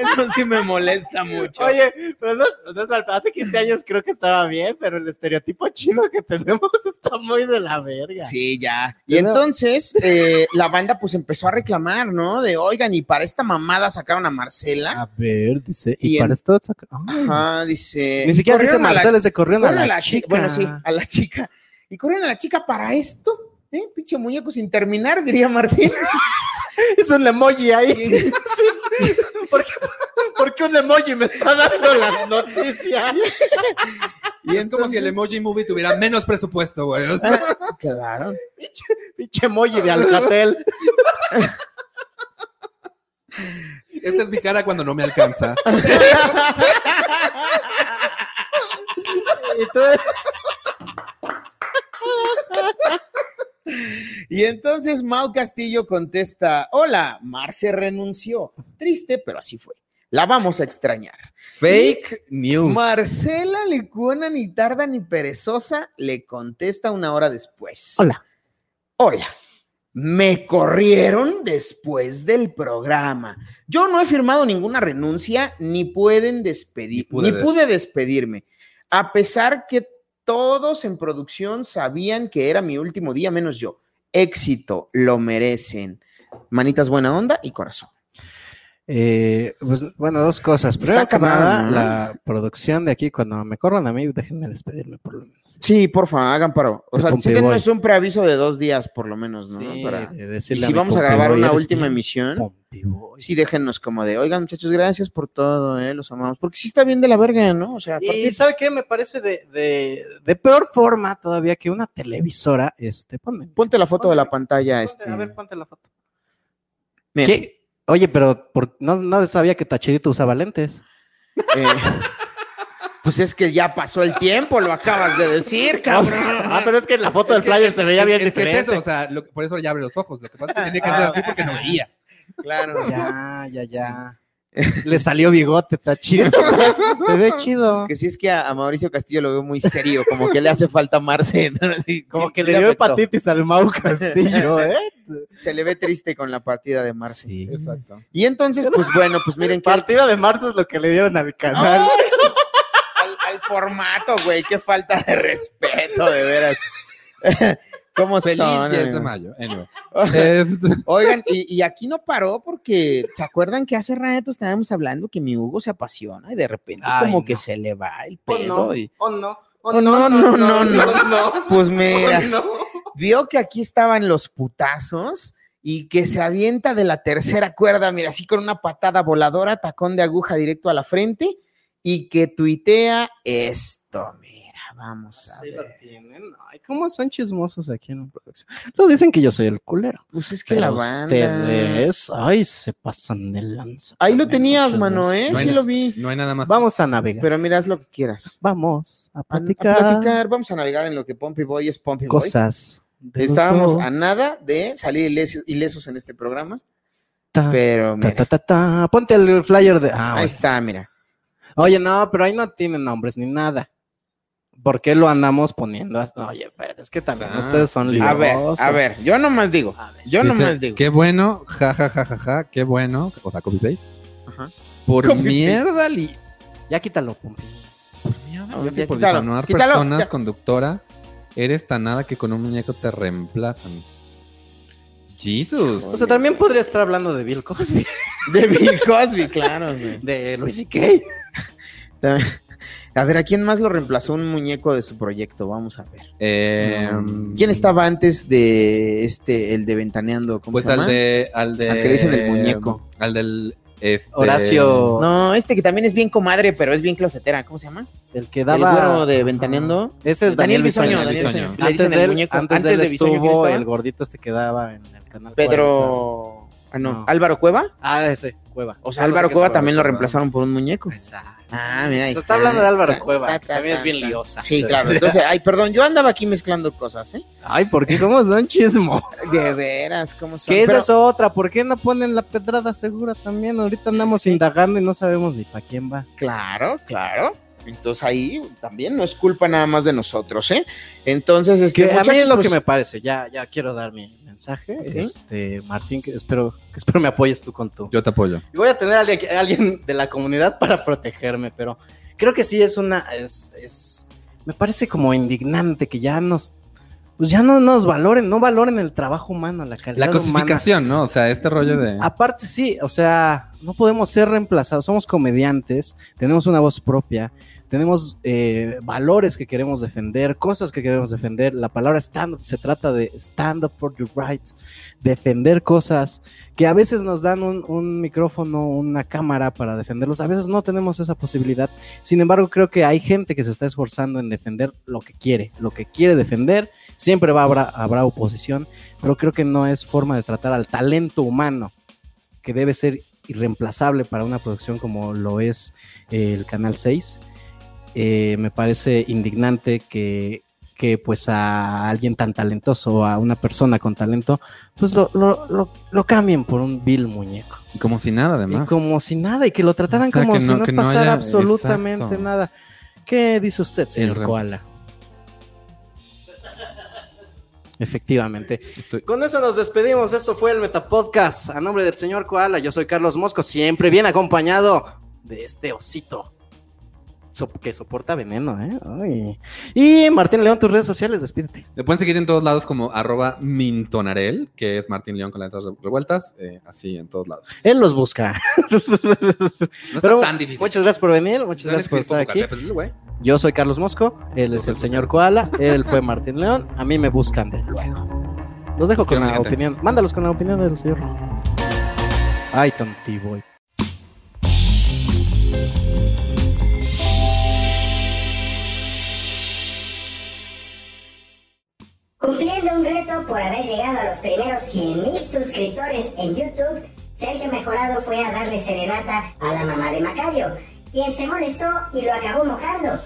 Speaker 3: Eso sí me molesta mucho.
Speaker 5: Oye, pero no, es- no es mal. Hace 15 años creo que estaba bien, pero el estereotipo chino que tenemos está muy de la verga.
Speaker 3: Sí, ya. Y
Speaker 5: Yo no-
Speaker 3: entonces eh, la banda pues empezó a reclamar, ¿no? De, oigan, y para esta mamada sacaron a Marcela.
Speaker 5: ver, dice.
Speaker 3: y para
Speaker 5: esto
Speaker 3: Ajá, dice.
Speaker 5: ah, Ni siquiera dice
Speaker 3: corrieron a la-
Speaker 5: Marcelo, se corrió
Speaker 3: corrieron a la chica. Bueno, sí, a la chica. Y corrieron a la chica para esto, ¿eh? Pinche muñeco sin terminar, diría Martín.
Speaker 5: Es un emoji ahí. Sí. ¿Por, qué, por
Speaker 3: que un emoji me está dando las noticias.
Speaker 4: Y es como si el emoji movie tuviera menos presupuesto, güey. o sea.
Speaker 3: Ah,
Speaker 5: Claro.
Speaker 2: Pinche emoji de Alcatel.
Speaker 4: Esta es mi cara cuando no me alcanza.
Speaker 3: Y tú- Y entonces Mau Castillo contesta, hola, Marce renunció. Triste, pero así fue. La vamos a extrañar.
Speaker 4: Fake news.
Speaker 3: Marcela Lecuona, ni tarda ni perezosa, le contesta una hora después.
Speaker 5: Hola.
Speaker 3: Hola. Me corrieron después del programa. Yo no he firmado ninguna renuncia, ni pueden despedir,
Speaker 4: Ni pude
Speaker 3: ni pude despedirme. A pesar que todos en producción sabían que era mi último día, menos yo. Éxito, lo merecen. Manitas buena onda y corazón.
Speaker 5: Eh, pues, bueno, dos cosas. Primero que
Speaker 3: cabrón,
Speaker 5: nada,
Speaker 3: ¿no?
Speaker 5: la producción de aquí, cuando me corran a mí, déjenme despedirme por lo menos.
Speaker 3: Sí, porfa, hagan paro. O
Speaker 5: De
Speaker 3: sea, sí
Speaker 5: Pompey
Speaker 3: tenemos
Speaker 5: Boy.
Speaker 3: un preaviso de dos días, por lo menos, ¿no?
Speaker 5: Sí,
Speaker 3: Para-
Speaker 5: de decirle
Speaker 3: Y
Speaker 5: a
Speaker 3: si
Speaker 5: mi
Speaker 3: vamos a
Speaker 5: Pompey
Speaker 3: grabar
Speaker 5: Boy,
Speaker 3: una
Speaker 5: eres
Speaker 3: última
Speaker 5: mi
Speaker 3: emisión, sí déjennos como de, oigan, muchachos, gracias por todo, ¿eh? Los amamos. Porque sí está bien de la verga, ¿no? O sea, aparte-
Speaker 5: Y ¿sabe qué? Me parece de, de- de peor forma todavía que una televisora, este, ponme.
Speaker 3: ponte la foto de la pantalla. Pues, este.
Speaker 5: A ver, ponte la foto.
Speaker 3: Mira.
Speaker 5: ¿Qué? Oye, pero por- no, no sabía que Tachidito usaba lentes.
Speaker 3: Eh, pues es que ya pasó el tiempo, lo acabas de decir, cabrón.
Speaker 5: Ah, pero es que en la foto del flyer se veía bien
Speaker 4: Es que es
Speaker 5: diferente.
Speaker 4: eso, o sea, lo- por eso ya abre los ojos. Lo que pasa es que tiene que hacer así porque no veía.
Speaker 3: Claro.
Speaker 5: Ya, ya, ya. Le salió bigote, Tachidito. Se, se ve chido.
Speaker 3: Que sí es que a, a Mauricio Castillo lo veo muy serio, como que le hace falta amarse. ¿no? Sí,
Speaker 5: Como
Speaker 3: sí,
Speaker 5: que
Speaker 3: sí
Speaker 5: le dio
Speaker 3: afectó.
Speaker 5: hepatitis al Mau Castillo, ¿eh?
Speaker 3: Se le ve triste con la partida de Marce.
Speaker 5: Sí.
Speaker 4: Exacto.
Speaker 3: Y entonces, pues bueno, pues miren que al,
Speaker 5: Partida de marzo es lo que le dieron al
Speaker 3: ¡Ah!
Speaker 5: canal.
Speaker 3: al formato, güey, qué falta de respeto, de veras. ¿Cómo
Speaker 4: Feliz
Speaker 3: son,
Speaker 4: 10 de
Speaker 3: amigo?
Speaker 4: mayo. Anyway. Este-
Speaker 3: Oigan, y, y aquí no paró porque se acuerdan que hace rato estábamos hablando que mi Hugo se apasiona y de repente
Speaker 4: Ay,
Speaker 3: como
Speaker 4: no.
Speaker 3: que se le va el
Speaker 5: Pues
Speaker 2: Oh,
Speaker 3: pedo.
Speaker 2: no.
Speaker 3: y-
Speaker 2: Oh, no.
Speaker 3: Oh, no, no, no, no. Pues mira,
Speaker 2: no.
Speaker 3: vio que aquí estaban los putazos y que se avienta de la tercera cuerda, mira, así con una patada voladora, tacón de aguja directo a la frente y que tuitea esto. Mira, vamos a
Speaker 5: Sí lo
Speaker 3: ver.
Speaker 5: tienen. Ay, cómo son chismosos aquí en la producción. No dicen que yo soy el culero.
Speaker 3: Pues es que
Speaker 5: Pero
Speaker 3: la banda.
Speaker 5: ustedes, ay, se pasan de lanza.
Speaker 3: Ahí lo
Speaker 5: también
Speaker 3: tenías,
Speaker 5: muchas
Speaker 3: mano,
Speaker 5: veces.
Speaker 3: ¿eh?
Speaker 4: No hay
Speaker 3: Sí
Speaker 4: nada.
Speaker 3: lo vi.
Speaker 4: No hay nada más.
Speaker 5: Vamos a navegar.
Speaker 3: Pero mira, haz lo que quieras.
Speaker 5: Vamos a
Speaker 3: A, a
Speaker 5: platicar,
Speaker 3: platicar, vamos a navegar en lo que Pompey Boy es Pompey Boy.
Speaker 5: cosas. de los
Speaker 3: Estábamos
Speaker 5: dos.
Speaker 3: a nada de salir ilesos, ilesos en este programa,
Speaker 5: Ta,
Speaker 3: pero
Speaker 5: Ah. ta,
Speaker 3: mira,
Speaker 5: ta, ta, ta. Ponte el flyer de. Ah,
Speaker 3: ahí
Speaker 5: bueno.
Speaker 3: está, mira.
Speaker 5: Oye, no, pero ahí no tiene nombres ni nada. ¿Por qué lo andamos poniendo? as- Oye, pero es que también
Speaker 4: Ah,
Speaker 5: ustedes son
Speaker 4: sí.
Speaker 5: libres.
Speaker 3: A ver, a ver, yo nomás digo, yo
Speaker 4: Dice,
Speaker 3: nomás digo.
Speaker 4: Qué bueno, ja, ja, ja, ja, ja, qué bueno. O sea, copy paste.
Speaker 3: Ajá.
Speaker 4: Por
Speaker 3: Copy-paste.
Speaker 4: mierda, li-
Speaker 5: Ya quítalo, Pompi.
Speaker 4: por
Speaker 5: Ah,
Speaker 4: mierda,
Speaker 3: No,
Speaker 4: Lucy,
Speaker 3: ya
Speaker 4: por
Speaker 3: quítalo,
Speaker 4: difamar
Speaker 3: quítalo,
Speaker 4: personas,
Speaker 3: ya.
Speaker 4: conductora, eres tan nada que con un muñeco te reemplazan. Jesus.
Speaker 5: O sea, también podría estar hablando de Bill Cosby,
Speaker 3: De Bill Cosby, claro. güey.
Speaker 5: de Luis y Kay.
Speaker 3: A ver, ¿a quién más lo reemplazó un muñeco de su proyecto? Vamos a ver.
Speaker 4: Eh,
Speaker 3: ¿Quién estaba antes de este, el de Ventaneando? ¿Cómo
Speaker 4: Pues
Speaker 3: se llama?
Speaker 4: al de, al de.
Speaker 3: Al que le dicen el muñeco.
Speaker 4: Al del. este-
Speaker 5: Horacio,
Speaker 3: No, este que también es bien comadre, pero es bien closetera. ¿ómo se llama?
Speaker 5: el que
Speaker 3: El
Speaker 5: daba.
Speaker 3: güero de Ventaneando.
Speaker 5: Ese es Daniel, Bisoño.
Speaker 4: Daniel Bisoño.
Speaker 3: Le
Speaker 5: Antes,
Speaker 3: dicen
Speaker 5: de
Speaker 3: el
Speaker 5: él,
Speaker 3: muñeco.
Speaker 5: antes de él
Speaker 3: Bisoño, ¿quién
Speaker 5: estuvo
Speaker 3: estaba?
Speaker 5: el gordito este que daba en el canal.
Speaker 3: Pedro. Ah, no.
Speaker 5: No.
Speaker 3: Álvaro Cueva.
Speaker 5: 40. Ah, ese, Cueva.
Speaker 3: O sea, Álvaro
Speaker 4: que es
Speaker 3: Cueva
Speaker 4: Álvaro
Speaker 3: también lo
Speaker 4: Cueva.
Speaker 3: reemplazaron por un muñeco.
Speaker 5: Exacto.
Speaker 3: Ah, mira. ahí
Speaker 5: Se está hablando de Álvaro
Speaker 3: Ta,
Speaker 5: Cueva,
Speaker 3: ta,
Speaker 5: que
Speaker 3: ta,
Speaker 5: también es
Speaker 3: ta,
Speaker 5: bien
Speaker 3: ta.
Speaker 5: liosa.
Speaker 3: Sí,
Speaker 5: Entonces-
Speaker 3: claro. Entonces, ay, perdón, yo andaba aquí mezclando cosas, ¿eh?
Speaker 5: Ay, ¿por qué? ¿Cómo son chismos?
Speaker 3: De veras, ¿cómo son?
Speaker 5: Que esa
Speaker 3: Pero-
Speaker 5: es otra, ¿por qué no ponen la pedrada segura también? Ahorita andamos
Speaker 3: Sí.
Speaker 5: indagando y no sabemos ni para quién va.
Speaker 3: Claro, claro. Entonces ahí también no es culpa nada más de nosotros, ¿eh? Entonces, este,
Speaker 5: Que a mí
Speaker 3: muchachos,
Speaker 5: es lo
Speaker 3: pues,
Speaker 5: que me parece, ya, ya quiero dar mi mensaje.
Speaker 3: Ok.
Speaker 5: Este, Martín, que espero, que espero me apoyes tú con tu.
Speaker 4: Yo te apoyo.
Speaker 5: Y voy a tener a alguien, a alguien de la comunidad para protegerme, pero creo que sí es una, es, es, me parece como indignante que ya nos, pues ya no nos valoren, no valoren el trabajo humano, la calidad
Speaker 4: La
Speaker 5: humana.
Speaker 3: Ah.
Speaker 4: cosificación, ¿no? O sea, este rollo de.
Speaker 5: Aparte, sí, o sea, no podemos ser reemplazados, somos comediantes, tenemos una voz propia, tenemos eh, valores que queremos defender, cosas que queremos defender. La palabra stand-up se trata de stand up for your rights, defender cosas que a veces nos dan un, un micrófono, una cámara para defenderlos, a veces no tenemos esa posibilidad. Sin embargo, creo que hay gente que se está esforzando en defender lo que quiere, lo que quiere defender, siempre va, habrá, habrá oposición, pero creo que no es forma de tratar al talento humano que debe ser irreemplazable para una producción como lo es eh, el Canal 6. Eh, me parece indignante que, que, pues a alguien tan talentoso, a una persona con talento, pues lo, lo, lo, lo cambien por un vil muñeco.
Speaker 4: Y como si nada, además.
Speaker 5: Y como si nada, y que lo trataran
Speaker 4: O sea,
Speaker 5: como
Speaker 4: que
Speaker 5: si
Speaker 4: no-
Speaker 5: no
Speaker 4: que no
Speaker 5: pasara
Speaker 4: haya-
Speaker 5: absolutamente
Speaker 4: exacto.
Speaker 5: nada. ¿Qué dice usted, señor
Speaker 4: re-
Speaker 5: Koala? Efectivamente. Con eso nos despedimos. Esto fue el Metapodcast. A nombre del señor Koala, yo soy Carlos Mosco, siempre bien acompañado de este osito. so- que soporta veneno, ¿eh? Ay. Y Martín León, tus redes sociales, despídete.
Speaker 4: Me pueden seguir en todos lados como arroba mintonarel, que es Martín León con las letras revueltas, eh, así en todos lados.
Speaker 5: Él los busca.
Speaker 4: No está
Speaker 5: Pero
Speaker 4: tan difícil.
Speaker 5: Muchas gracias por venir, muchas gracias por estar aquí. Yo soy Carlos Mosco, él es el señor Koala, él fue Martín León, a mí me buscan de luego. Los dejo con
Speaker 4: quiero, mi
Speaker 5: la
Speaker 4: gente.
Speaker 5: opinión, mándalos con la opinión del señor. Ay, tontiboy.
Speaker 1: Cumpliendo un reto por haber llegado a los primeros 100.000 suscriptores en YouTube, Sergio Mejorado fue a darle serenata a la mamá de Macario, quien se molestó y lo acabó mojando.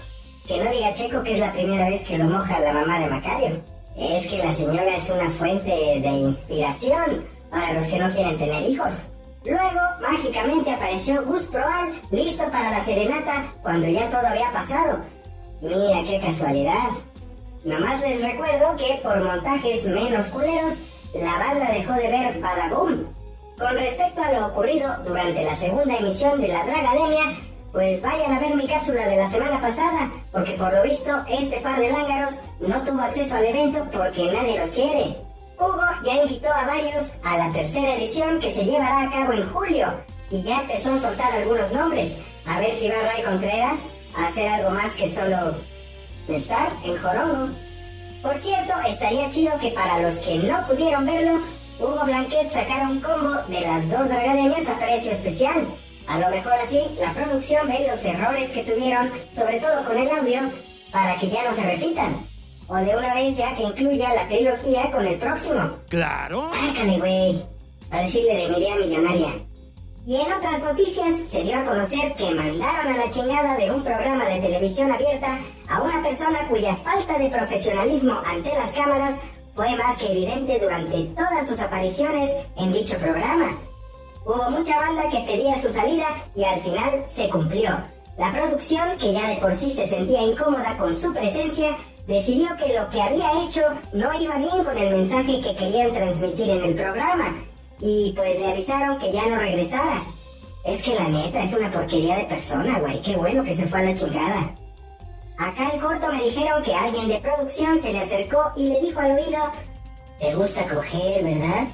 Speaker 1: Que no diga Checo que es la primera vez que lo moja la mamá de Macario. Es que la señora es una fuente de inspiración para los que no quieren tener hijos. Luego, mágicamente apareció Gus Proal, listo para la serenata cuando ya todo había pasado. Mira qué casualidad. Nomás les recuerdo que por montajes menos culeros, la banda dejó de ver Badaboom. Con respecto a lo ocurrido durante la segunda emisión de la Dragademia, pues vayan a ver mi cápsula de la semana pasada, porque por lo visto este par de lángaros no tuvo acceso al evento porque nadie los quiere. Hugo ya invitó a varios a la tercera edición que se llevará a cabo en julio y ya empezó a soltar algunos nombres. A ver si va Ray Contreras a hacer algo más que solo estar en Jorongo. Por cierto, estaría chido que para los que no pudieron verlo, Hugo Blanquet sacara un combo de las dos dragademias a precio especial. A lo mejor así, la producción ve los errores que tuvieron, sobre todo con el audio, para que ya no se repitan. O de una vez ya que incluya la trilogía con el próximo.
Speaker 14: Claro.
Speaker 1: Márcale, güey. Para decirle de mi idea millonaria. Y en otras noticias se dio a conocer que mandaron a la chingada de un programa de televisión abierta a una persona cuya falta de profesionalismo ante las cámaras fue más que evidente durante todas sus apariciones en dicho programa. Hubo mucha banda que pedía su salida y al final se cumplió. La producción, que ya de por sí se sentía incómoda con su presencia, decidió que lo que había hecho no iba bien con el mensaje que querían transmitir en el programa y pues le avisaron que ya no regresara. Es que la neta es una porquería de persona, güey. Qué bueno que se fue a la chingada. Acá en corto me dijeron que alguien de producción se le acercó y le dijo al oído, ¿te gusta coger, verdad?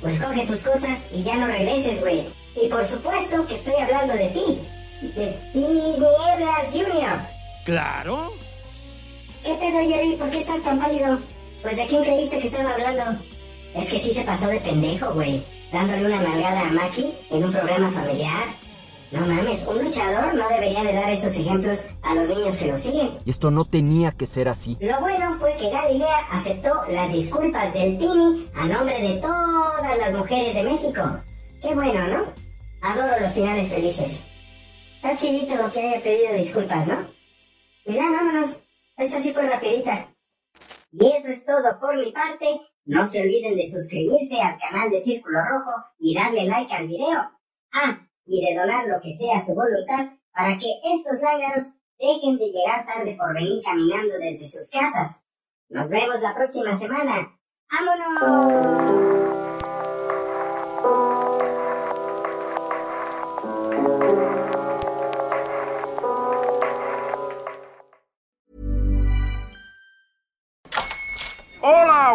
Speaker 1: Pues coge tus cosas y ya no regreses, güey. Y por supuesto que estoy hablando de ti. De ti, Nieblas Junior.
Speaker 14: Claro.
Speaker 1: ¿Qué pedo, Jerry? ¿Por qué estás tan pálido? Pues de quién creíste que estaba hablando. Es que sí se pasó de pendejo, güey. Dándole una malgada a Maki en un programa familiar. No mames, un luchador no debería de dar esos ejemplos a los niños que lo siguen.
Speaker 17: Esto no tenía que ser así.
Speaker 1: Lo bueno fue que Galilea aceptó las disculpas del Tini a nombre de todas las mujeres de México. Qué bueno, ¿no? Adoro los finales felices. Está chidito lo que haya pedido disculpas, ¿no? Y ya, vámonos. Esta sí fue rapidita. Y eso es todo por mi parte. No se olviden de suscribirse al canal de Círculo Rojo y darle like al video. Ah, y de donar lo que sea a su voluntad para que estos lángaros dejen de llegar tarde por venir caminando desde sus casas. Nos vemos la próxima semana. ¡Vámonos!
Speaker 18: Hola,